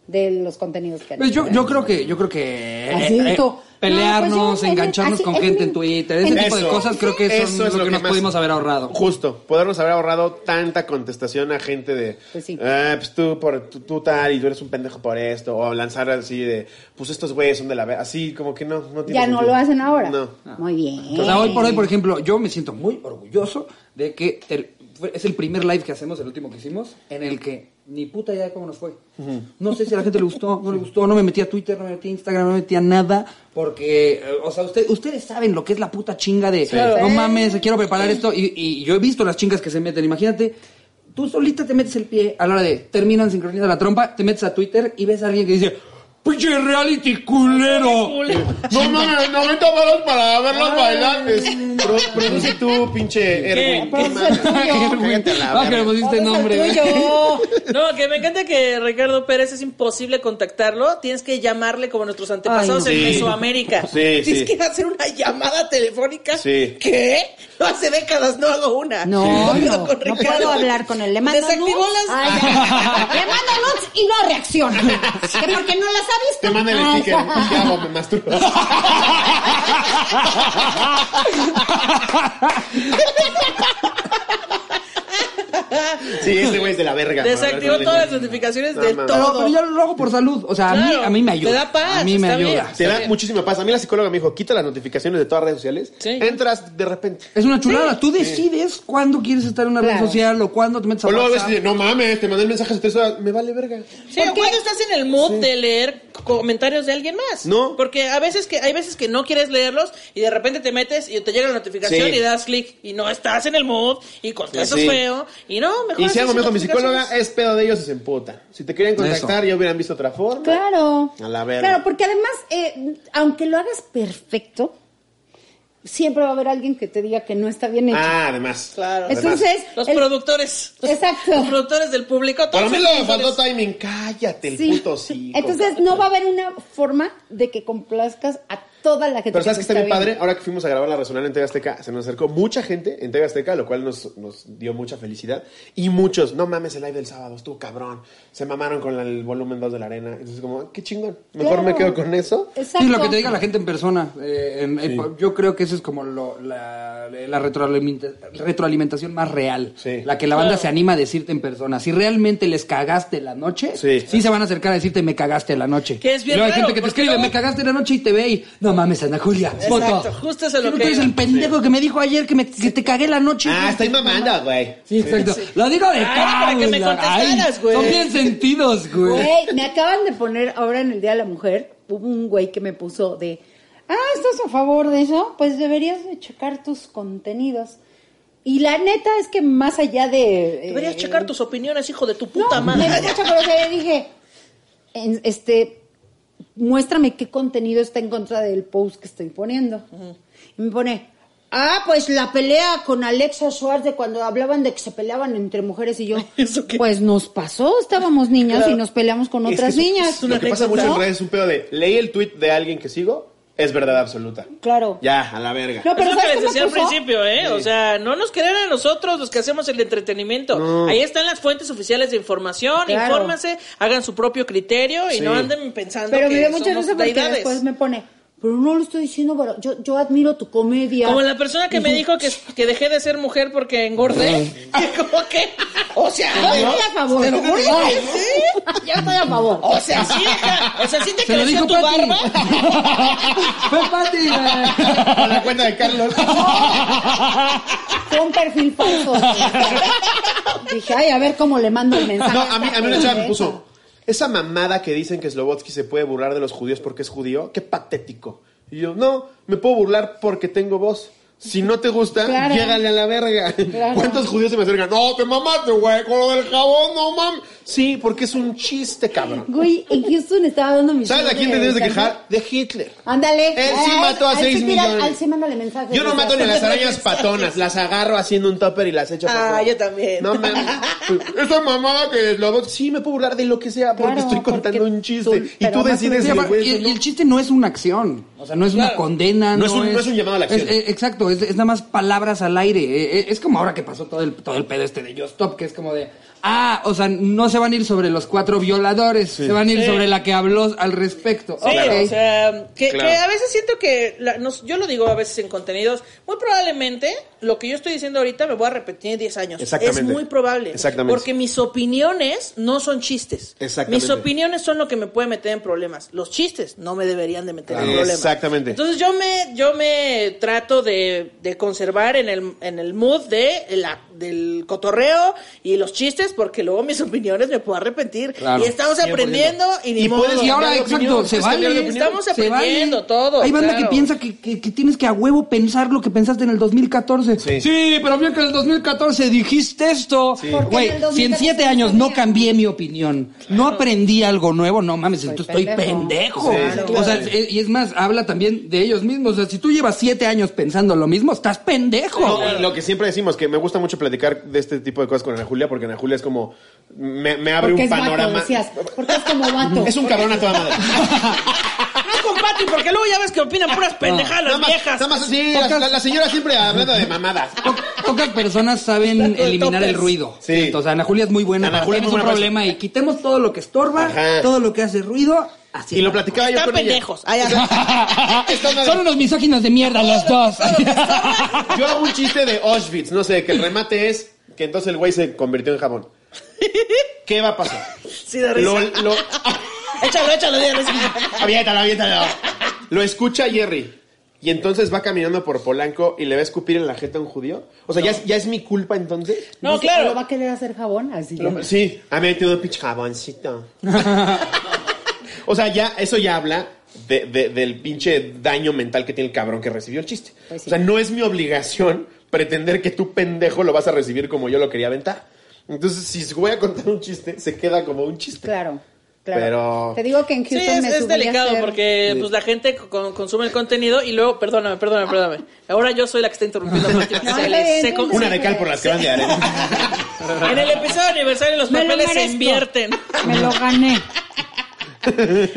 A: De los contenidos que han
E: Pues yo,
A: hecho.
E: yo creo que, yo creo que.
A: Así, tú,
E: Pelearnos,
M: No, pues yo, en-
E: engancharnos
M: así,
E: con
M: en
E: gente
M: mi-
E: en Twitter, ese
M: en
E: tipo
M: mi-
E: de cosas creo que son
F: Eso es
E: lo, que, nos
F: más-
E: pudimos haber ahorrado.
F: Justo, podernos haber ahorrado tanta contestación a gente de.
M: Pues sí.
F: "Ah, pues tú, por, tú, tú tal y tú eres un pendejo por esto. O lanzar así de. Pues estos güeyes son de la. ve-". Así como que no. no tiene
A: Ya no
F: sentido.
A: lo hacen ahora.
F: No.
M: Muy bien.
E: O sea, hoy por hoy, por ejemplo, yo me siento muy orgulloso de que el- fue- es el primer live que hacemos, el último que hicimos, en el que ni puta idea de cómo nos fue. No sé si a la gente le gustó, no le gustó, no me metí a Twitter, no me metí a Instagram, no me metí a nada, porque, eh, o sea, usted- ustedes saben lo que es la puta chinga de, no mames, quiero preparar esto, y, y yo he visto las chingas que se meten, imagínate. Tú solita te metes el pie a la hora de terminan sincronizar la trompa, te metes a Twitter y ves a alguien que dice, pinche reality culero.
F: No mames, 90 varos para verlos bailar. Es- pro- Produce tú, pinche Erwin.
M: Produce
F: Qué
M: el tuyo.
F: mames. Cállate a la
E: Ah, que le
F: verga.
E: pusiste nombre. güey. [LAUGHS]
B: No, que me encanta que Ricardo Pérez es imposible contactarlo. Tienes que llamarle como nuestros antepasados
F: Ay, no.
B: en
F: Sí.
B: Mesoamérica.
F: Sí,
B: Tienes
F: sí.
B: que hacer una llamada telefónica.
F: Sí.
B: ¿Qué? No, hace décadas no hago una.
M: No,
B: Hablando
M: no,
B: con
M: no
B: Ricardo.
M: puedo hablar con él. Le mando
B: Desactivó
M: nudes.
B: las.
H: Ay, ya. Le mando nudes y
F: [LAUGHS]
H: no reacciona. Que porque no las ha visto.
F: Te manda el sticker.
B: Ah,
F: ¿Qué hago? Me masturbo. Sí, este güey es de la verga.
B: Desactivó
F: No,
B: todas las
F: no, no.
B: notificaciones
F: No,
B: de
F: mames.
E: Pero,
B: todo.
E: pero yo lo hago por salud. O sea, a, mí,
B: Claro,
E: a mí me ayuda.
B: te da paz,
E: A mí me
B: está
E: ayuda.
B: bien.
F: Te da muchísima paz. A mí la psicóloga me dijo, quita las notificaciones de todas las redes sociales.
B: Sí.
F: Entras de repente.
E: Es una chulada. Tú decides cuándo quieres estar en una red social o cuándo te metes a
F: O luego ves
E: WhatsApp.
F: y dices, no mames, te mandé el mensaje hace tres horas. Me vale verga.
B: Sí, o cuando estás en el mood de leer comentarios de alguien más.
F: No.
B: Porque a veces que hay veces que no quieres leerlos y de repente te metes y te llega la notificación
F: Sí.
B: y das clic y no estás en el mood y contestas
F: Sí.
B: feo y no, mejor
F: Y si
B: haces
F: algo me dijo mi
B: notificaciones.
F: psicóloga, es pedo de ellos y se emputa. Si te querían contactar, ya hubieran visto otra forma.
A: Claro.
F: A la verga.
A: Claro, porque además, eh, aunque lo hagas perfecto, siempre va a haber alguien que te diga que no está bien hecho.
F: Ah, además.
B: Claro.
F: Además.
A: Entonces,
B: Los
A: el-
B: productores.
A: Exacto.
B: Los productores del público. todos
F: Para mí
B: son
F: le
B: productores.
F: faltó timing. Cállate, el
A: sí.
F: puto sí.
A: Entonces, no va a haber una forma de que complazcas a toda la gente.
F: Pero sabes que está
A: te
F: bien padre,
A: viendo.
F: ahora que fuimos a grabar la resonancia en TV Azteca, se nos acercó mucha gente en TV Azteca, lo cual nos, nos dio mucha felicidad. Y muchos, no mames, el live del sábado estuvo cabrón. Se mamaron con el volumen 2 de la arena. Entonces, como, qué chingón. Mejor
A: Claro.
F: me quedo con eso.
A: Exacto.
E: Sí, lo que te diga la gente en persona. eh, en- eh, Yo creo que esa es como lo- la, la retroalimenta- retroalimentación más real.
F: Sí.
E: La que la banda se anima a decirte en persona. Si realmente les cagaste la noche,
F: Sí.
E: sí, se van a acercar a decirte me cagaste la noche.
B: Que es bien
E: Y luego hay
B: raro,
E: gente que te
B: porque
E: escribe
B: luego-
E: me cagaste la noche y te ve y no mames, Ana Julia. foto".
B: Exacto, justo eso es lo
E: Tú
B: que
E: eres
B: iba.
E: el pendejo que me dijo ayer que, me- que te cagué la noche.
F: Ah, estoy mamando, güey.
E: Sí, exacto. Lo digo de
B: Ay,
E: cara,
B: para que
E: güey,
B: me
E: la-
B: contestaras,
E: ay,
B: güey.
E: Son bien sentidos, güey.
A: Güey, me acaban de poner ahora en el Día de la Mujer, hubo un güey que me puso de, ah, ¿estás a favor de eso? Pues deberías de checar tus contenidos. Y la neta es que más allá de... eh,
B: Deberías checar tus opiniones, hijo de tu
A: No,
B: puta
A: me dio
B: madre.
A: mucha grosería y dije, en- este, muéstrame qué contenido está en contra del post que estoy poniendo. Y me pone, ah, pues la pelea con Alexa Suárez de cuando hablaban de que se peleaban entre mujeres
B: [LAUGHS]
A: y yo.
B: ¿Eso qué?
A: Pues nos pasó, estábamos niñas
B: Claro.
A: y nos peleamos con
F: Es que
A: otras
F: eso-
A: niñas.
B: una
F: Lo que pasa
B: anécdota.
F: mucho en redes es un pedo de, leí el tweet de alguien que sigo, es verdad absoluta.
A: Claro.
F: Ya, a la verga.
A: No, pero
B: es lo que
A: ¿sabes
B: les
A: qué me
B: decía al
A: puso?
B: principio, ¿eh? O sea, no nos crean a nosotros los que hacemos el entretenimiento. Ahí están las fuentes oficiales de información,
A: Claro.
B: infórmense, hagan su propio criterio y no anden pensando
A: Pero
B: que
A: me dio mucha
B: somos
A: risa porque
B: deidades.
A: después me pone, pero no lo estoy diciendo, pero yo, yo admiro tu comedia.
B: Como la persona que me dijo que, que dejé de ser mujer porque engordé. [LAUGHS] Como que, o sea,
A: Yo estoy a favor.
B: Pero,
A: Ay,
B: güey,
A: Yo estoy a favor.
B: o sea, sí, deja- o sea, sí te
E: Se lo
B: creció
E: dijo
B: tu
E: Pati.
B: barba.
E: [LAUGHS] Fue Pati, güey.
F: [LAUGHS] [LAUGHS] Con la cuenta de Carlos.
A: Fue un perfil falso. [LAUGHS] Dije, ay, a ver cómo le mando el mensaje.
F: No, a mí, a mí una chava me
A: Esa.
F: puso. Esa mamada que dicen que Slobotsky se puede burlar de los judíos porque es judío, qué patético. Y yo, no, me puedo burlar porque tengo voz. Si no te gusta,
A: Claro.
F: llégale a la verga.
A: Claro.
F: ¿Cuántos judíos se me acercan? No, te mamaste, güey, con lo del jabón, no mames. Sí, porque es un chiste, cabrón.
A: Güey, en Houston estaba dando mis.
F: ¿Sabes a quién te debes de quejar? De Hitler.
A: Ándale.
F: Él sí
A: Ay,
F: mató a
A: al sí,
F: seis
A: mira,
F: millones.
A: Al sí, mándale mensaje.
F: Yo no mato ni a las arañas patonas, las agarro haciendo un topper y las echo para
B: Ah,
F: afuera.
B: yo
A: Eh,
B: también.
F: No mames. Esa mamada que es lobo. Sí, me puedo burlar de lo que sea porque
A: Claro,
F: estoy contando
A: porque
F: un chiste.
A: tú-
F: y
A: pero
F: tú
A: además
F: decides,
E: Sí,
F: si,
E: aparte,
F: güey,
E: y,
F: eso
E: y el chiste no es una acción, o sea, no es una condena,
F: No
E: no,
F: es un- no es un llamado a la acción.
E: eh, exacto, eso, es, es nada más palabras al aire. Eh, eh, es como ahora que pasó todo el, todo el pedo este de Yo Stop, que es como de, ah, o sea, no se van a ir sobre los cuatro violadores, se van a ir
I: Sí.
E: sobre la que habló al respecto.
B: Sí,
E: Ok.
B: o sea, que,
F: Claro.
B: que a veces siento que, la- nos- yo lo digo a veces en contenidos, muy probablemente lo que yo estoy diciendo ahorita me voy a repetir en 10 años.
F: Exactamente.
B: Es muy probable.
F: Exactamente.
B: Porque mis opiniones no son chistes.
F: Exactamente.
B: Mis opiniones son lo que me puede meter en problemas. Los chistes no me deberían de meter en
F: Claro.
B: problemas.
F: Exactamente.
B: Entonces yo me, yo me trato de, de conservar en el, en el mood de la, del cotorreo y los chistes porque luego mis [LAUGHS] opiniones me puedo arrepentir.
E: Claro.
B: Y estamos
F: 100%.
B: aprendiendo y ni
F: Y
B: modo.
F: puedes
E: Y ahora,
F: cambiar de
E: exacto,
F: opinión,
E: se
F: es cambiar de
E: vale.
F: opinión.
B: Estamos
E: se vale.
B: aprendiendo todo,
E: Hay banda
B: claro.
E: que piensa que, que- que tienes que a huevo pensar lo que pensaste en el 2014.
F: Sí.
E: pero bien que en el 2014 dijiste esto.
M: Porque
E: Güey,
M: en el 2014
E: si en siete años no cambié mi opinión, no aprendí algo nuevo, no mames, entonces estoy pendejo.
F: pendejo. Sí, sí,
E: O sea,
F: claro.
E: eh, y es más, habla también de ellos mismos. O sea, si tú llevas siete años pensando lo mismo, estás pendejo.
F: No, y lo que siempre decimos, que me gusta mucho platicar de este tipo de cosas con Ana Julia, porque Ana Julia es como. Me, me abre
A: Porque
F: un
A: es vato,
F: panorama.
A: decías. Porque es como vato.
F: Es un cabrón a toda
A: [LAUGHS]
F: madre.
B: No es con Pati, porque luego ya ves que opinan puras pendejadas
F: nada
B: las
F: más,
B: viejas.
F: nada más así. La, la- la señora siempre hablando de mamadas.
E: Po- pocas personas saben
B: Tanto de
E: eliminar el
B: topes.
E: ruido.
F: Sí.
E: Siento, O sea, Ana Julia es muy buena.
F: Ana
E: para
F: Julia
E: tienes
F: es muy
E: un
F: buena
E: problema y quitemos todo lo que estorba,
F: Ajá.
E: todo lo que hace
F: [LAUGHS]
E: ruido.
A: Ah,
E: Así
F: Y lo platicaba yo
B: Están
F: con
B: pendejos. Ay, ay, ay.
F: [LAUGHS]
E: Ah,
F: Esto no-
E: Son unos misóginos de mierda los dos.
F: ella. Yo hago un chiste de Auschwitz, no sé, que el remate es que entonces el güey se convirtió en jabón. ¿Qué va a pasar?
B: Sí, de risa.
F: Lo, lo,
B: [LAUGHS] Échalo, échalo, de risa.
F: aviéntalo, aviéntalo. Lo escucha Jerry. Y entonces va caminando por Polanco y le va a escupir en la jeta a un judío. O sea, ¿ya, es, ¿ya es mi culpa entonces?
B: No,
A: Dice, ¿no Pues, va
B: claro.
A: a querer hacer jabón? Así ya.
F: Lo- sí, ha metido un pinche jaboncito. o sea, ya, eso ya habla de- de- del pinche daño mental que tiene el cabrón que recibió el chiste.
A: Pues sí.
F: O sea, no es mi obligación pretender que tú pendejo lo vas a recibir como yo lo quería aventar. Entonces, si voy a contar un chiste, se queda como un chiste.
A: Claro, claro.
F: Pero-
A: Te digo que en
B: Sí,
A: Houston
B: es,
A: me
B: es
A: subí a
B: delicado
A: hacer-
B: porque pues la gente con- consume el contenido y luego, perdóname, perdóname, perdóname. Ahora yo soy la que está interrumpiendo. porque
A: No,
B: se
A: está
B: le-
A: bien,
B: se
A: no
B: con-
F: Una de cal por las que van de arena.
B: En el episodio de aniversario los
M: Me lo
B: papeles se
M: merezco.
B: invierten.
M: Me lo gané.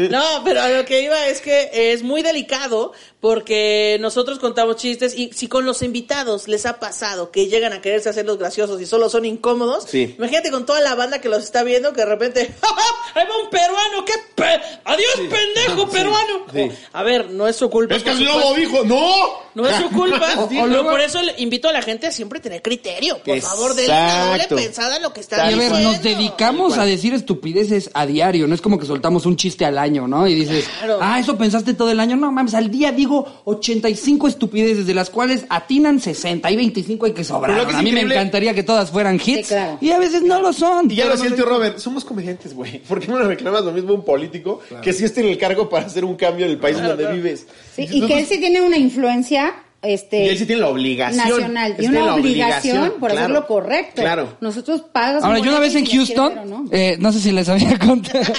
B: No, pero a lo que iba es que es muy delicado porque nosotros contamos chistes y si con los invitados les ha pasado que llegan a quererse hacer los graciosos y solo son incómodos,
F: Sí.
B: imagínate con toda la banda que los está viendo que de repente, [LAUGHS] ¡Ja, ja! ahí va un peruano! ¡Qué pe- ¡Adiós, pendejo peruano!
F: sí.
B: A ver, no es su culpa.
F: ¡Es que
B: por
F: es
B: supuesto.
F: lobo, dijo! ¡No! Ah,
B: No
F: [LAUGHS]
B: es su culpa.
E: O- o
B: Pero
E: luego-
B: por eso le invito a la gente a siempre tener criterio. Por favor, denle
F: Exacto.
B: doble pensada a lo que está
E: [LAUGHS] Y a ver,
B: diciendo. [LAUGHS]
E: nos dedicamos a decir estupideces a diario, no es como que soltamos un chiste al año, ¿no? Y dices,
B: Claro.
E: ah, eso pensaste todo el año. No mames, al día digo 85 estupideces, de las cuales atinan 60 y 25 hay que
F: Pero
E: sobrar.
F: lo que es
E: A mí me
F: increíble-
E: encantaría que todas fueran hits.
A: claro.
E: Y a veces no lo son.
F: Y ya lo
E: Pero no
F: decía el tío
E: sé-
F: Robert, somos comediantes, güey. [LAUGHS] ¿Por qué no le reclamas lo mismo a un político que sí esté en el cargo para hacer un cambio en el país en donde vives?
M: Sí, y que él sí tiene una influencia,
F: Y él
M: este,
F: sí tiene la obligación.
M: nacional. Y
F: Él tiene
M: una
F: la
M: obligación por
F: claro.
M: hacerlo correcto.
F: Claro.
M: Nosotros pagas.
E: Ahora, yo una vez en
M: boletos y lo
E: Houston,
M: quieres,
E: no.
M: pero no.
E: Eh, no sé si les había [LAUGHS] contado.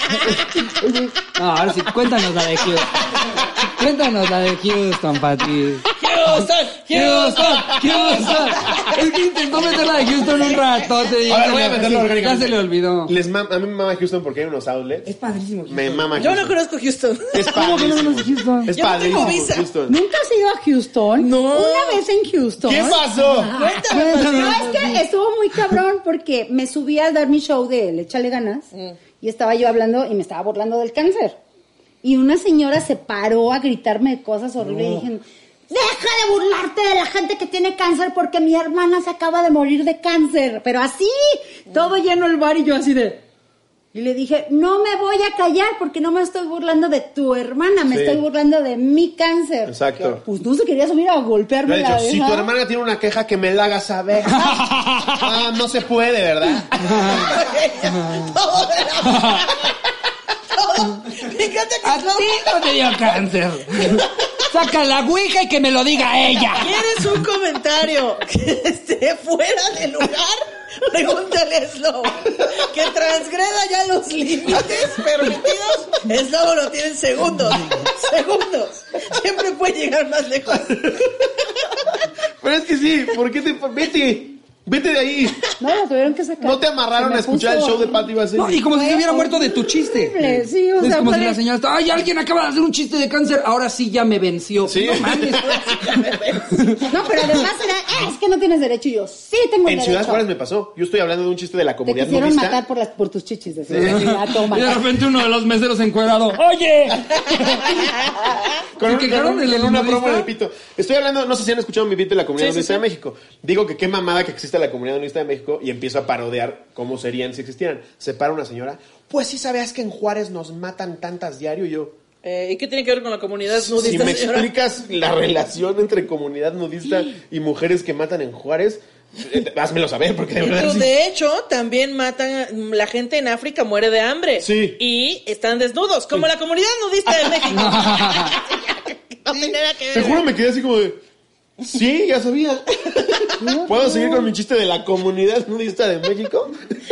E: no, ahora sí, cuéntanos la de Houston. Cuéntanos la de Houston, Pati.
B: Houston,
E: Houston, Houston. Es que intentó meter la de Houston un ratote. y
F: A ver,
E: ya
F: voy a
E: se le-
F: meterlo
E: Ya
F: orgánicamente.
E: se le olvidó.
F: Les mam- a mí me mama Houston porque hay unos outlets. Es padrísimo. Me mama
B: Yo
F: Houston.
B: no conozco Houston.
F: Es
E: ¿Cómo que no
F: padrísimo.
E: conoces Houston?
F: Es
B: Yo no tengo
F: padrísimo
B: visa.
F: Houston.
A: ¿Nunca has ido a Houston?
B: No.
A: Una vez en Houston.
F: ¿Qué pasó?
A: No, es que estuvo muy cabrón porque me subí a dar mi show de él, échale ganas,
F: Mm.
A: y estaba yo hablando y me estaba burlando del cáncer. Y una señora se paró a gritarme cosas horribles y dije, deja de burlarte de la gente que tiene cáncer porque mi hermana se acaba de morir de cáncer. Pero así, todo lleno el bar y yo así de... Y le dije, no me voy a callar porque no me estoy burlando de tu hermana, me
F: Sí.
A: estoy burlando de mi cáncer.
F: Exacto.
A: Pues no se quería subir a golpearme
F: Le ha
A: la
F: dicho, si tu
A: vieja.
F: hermana tiene una queja, que me la haga saber. ah, no se puede, ¿verdad?
B: Todo de la- Todo. Me encanta que
E: A ti
B: todo-
E: no te dio cáncer. Saca la ouija y que me lo diga ella.
B: ¿Quieres un comentario que esté fuera de lugar? Pregúntale a Slow. Que transgreda ya los límites permitidos. Slow lo tiene en segundos. Segundos. Siempre puede llegar más lejos.
F: Pero es que sí, ¿por qué te... Vete. Vete de ahí.
A: No, lo tuvieron que sacar.
F: No te amarraron
A: Se me
F: a escuchar
A: puso-
F: el show de Patty Vaseli.
E: No, y como si se hubiera muerto de tu chiste.
A: horrible, sí, o
E: es
A: sea,
E: como
A: fue
E: si
A: de-
E: la señora estaba, ay, alguien acaba de hacer un chiste de cáncer, ahora sí ya me venció.
F: Sí.
E: No mames.
A: No, pero además era, "Ah, es que no tienes derecho. Y yo, sí tengo
F: En
A: derecho.
F: Ciudad Juárez me pasó. Yo estoy hablando de un chiste de la
A: Te
F: comunidad
A: quisieron
F: nudista.
A: matar por, las, por tus chichis. Decía, "Ya, Ah, toma.
E: Y de repente uno de los meseros encuerado, oye.
F: Con,
E: ¿Y
F: un-
E: que
F: con
E: quedaron
F: un-
E: en el
F: con una promo
E: nudista?
F: del pito. Estoy hablando, no sé si han escuchado mi pito de la comunidad
B: Sí, sí,
F: nudista de México. Digo que qué mamada que exista la comunidad nudista de México y empiezo a parodear cómo serían si existieran. Se para una señora. Pues sí sabías que en Juárez nos matan tantas diario. Y yo,
B: Eh, ¿Y qué tiene que ver con la comunidad nudista,
F: si me
B: señora?
F: explicas la relación entre comunidad nudista y mujeres que matan en Juárez, eh, házmelo saber, porque de verdad.
B: Entonces,
F: sí.
B: de hecho, también matan, la gente en África muere de hambre.
F: Sí.
B: Y están desnudos, como la comunidad nudista de México.
F: [LAUGHS]
B: no tiene nada que
F: Te
B: ver.
F: juro, me quedé así como de. Sí,
E: [LAUGHS]
F: ya sabía. ¿Puedo seguir con mi chiste de la comunidad nudista de México?
B: Wow.
F: [LAUGHS]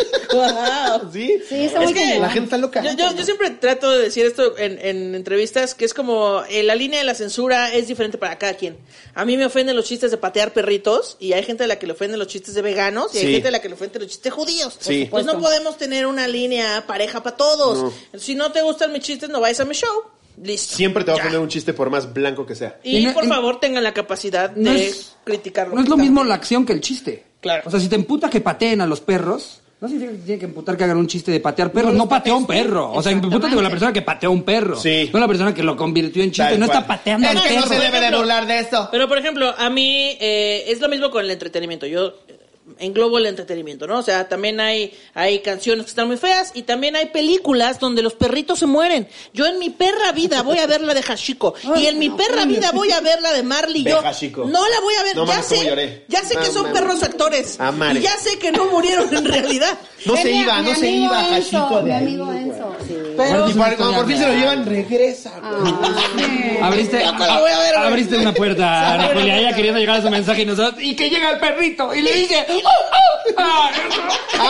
F: Sí.
A: Sí, está muy cañón.
F: la gente está loca.
B: Yo, yo- yo siempre trato de decir esto en, en entrevistas, que es como eh, la línea de la censura es diferente para cada quien. A mí me ofenden los chistes de patear perritos y hay gente a la que le ofenden los chistes de veganos y hay
F: Sí.
B: gente a la que le ofenden los chistes de judíos.
F: Sí.
B: Pues no podemos tener una línea pareja para todos. Si no te gustan mis chistes, no vayas a mi show. Listo.
F: Siempre te va a
B: Ya.
F: poner un chiste por más blanco que sea.
B: Y
E: Y no-
B: por
E: y-
B: favor tengan la capacidad
E: No
B: de
E: es-
B: criticarlo.
E: No es lo mismo la acción que el chiste.
B: Claro.
E: O sea, si te emputa que pateen a los perros, no significa que tienen que emputar que hagan un chiste de patear perros. No, pateó a un perro. O sea, empútate con la persona que pateó a un perro.
F: Sí.
E: No la persona que lo convirtió en chiste.
F: Tal
E: no está
F: cual.
E: pateando
B: Es
E: al
B: que no
E: perro.
B: se debe de burlar
F: de esto.
B: Pero por ejemplo, a mí eh, es lo mismo con el entretenimiento. Yo eh, englobo el entretenimiento, ¿no? O sea, también hay, hay canciones que están muy feas y también hay películas donde los perritos se mueren. Yo en mi perra vida voy a ver la de Hashiko y en mi perra vida voy a ver la de Marley.
F: Ve
B: Yo
F: Hashiko.
B: no la voy a ver.
F: No
B: ya
F: mames, cómo
B: sé,
F: lloré.
B: ya sé que
F: No
B: son
F: mames.
B: perros actores
F: Amare.
B: y ya sé que no murieron en realidad.
F: [LAUGHS] No se
A: Tenía
F: iba,
A: mi
F: no se
A: amigo
F: iba,
A: Enzo,
F: Hashiko de
A: Mi
F: ahí,
A: amigo
F: güey.
A: Enzo, sí.
B: Pero
E: Sí,
F: Cuando cuando por fin se lo
E: real.
F: llevan, regresa.
B: Ah.
F: güey.
E: Abriste,
B: Yo te lo voy a ver, güey.
E: abriste una puerta a Ana Julia, ella queriendo llegar a su mensaje y nosotros, y que llega el perrito y le dice, "Oh, oh, ah".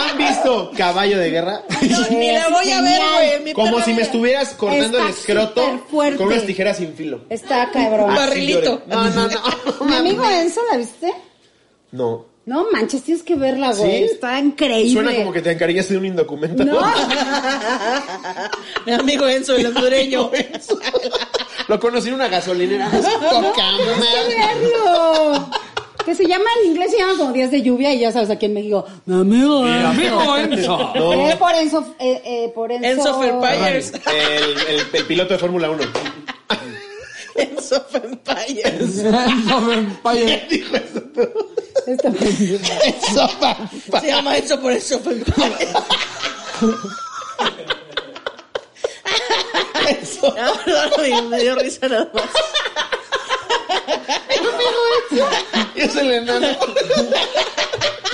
F: ¿Han visto Caballo de Guerra? [LAUGHS]
B: no, ni la voy a ver, güey. en mi
F: Como
B: perra
F: si me
B: vida.
F: estuvieras cortando el
A: Está
F: escroto
A: superfuerte.
F: con unas tijeras sin filo.
A: Está cabrón.
B: Bar- Barrilito.
F: Así lloré. No, no, no.
A: Mi amigo Enzo, ¿la viste?
F: [LAUGHS] No.
A: No manches, tienes que verla, güey.
F: ¿Sí?
A: Está increíble.
F: Suena como que te encariñaste de un indocumentado.
A: No.
B: Mi amigo Enzo, el
F: [LAUGHS]
B: hondureño.
F: [LAUGHS] Lo conocí en una
A: [LAUGHS]
F: gasolinera. Poca madre.
A: verlo. Que se llama en inglés, se llama como días de lluvia y ya sabes aquí en México. Mi amigo.
E: Mi amigo Enzo.
F: No.
A: Eh, por Enzo. Eh, eh, por Enzo.
B: Enzo Ferpayers.
F: El, el- el piloto de Fórmula 1.
B: [LAUGHS] Enzo Ferpayers.
E: Enzo Vampire.
A: Este pendejo.
F: Eso,
B: Se llama Enzo por Enzo Ferpayers. [LAUGHS] No, no, me, me dio risa nada más.
F: Es el enano.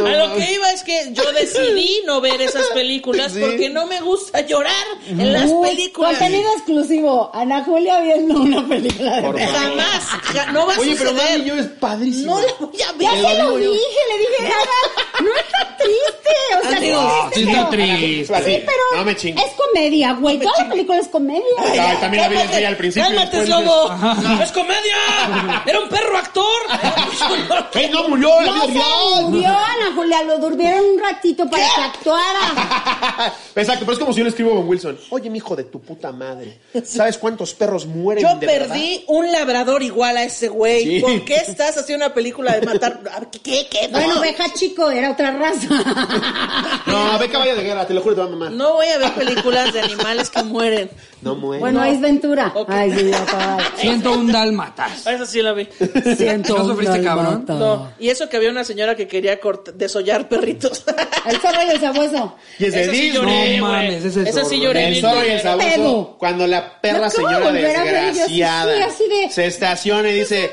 B: lo que iba es que yo decidí no ver esas películas
F: Sí.
B: porque no me gusta llorar en las
A: Uy,
B: películas.
A: Contenido exclusivo. Ana Julia viendo una película de
F: Por favor.
B: Jamás, ja- no va a
F: Oye, pero
B: suceder.
F: Mami yo es padrísimo.
B: no la voy a
A: Ya
B: ver.
A: se lo dije, le dije, "Gaga, no está triste. O sea,
B: Adiós.
A: sí,
E: Ah, sí
A: [LAUGHS]
E: está triste.
F: Así,
A: pero
F: no me chingues.
A: es comedia, güey. Toda la película es comedia.
F: Ay, también la vi
B: Cálmate,
F: desde al principio.
B: Cálmate,
F: después dices,
B: Slobo. ¡Es comedia! ¡Era un perro actor!
F: [LAUGHS] ¡Ey, no murió! ¡La
A: No
F: vida
A: se
F: real!
A: murió, Ana Julia. Lo durmieron un ratito para que actuara.
F: Exacto, pero es como si yo le escribo a Owen Wilson. Oye, mi hijo de tu puta madre. ¿Sabes cuántos perros mueren
B: Yo
F: de
B: perdí un labrador igual a ese güey.
F: Sí.
B: ¿Por qué estás haciendo una película de matar? A ver, ¿Qué? ¿Qué? No.
A: Bueno, oveja chico, era otra raza.
B: [LAUGHS]
F: verdad? No, ve caballo de guerra, te lo juro, te va a mamar.
B: No voy a ver películas de animales que mueren.
F: No muere.
A: Bueno, es Ventura.
B: Ok.
A: Ay, sí, ya acabas.
E: Siento un dalmatas.
B: Eso Ah, sí la vi.
A: Siento
E: ¿No sufriste,
A: un
E: cabrón?
A: dalmata.
B: No. Y eso que había una señora que quería corta- desollar [LAUGHS] perritos.
A: El zorro y el sabueso.
F: y es de
B: Esa sí
F: Disney.
B: lloré, güey.
E: No mames, ese es
B: Esa sí
E: horror.
B: lloré.
F: El
B: bien
F: zorro y el
B: culero.
F: sabueso.
A: Pedo.
F: Cuando la perra
A: No, ¿cómo
F: señora
A: volver a ver? Yo sí, sí,
F: desgraciada
A: así de-
F: se estaciona y dice,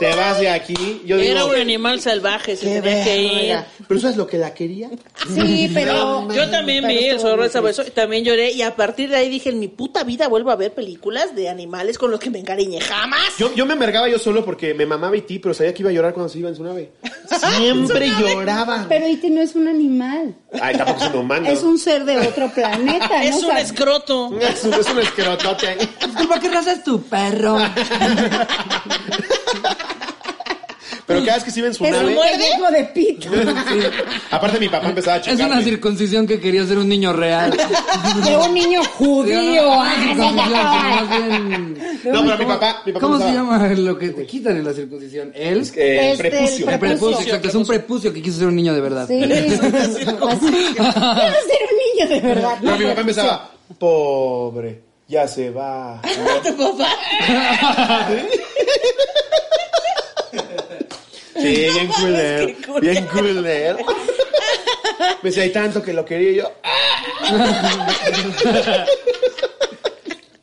F: te vas de aquí. Yo
B: Era
F: digo,
B: un animal salvaje, se
F: "Qué
B: tenía que ir.
F: verga". Pero ¿sabes lo que la quería?
B: [LAUGHS]
A: Sí, pero.
B: Yo también vi el zorro del sabueso y también lloré. Y a partir de ahí dije, en mi puta vida vuelvo a ver películas de animales con los que me encariñé. ¡Jamás!
F: Yo, yo me mergaba yo solo porque me mamaba y ti, pero sabía que iba a llorar cuando se iba en su nave. Siempre lloraba.
A: Pero Iti no es un animal.
F: Ay, tampoco es un humano.
A: Es un ser de otro planeta.
B: [LAUGHS] es
A: ¿no?
B: un
A: O sea,
B: escroto.
F: Es un, es un escrotote.
E: Disculpa, ¿qué raza es tu perro?
F: Pero cada vez que sí ven su
A: Es un
F: nave.
B: muerde?
A: pellejo de pito.
F: Aparte, mi papá empezaba a
E: Es
F: chingarme.
E: una circuncisión que quería ser un
A: [LAUGHS]
E: niño real.
H: De un niño
B: [LAUGHS]
H: judío.
E: Ah, circuncisión, más bien-
F: No, pero mi papá. Mi
E: [LAUGHS]
F: papá
E: ¿Cómo se
F: empezaba-
E: llama lo que te quitan en la circuncisión? El,
F: Eh,
H: Este,
E: el
F: prepucio.
H: el
E: prepucio,
H: prepucio.
E: exacto. Es un prepucio que quiso ser un niño de verdad.
A: Sí. Así, Quiero ser un niño de verdad.
F: Pero mi papá empezaba. Pobre, ya se va.
B: tu papá.
F: [LAUGHS] Sí, bien culero. Bien culero. Me decía, hay tanto que lo quería y yo.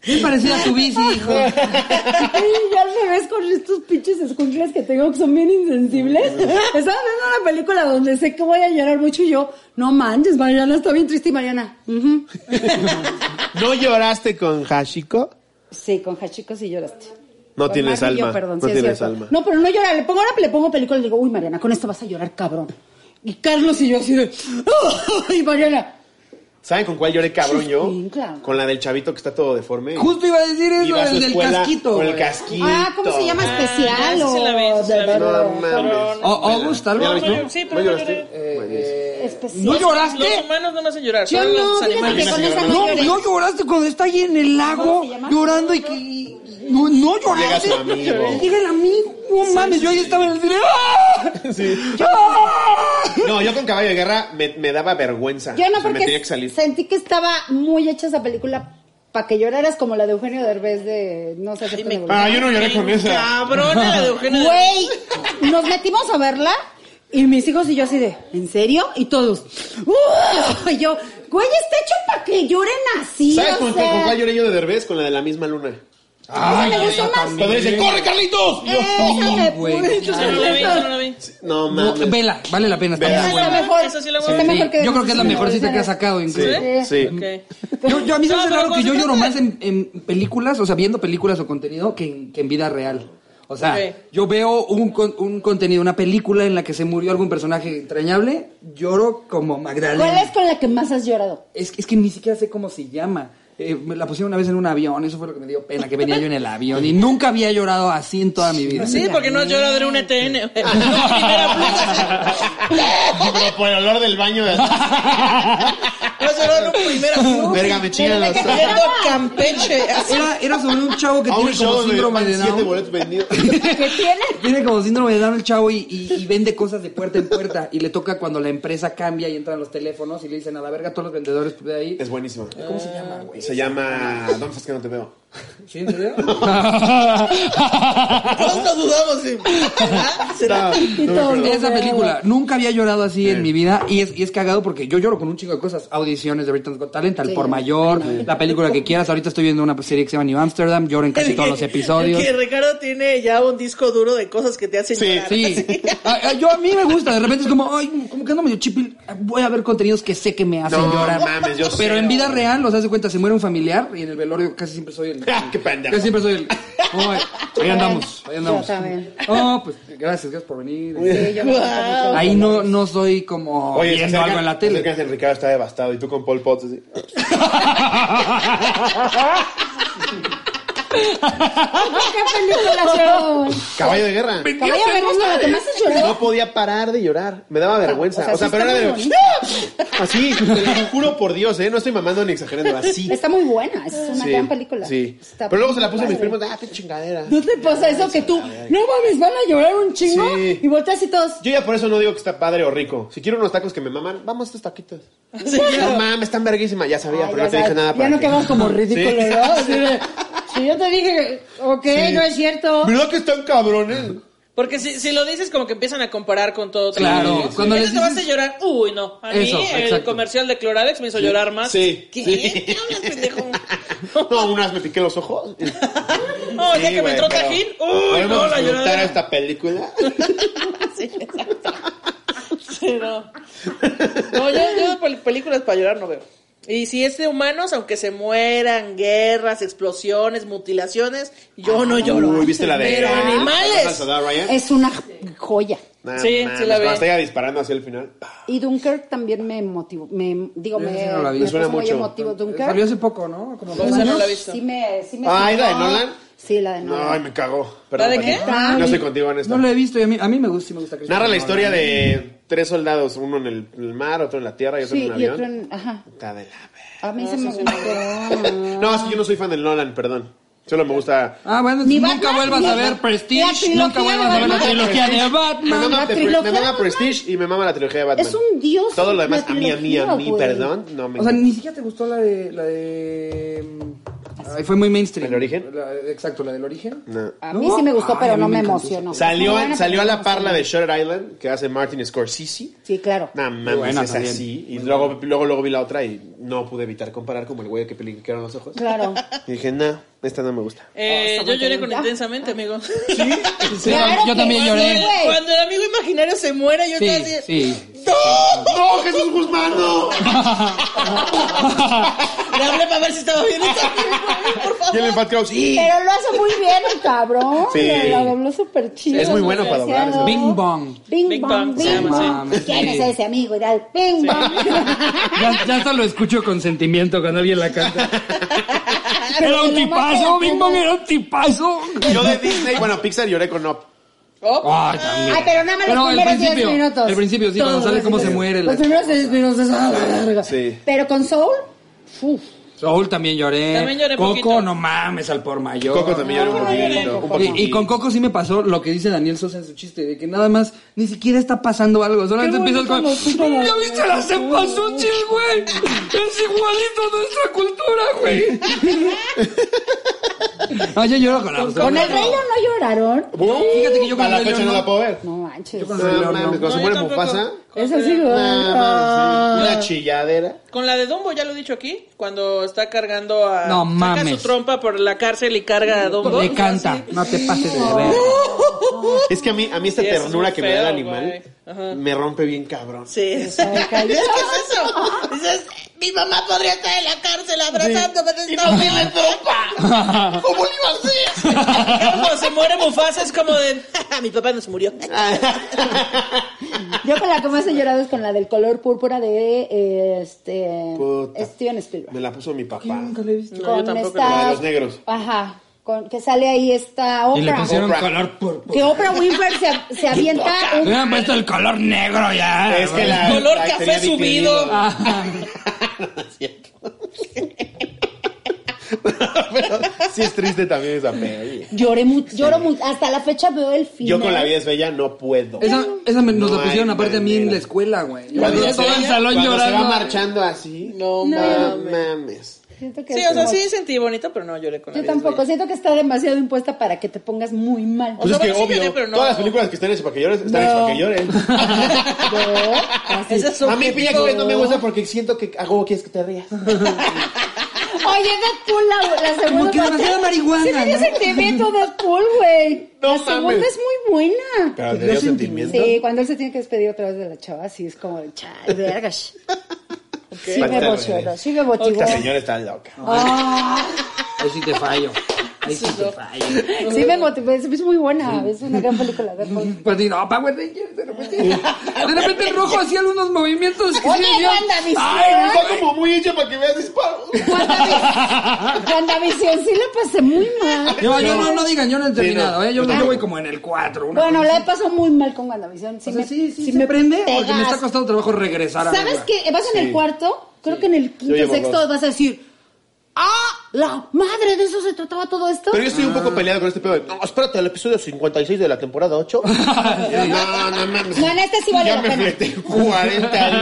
E: Bien parecida a tu bici, [LAUGHS] hijo.
A: Sí, yo al revés con estos pinches escuincles que tengo que son bien insensibles. Estaba viendo una película donde sé que voy a llorar mucho y yo, no manches, Mariana está bien triste y Mariana. ujú.
F: ¿No lloraste con Hashiko?
A: Sí, con Hachiko sí lloraste.
F: No
A: Con
F: tienes
A: Maggie yo,
F: alma,
A: perdón,
F: no
A: sí es
F: tienes
A: cierto.
F: alma.
A: No, pero no llora. Le pongo, ahora le pongo película y le digo, uy, Mariana, con esto vas a llorar, cabrón. Y Carlos y yo así de, ¡ay, Mariana!
F: ¿Saben con cuál lloré cabrón yo?
A: Sí, claro.
F: Con la del chavito que está todo deforme.
E: Justo iba a decir eso,
F: Iba a su
E: el del
F: escuela
E: casquito.
F: Con el
E: güey.
F: casquito.
H: Ah, ¿cómo se llama? Especial.
B: Ah, sí se la ve,
H: o-
B: sí se la ve.
F: No mames.
E: O- August, algo.
F: ¿Ya la viste?
B: Sí, pero
F: ¿No
B: no
F: lloraste?
A: Especial.
E: ¿No
B: Los
E: lloraste?
B: humanos no me hacen llorar.
H: Yo
B: solo
H: no,
B: los
H: fíjate
B: animales.
H: que con esa no
E: No,
H: lloré.
E: no lloraste cuando está ahí en el lago llorando y que. y- No, no
F: Llega
E: lloraste.
F: su amigo.
E: Llega el amigo. No mames, yo ahí estaba en el cine. ¡Ah!
F: [LAUGHS] Sí.
E: ¡Ah!
F: No, yo con caballo de guerra me, me daba vergüenza.
A: Yo no,
F: O sea, me
A: porque
F: tenía que salir.
A: sentí que estaba muy hecha esa película para que lloraras como la de Eugenio Derbez de No sé qué
B: me-
F: Ah, yo no lloré con esa.
B: Cabrona la de Eugenio.
A: Güey, nos metimos a verla y mis hijos y yo así de, ¿en serio? Y todos, "Uh", y yo, güey, está hecho para que lloren así.
F: ¿Sabes
A: o
F: con, con-
A: sea,
F: con cuál lloré yo de Derbez? Con la de la misma luna.
E: Ay,
A: me gustó
E: esa
A: más.
E: Ah, también.
F: Cuando dice, ¡corre, Carlitos!
A: esa me
E: güey.
A: puso-
B: Yo Ah, no la vi, yo no la vi.
E: No,
F: No, mames.
E: vela, vale la pena. Está
F: Vela.
E: muy
A: Esa
E: buena.
A: está mejor.
B: Esa sí la voy
A: está
B: a ver.
A: mejor
E: Sí, yo creo que es la mejor cita
A: cita
E: que ha sacado, incluso.
F: Sí, sí.
E: Yo, yo a mí se me
B: No,
E: hace
B: pero
E: raro que yo
B: concentrate.
E: lloro más en, en películas, o sea, viendo películas o contenido que en, que en vida real. O sea,
B: Ok.
E: yo veo un, con- un contenido, una película en la que se murió algún personaje entrañable, lloro como Magdalena.
A: ¿Cuál es con la que más has llorado?
E: [LAUGHS] Es, que- es que ni siquiera sé cómo se llama. Eh, me la pusieron una vez en un avión, eso fue lo que me dio pena, que venía yo en el avión y nunca había llorado así en toda mi vida.
H: Pues
B: Sí, porque no llora de un ETN. güey. No, primera blusa.
F: Pero por el olor del baño.
B: No lloró de un primera blusa.
F: Verga, me chingan los.
B: Yendo a Campeche. así.
E: Era, era sobre un chavo que
F: A un
E: tiene como
F: show de
E: síndrome de
F: siete
E: Down. [LAUGHS]
F: boletos vendidos.
A: ¿Qué tiene?
E: Tiene como síndrome de Down el chavo y, y- y vende cosas de puerta en puerta. Y le toca cuando la empresa cambia y entran los teléfonos y le dicen a la verga todos los vendedores de ahí.
F: Es buenísimo.
E: ¿Cómo se llama, güey?
F: Se llama. ¿Dónde estás que no te veo?
E: ¿Sí, en [LAUGHS] serio?
B: Todos lo dudamos. sí. ¿Será? ¿Será?
F: No, no me acuerdo.
E: Esa película, nunca había llorado así en mi vida y es, y es cagado porque yo lloro con un chingo de cosas, audiciones de Britain's Got Talent, al por mayor, la película que quieras, ahorita estoy viendo una serie que se llama New Amsterdam, lloro en casi todos los episodios.
B: Que Ricardo tiene ya un disco duro de cosas que te hacen
F: Sí,
B: llorar.
E: [LAUGHS] Sí, Ah, ah, yo a mí me gusta, de repente es como, ay, como que ando medio chipil, voy a ver contenidos que sé que me hacen
F: No,
E: llorar.
F: mames, yo
E: Pero
F: sé,
E: en vida
F: güey.
E: real, los hace cuenta, se muere un familiar y en el velorio casi siempre soy
F: [LAUGHS]
E: el...
F: Ah, ¡Qué pendejo!
E: Casi siempre soy el... Ay, ahí andamos, ahí andamos.
A: Yo también.
E: Oh, pues gracias, gracias por venir.
B: Guau.
E: Ahí no, no soy como
F: Oye, se
E: viendo
F: acerca-
E: algo en la
F: se
E: tele.
F: acerca, Ricardo está devastado y tú con Paul Potts así.
A: ¿Qué película son?
F: Caballo de guerra.
A: Caballo de Guerra es con la que más has llorado.
F: No podía parar de llorar. Me daba vergüenza. O
A: sí
F: sea, pero
A: está
F: era
A: muy
F: de.
A: bonita.
F: Así, te lo juro por Dios, ¿eh? No estoy mamando ni exagerando, así.
A: Está muy buena, es una
F: Sí,
A: gran película.
F: Sí.
A: Está
F: Pero luego se la puse a mis
A: padre.
F: primos. ¡Ah, qué chingadera!
A: ¿No te pasa eso que tú, no mames, van a llorar un chingo?
F: Sí.
A: Y volteas y todos,
F: Yo ya por eso no digo que está padre o rico. Si quiero unos tacos que me maman, vamos a estos taquitos.
B: Sí,
F: No mames, están verguísimas. Ya sabía,
A: Ay,
F: pero no
A: ya
F: te dije
A: sabes,
F: nada
A: Ya
F: para
A: no
F: que-
A: quedas como ridículo,
F: Sí. [LAUGHS]
A: ¿no? Así de, si yo te dije, que- ok, no es cierto.
F: ¿Verdad que están cabrones? [LAUGHS]
B: Porque si, si lo dices, como que empiezan a comparar con todo. otro.
E: Claro,
B: Sí, sí.
E: cuando
B: Eso
E: les
B: te vas a
E: dices-
B: llorar. Uy, no. A mí
E: Eso,
B: el
E: exacto.
B: comercial de Cloralex me hizo llorar más.
F: Sí,
B: ¿Qué?
F: sí.
B: ¿Qué hablas, pendejo?
F: No, unas me piqué los
B: [LAUGHS]
F: ojos.
B: No, Oh, ya que me entró
F: pero-
B: Tajín. Uy,
F: ¿Podemos
B: no, la
F: disfrutar
B: lloradera.
F: esta película?
B: Sí, no. No, yo, yo pel- películas para llorar no veo. Y si es de humanos, aunque se mueran, guerras, explosiones, mutilaciones, yo no lloro.
F: Ah, Uy, ¿viste la de...?
B: Pero animales.
F: ¿Vas a Ryan?
A: Es una joya.
F: Nah,
B: Sí,
F: mames,
B: sí la vi.
F: cuando estaba disparando hacia el final.
A: Y Dunkirk también me motivó, me, digo, me,
E: Esa sí no la vi.
A: me
F: Suena
A: puso muy
F: mucho.
A: emotivo.
E: Salió
A: Dunkirk,
E: hace poco, ¿no? Como
B: Esa no la he visto.
A: sí me, sí me
F: Ah, ¿es la de
A: picó.
F: Nolan?
A: Sí, la de
F: No,
A: Nora.
F: me cagó.
B: ¿La de qué?
F: No estoy contigo en esto.
E: No lo he visto y a mí, a mí me gusta, sí me gusta. Christopher
F: Narra la
E: Nolan.
F: historia de tres soldados, uno en el el mar, otro en la tierra y otro
A: sí,
F: en un
A: y otro
F: avión.
A: en- Ajá.
F: Está de la verga.
A: A mí se me gustó.
F: No, es que yo no soy fan del Nolan, perdón. Solo me gusta.
E: Ah, bueno,
H: Ni
E: nunca
H: Batman,
E: vuelvas
H: ni-
E: a ver
H: la
E: Prestige,
H: trilogía
E: nunca vuelvas a ver la
H: de Batman.
E: trilogía de
F: Me
E: Batman.
F: mama,
A: la
F: The Pre-
A: trilogía
F: me mama
A: de Batman.
F: Prestige y me mama la trilogía de Batman.
A: Es un dios,
F: Todo lo
A: una
F: demás, a mí, a mí, a
A: trilogía,
F: mí,
A: güey.
F: perdón. No me.
E: O sea, ni siquiera te gustó la de... La de... mm, Ay, fue muy mainstream.
F: ¿El origen? Mm.
E: La- exacto, la del origen.
F: No.
A: A mí sí me gustó,
E: Ay,
A: pero
E: a mí
A: no
E: me
A: me
E: encantó.
A: emocionó.
F: Salió,
A: Muy buena,
F: salió a
A: pero
F: la
A: no
F: par la
A: emocionó.
F: de Shutter Island que hace Martin Scorsese.
A: Sí, claro.
F: No mames,
E: buena
F: es
E: también.
F: así. Y luego, luego, luego vi la otra y no pude evitar comparar como el güey que peliquearon los ojos.
A: Claro.
F: Y dije, no, esta no me gusta.
B: Eh,
A: Oh,
B: yo lloré
A: Samantha
B: con
A: Lynch.
B: intensamente, amigo. [LAUGHS]
E: Sí,
A: Claro
E: yo
A: que
E: también
A: sí,
E: lloré.
A: güey. eh.
B: Cuando el amigo imaginario se muera, yo
E: Sí,
B: casi.
E: sí. [LAUGHS]
F: ¡No, Jesús Guzmán, no!
B: [LAUGHS] Le hablé para ver si estaba bien [LAUGHS] esta película, por favor.
F: Y el Fat Cow, sí.
A: Pero lo hace muy bien el cabrón.
F: Sí.
A: Lo, lo habló súper chido.
F: Es muy bueno para doblar eso.
E: Bing Bong.
A: Bing,
B: Bing
A: bong,
B: bong, se
A: bing
E: llama,
A: bong.
E: sí.
A: ¿Quién es ese amigo? Y tal, Bing [LAUGHS] bong.
E: Ya, ya hasta lo escucho con sentimiento cuando alguien
A: [LAUGHS]
E: la canta.
A: Ah,
E: Era un tipazo, Bing Bong era un tipazo.
F: Yo de Disney, bueno, Pixar lloré con Up.
B: Oh,
E: Ay, Ah, también.
A: Ay, Ah, pero nada más
E: Pero
A: los
E: el
A: primeros 10
E: principio,
A: minutos.
E: el principio, sí, cuando
A: Todos
E: sale
A: los
E: cómo se
A: primeros-
E: muere la
A: Los primeros 10 minutos es a la verga.
F: Sí.
A: Pero con Soul, uf.
E: Soul también lloré.
B: También lloré
E: Coco,
B: poquito.
E: no mames, al por mayor.
F: Coco también lloré un poquito. un poquito.
E: Y, y con Coco sí me pasó lo que dice Daniel Sosa en su chiste, de que nada más ni siquiera está pasando algo, solamente empiezas con... ¡Ya viste las cempasúchil, güey! ¡Es igualito a nuestra cultura, güey! no, yo lloro con la
A: ¿Con el rey León no lloraron?
E: Fíjate que yo con
F: Uh, A la
E: el Rey
F: fecha no
E: León
F: la
E: no.
F: puedo ver.
A: No manches.
E: con-
F: No,
E: No,
F: Ah, mames,
E: no.
F: cuando se
B: No,
F: muere
B: yo tampoco.
F: Mufasa.
A: Eso sí, güey.
F: No, mames, sí. Una chilladera.
B: Con la de Dumbo, ya lo he dicho aquí, cuando está cargando a...
E: No
B: Saca
E: mames.
B: su trompa por la cárcel y carga a Dumbo.
E: Le canta, no te pases de [LAUGHS] ver.
F: Es que a mí, a mí esta
B: Sí, es
F: ternura
B: muy
F: que me da el
B: feo,
F: animal
B: güey. Ajá.
F: me rompe bien cabrón.
B: Sí. es que es eso? Dices, mi mamá podría estar en la cárcel abrazándome de esta horrible trompa. ¿Cómo lo iba a hacer? Ya Cuando se muere Mufasa es como de, "Ja, mi papá no se murió.
A: Yo con la que más he llorado es con la del color púrpura de eh, este
F: [LAUGHS] Puta.
A: Steven Spielberg.
F: Me la puso mi papá.
B: No, yo tampoco.
A: esta-
F: La de los negros.
A: Ajá, con que sale ahí esta
E: Y le
A: Oprah.
E: pusieron
F: Oprah.
E: color púrpura.
A: Que Oprah Winfrey se, se avienta
E: Le
A: un...
E: hubieran puesto el color negro ya.
F: Es que
E: güey.
F: la.
B: Color
F: la
B: café
F: tenía
B: subido. Ah.
F: dividido.
E: Ajá.
F: No es cierto. Pero sí es triste también esa peli.
A: Lloré mucho, lloro mucho. Hasta la fecha veo el final.
F: Yo con la vida es bella no puedo.
E: Esa, esa me- nos
F: No
E: la pusieron
F: hay
E: aparte a mí en
F: manera.
E: la escuela, güey.
F: Cuando
E: Todo
F: se-
E: el salón
F: cuando se va
E: llorando.
F: marchando así.
B: No
F: mames.
A: Siento que
B: Sí,
A: es
B: o sea,
A: como-
B: sí sentí bonito, pero no lloré con la
A: Yo
B: vida.
A: tampoco, siento que está demasiado impuesta para que te pongas muy mal.
B: O sea,
F: Pues es que
B: bueno, sí
F: obvio,
B: lloré, pero no.
F: todas las películas que están hechas para que llores, están
A: No.
F: hechas para que llores.
B: Esas son
F: A mí Piña Colores no me gusta porque siento que hago que es que te rías.
A: [LAUGHS] Oye, Deadpool, la, la segunda.
E: Como que demasiada marihuana,
A: Sí, tiene
E: ¿no?
A: sentimiento Deadpool, güey.
F: No
A: la segunda
F: mames.
A: es muy buena.
F: Pero te dio sentimiento.
A: Sí, cuando él se tiene que despedir otra vez de la chava, sí es como de chal, verga.
E: [LAUGHS]
A: sh". Sí me
F: Falta
A: emocionó,
F: redes.
A: sí me motivó.
F: Esta señora está loca.
A: Ah,
E: Ahí sí te fallo. Ahí sí te fallo.
A: sí me motivó, se me hizo muy buena,
E: Mm.
A: es una gran película. Deadpool.
E: Pues sí, no, Power Rangers, de repente. De repente el rojo hacía algunos movimientos que sí decían,
A: WandaVision.
E: "Ay, güey".
F: Está como muy hecha para que veas disparos.
A: WandaVision sí la pasé muy mal.
E: No, Ah. yo no, no digan, yo no he terminado, ¿eh? Yo, yo voy como en el 4. Una
A: Ah. Bueno, la he pasado muy mal con WandaVision. Sí,
E: cosa. O sea,
A: me,
E: sí, sí,
A: sí
E: se
A: me
E: prende porque
A: pegas.
E: me está costando trabajo regresar a
A: ¿Sabes
E: verla.
A: qué? Vas en el cuarto, creo que en el
F: Yo
A: quinto,
F: llevo
A: sexto
F: dos.
A: vas a decir, ¡ah! La madre de eso se trataba todo esto.
F: Pero yo estoy un
E: Ah.
F: poco peleado con este pedo. de, No, espérate, al episodio 56 de la
E: [LAUGHS]
F: temporada 8. no, no mames.
A: No, en este sí vale
F: ya
A: la
F: me
A: pena.
F: fleté 40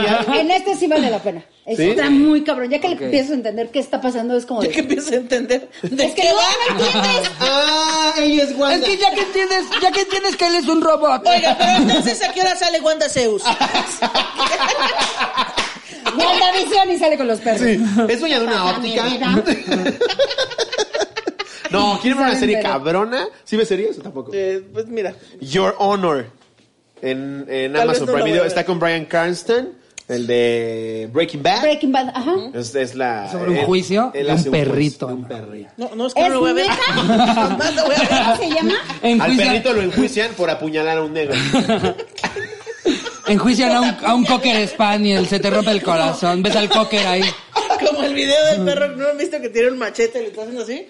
A: [LAUGHS]
F: días.
A: En este sí vale la pena. Eso
F: ¿Sí?
A: Está muy cabrón. Ya que le empiezas a entender qué está pasando, es como. de-
B: Ya [LAUGHS] que empiezo a entender. ¿De
A: es que
B: qué
A: no,
B: va?
A: no entiendes.
F: Ah, ella es
E: Es que [LAUGHS] ya que entiendes, ya que entiendes que él es un robot.
B: Oiga, pero entonces, ¿a qué hora sale Wanda Zeus?
A: WandaVision y sale con los perros.
F: Sí, es dueña de una óptica. No, ¿quieren ver una
A: Saben,
F: serie
A: pero-
F: cabrona? ¿Sí ves series o tampoco?
B: Eh, pues mira.
F: Your Honor. En, en
B: Tal vez
F: Amazon
B: no la
F: Prime
B: voy a
F: Video
B: ver.
F: está con Brian Cranston, el de Breaking Bad.
A: Breaking Bad, ajá.
F: Es, es la.
E: Sobre un
F: él-
E: juicio
F: él
E: de
F: hace
E: un perrito.
F: juicio de un perrito.
B: No, no, es que no
A: ¿Es
B: lo voy a ver.
A: neta?
B: Jamás lo voy a ver.
A: ¿Cómo se llama?
E: En
F: Al
E: juicio-
F: perrito lo enjuician por apuñalar a un negro.
E: Enjuician a un, a un cocker spaniel, se te rompe el corazón. Ves al cocker ahí.
B: [LAUGHS] Como el video del perro, ¿no han visto que tiene un machete y le está haciendo así?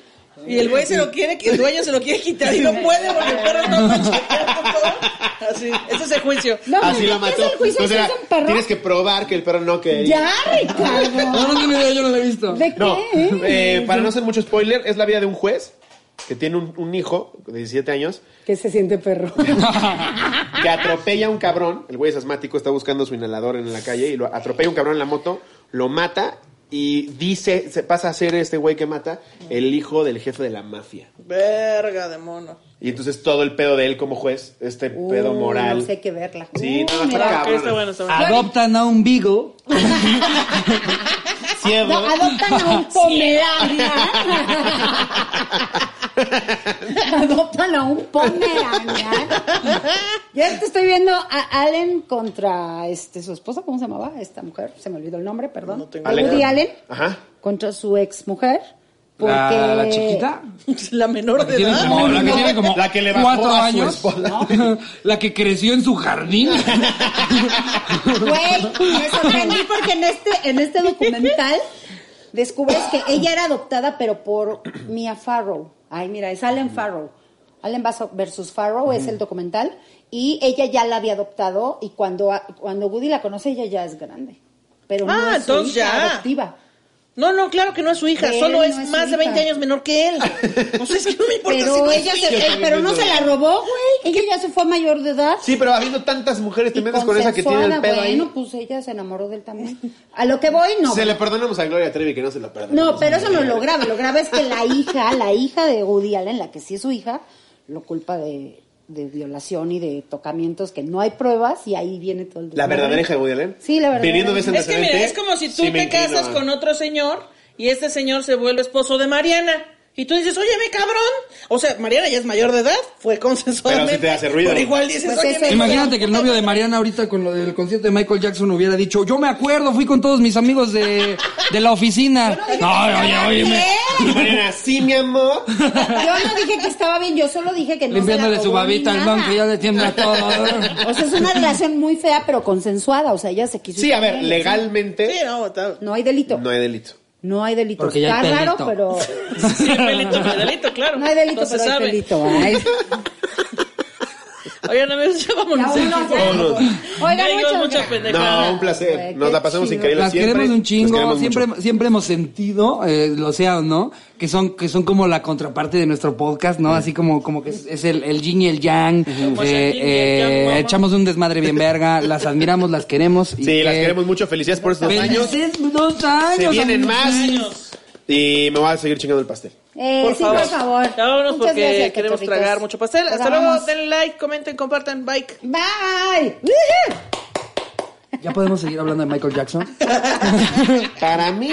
B: Y el güey se lo quiere, el dueño se lo quiere quitar y no puede porque el perro está macheteando todo. Así, ese es el juicio.
O: No,
F: Así
O: pues,
F: la
O: ¿qué es
F: mató.
O: el juicio?
F: O
O: ¿Sí
F: sea,
O: es un perro?
F: tienes que probar que el perro no que.
O: Ya, Ricardo.
E: No, no tengo idea, yo no lo he visto.
O: ¿De qué?
A: [LAUGHS]
F: No, eh, para no hacer mucho spoiler, es la vida de un juez que tiene un, un hijo de 17 años
O: Que se siente perro.
F: que atropella a un cabrón. El güey es asmático, está buscando su inhalador en la calle y lo atropella un cabrón en la moto, lo mata y dice, se pasa a ser este güey que mata el hijo del jefe de la mafia.
B: Verga de mono. [LAUGHS]
F: Y entonces todo el pedo de él como juez, este pedo moral.
O: No sé qué verla.
F: Sí, no,
O: mira.
F: está cabrón.
B: Está bueno, está bueno.
E: Adoptan a un beagle.
F: Ciego.
O: No, adoptan a un pomerania.
F: [LAUGHS]
O: adoptan a un pomerania.
A: Ya te estoy viendo a Allen contra este su esposa, ¿cómo se llamaba? Esta mujer, se me olvidó el nombre, perdón.
F: idea.
A: Woody Allen
F: Ajá.
A: contra su ex mujer. Porque
E: La, la chiquita.
B: La menor de
E: Tiene
B: edad.
E: como- la que tiene como
F: La que le bajó
E: cuatro
F: a su
E: años. ¿no? [LAUGHS] La que creció en su
A: [LAUGHS]
E: jardín. [LAUGHS]
A: Güey, me sorprendí porque en este, en este documental descubres que ella era adoptada, pero por Mia Farrow. Ay, mira, es Allen Farrow. Allen Basso- versus Farrow es el documental. Y ella ya la había adoptado. Y cuando, cuando Woody la conoce, ella ya es grande. Pero no
B: Ah,
A: es su
B: entonces
A: hija
B: ya.
A: adoptiva.
B: No, no, claro que no es su hija,
A: Él
B: solo
A: no
B: es,
A: es su
B: más de
A: hija.
B: 20 años menor que él. O sea, es que no me importa si
A: Pero
B: no es
A: ella
B: su
A: se-
B: hija.
A: eh, pero no se la robó, güey. Ella ya se fue mayor de edad.
F: Sí, pero habiendo tantas mujeres, te
A: Y
F: metes con esa que tiene el
A: consensuada,
F: pedo ahí.
A: bueno, pues ella se enamoró de él también. A lo que voy, no.
F: Se le perdonamos a Gloria Trevi que no se la perdonamos.
A: No, pero eso no es lo grave. Lo grave es que la hija, la hija de Woody Allen, la que sí es su hija, lo culpa de, de violación y de tocamientos que no hay pruebas y ahí viene todo el
F: La
A: desmadre.
F: verdadera hija de Woody Allen.
A: Sí, la verdadera.
F: Viniendo de ese
B: Es que mira, es como si tú te casas con otro señor y este señor se vuelve esposo de Mariana. Y tú dices, óyeme, cabrón. O sea, Mariana ya es mayor de edad, fue consensualmente.
F: Pero sí te hace ruido.
B: Pero igual dices,
A: Pues
B: óyeme.
A: ese-
E: Imagínate que el novio de Mariana ahorita con lo del concierto de Michael Jackson hubiera dicho, yo me acuerdo, fui con todos mis amigos de, de la oficina. No, oye, oye, me-
F: Mariana, sí, mi
B: [LAUGHS]
F: amor.
A: Yo no dije que estaba bien, yo solo dije que no
E: Limpiándole
A: se la
E: su
A: robó
E: babita
A: ni
E: al
A: nada.
E: banco, ya le tiembla todo.
A: [LAUGHS] O sea, es una relación muy fea, pero consensuada. O sea, ella se quiso.
F: Sí,
A: ir
F: a
A: con
F: ver,
A: él.
B: Sí,
F: legalmente
B: no, está-
A: No hay delito.
F: no hay delito.
A: No hay delito.
E: Porque ya
A: Está
E: hay
A: raro,
E: pelito.
A: pero.
E: [LAUGHS]
B: sí, hay delito, hay delito, claro.
A: No hay delito,
B: Entonces
A: pero hay
B: sabe.
A: delito. ¿eh?
B: [LAUGHS]
A: Ay,
B: Oigan, amigos, pues, ya vámonos.
A: Ya, vámonos, ya.
B: Vámonos.
A: Oigan,
B: Ya dijimos
A: muchas
B: mucha
A: gracias.
B: pendejada.
F: No, un
A: Güey,
F: placer. Nos
A: qué
F: la pasamos
A: chido.
F: increíble
E: Las
F: siempre.
E: queremos un
F: Las
E: chingo,
F: queremos mucho.
E: siempre, siempre hemos sentido, eh, lo sea o no, que son, que son como la contraparte de nuestro podcast, ¿no? Así como, como que es, es el, el yin y el yang,
B: Somos el
E: eh,
B: yin y el yang,
E: eh,
B: mamá.
E: echamos un desmadre bien
F: [LAUGHS]
E: verga, las admiramos, las queremos. y
F: Sí, las
E: que-
F: queremos mucho. Felicidades por estos años.
E: Dos años.
F: Se vienen
E: amigos.
F: más.
B: años.
F: Y me voy a seguir chingando el
E: [LAUGHS]
F: pastel.
A: Eh, sí, por favor.
B: Ya vámonos
A: Muchas
B: porque
A: gracias,
B: queremos
A: cachorritos.
B: tragar mucho pastel. Hasta
A: Nos
B: luego,
A: amamos.
B: denle like, comenten, compartan, bye.
A: Bye.
F: [LAUGHS]
E: Ya podemos seguir hablando de Michael Jackson.
F: Para mí,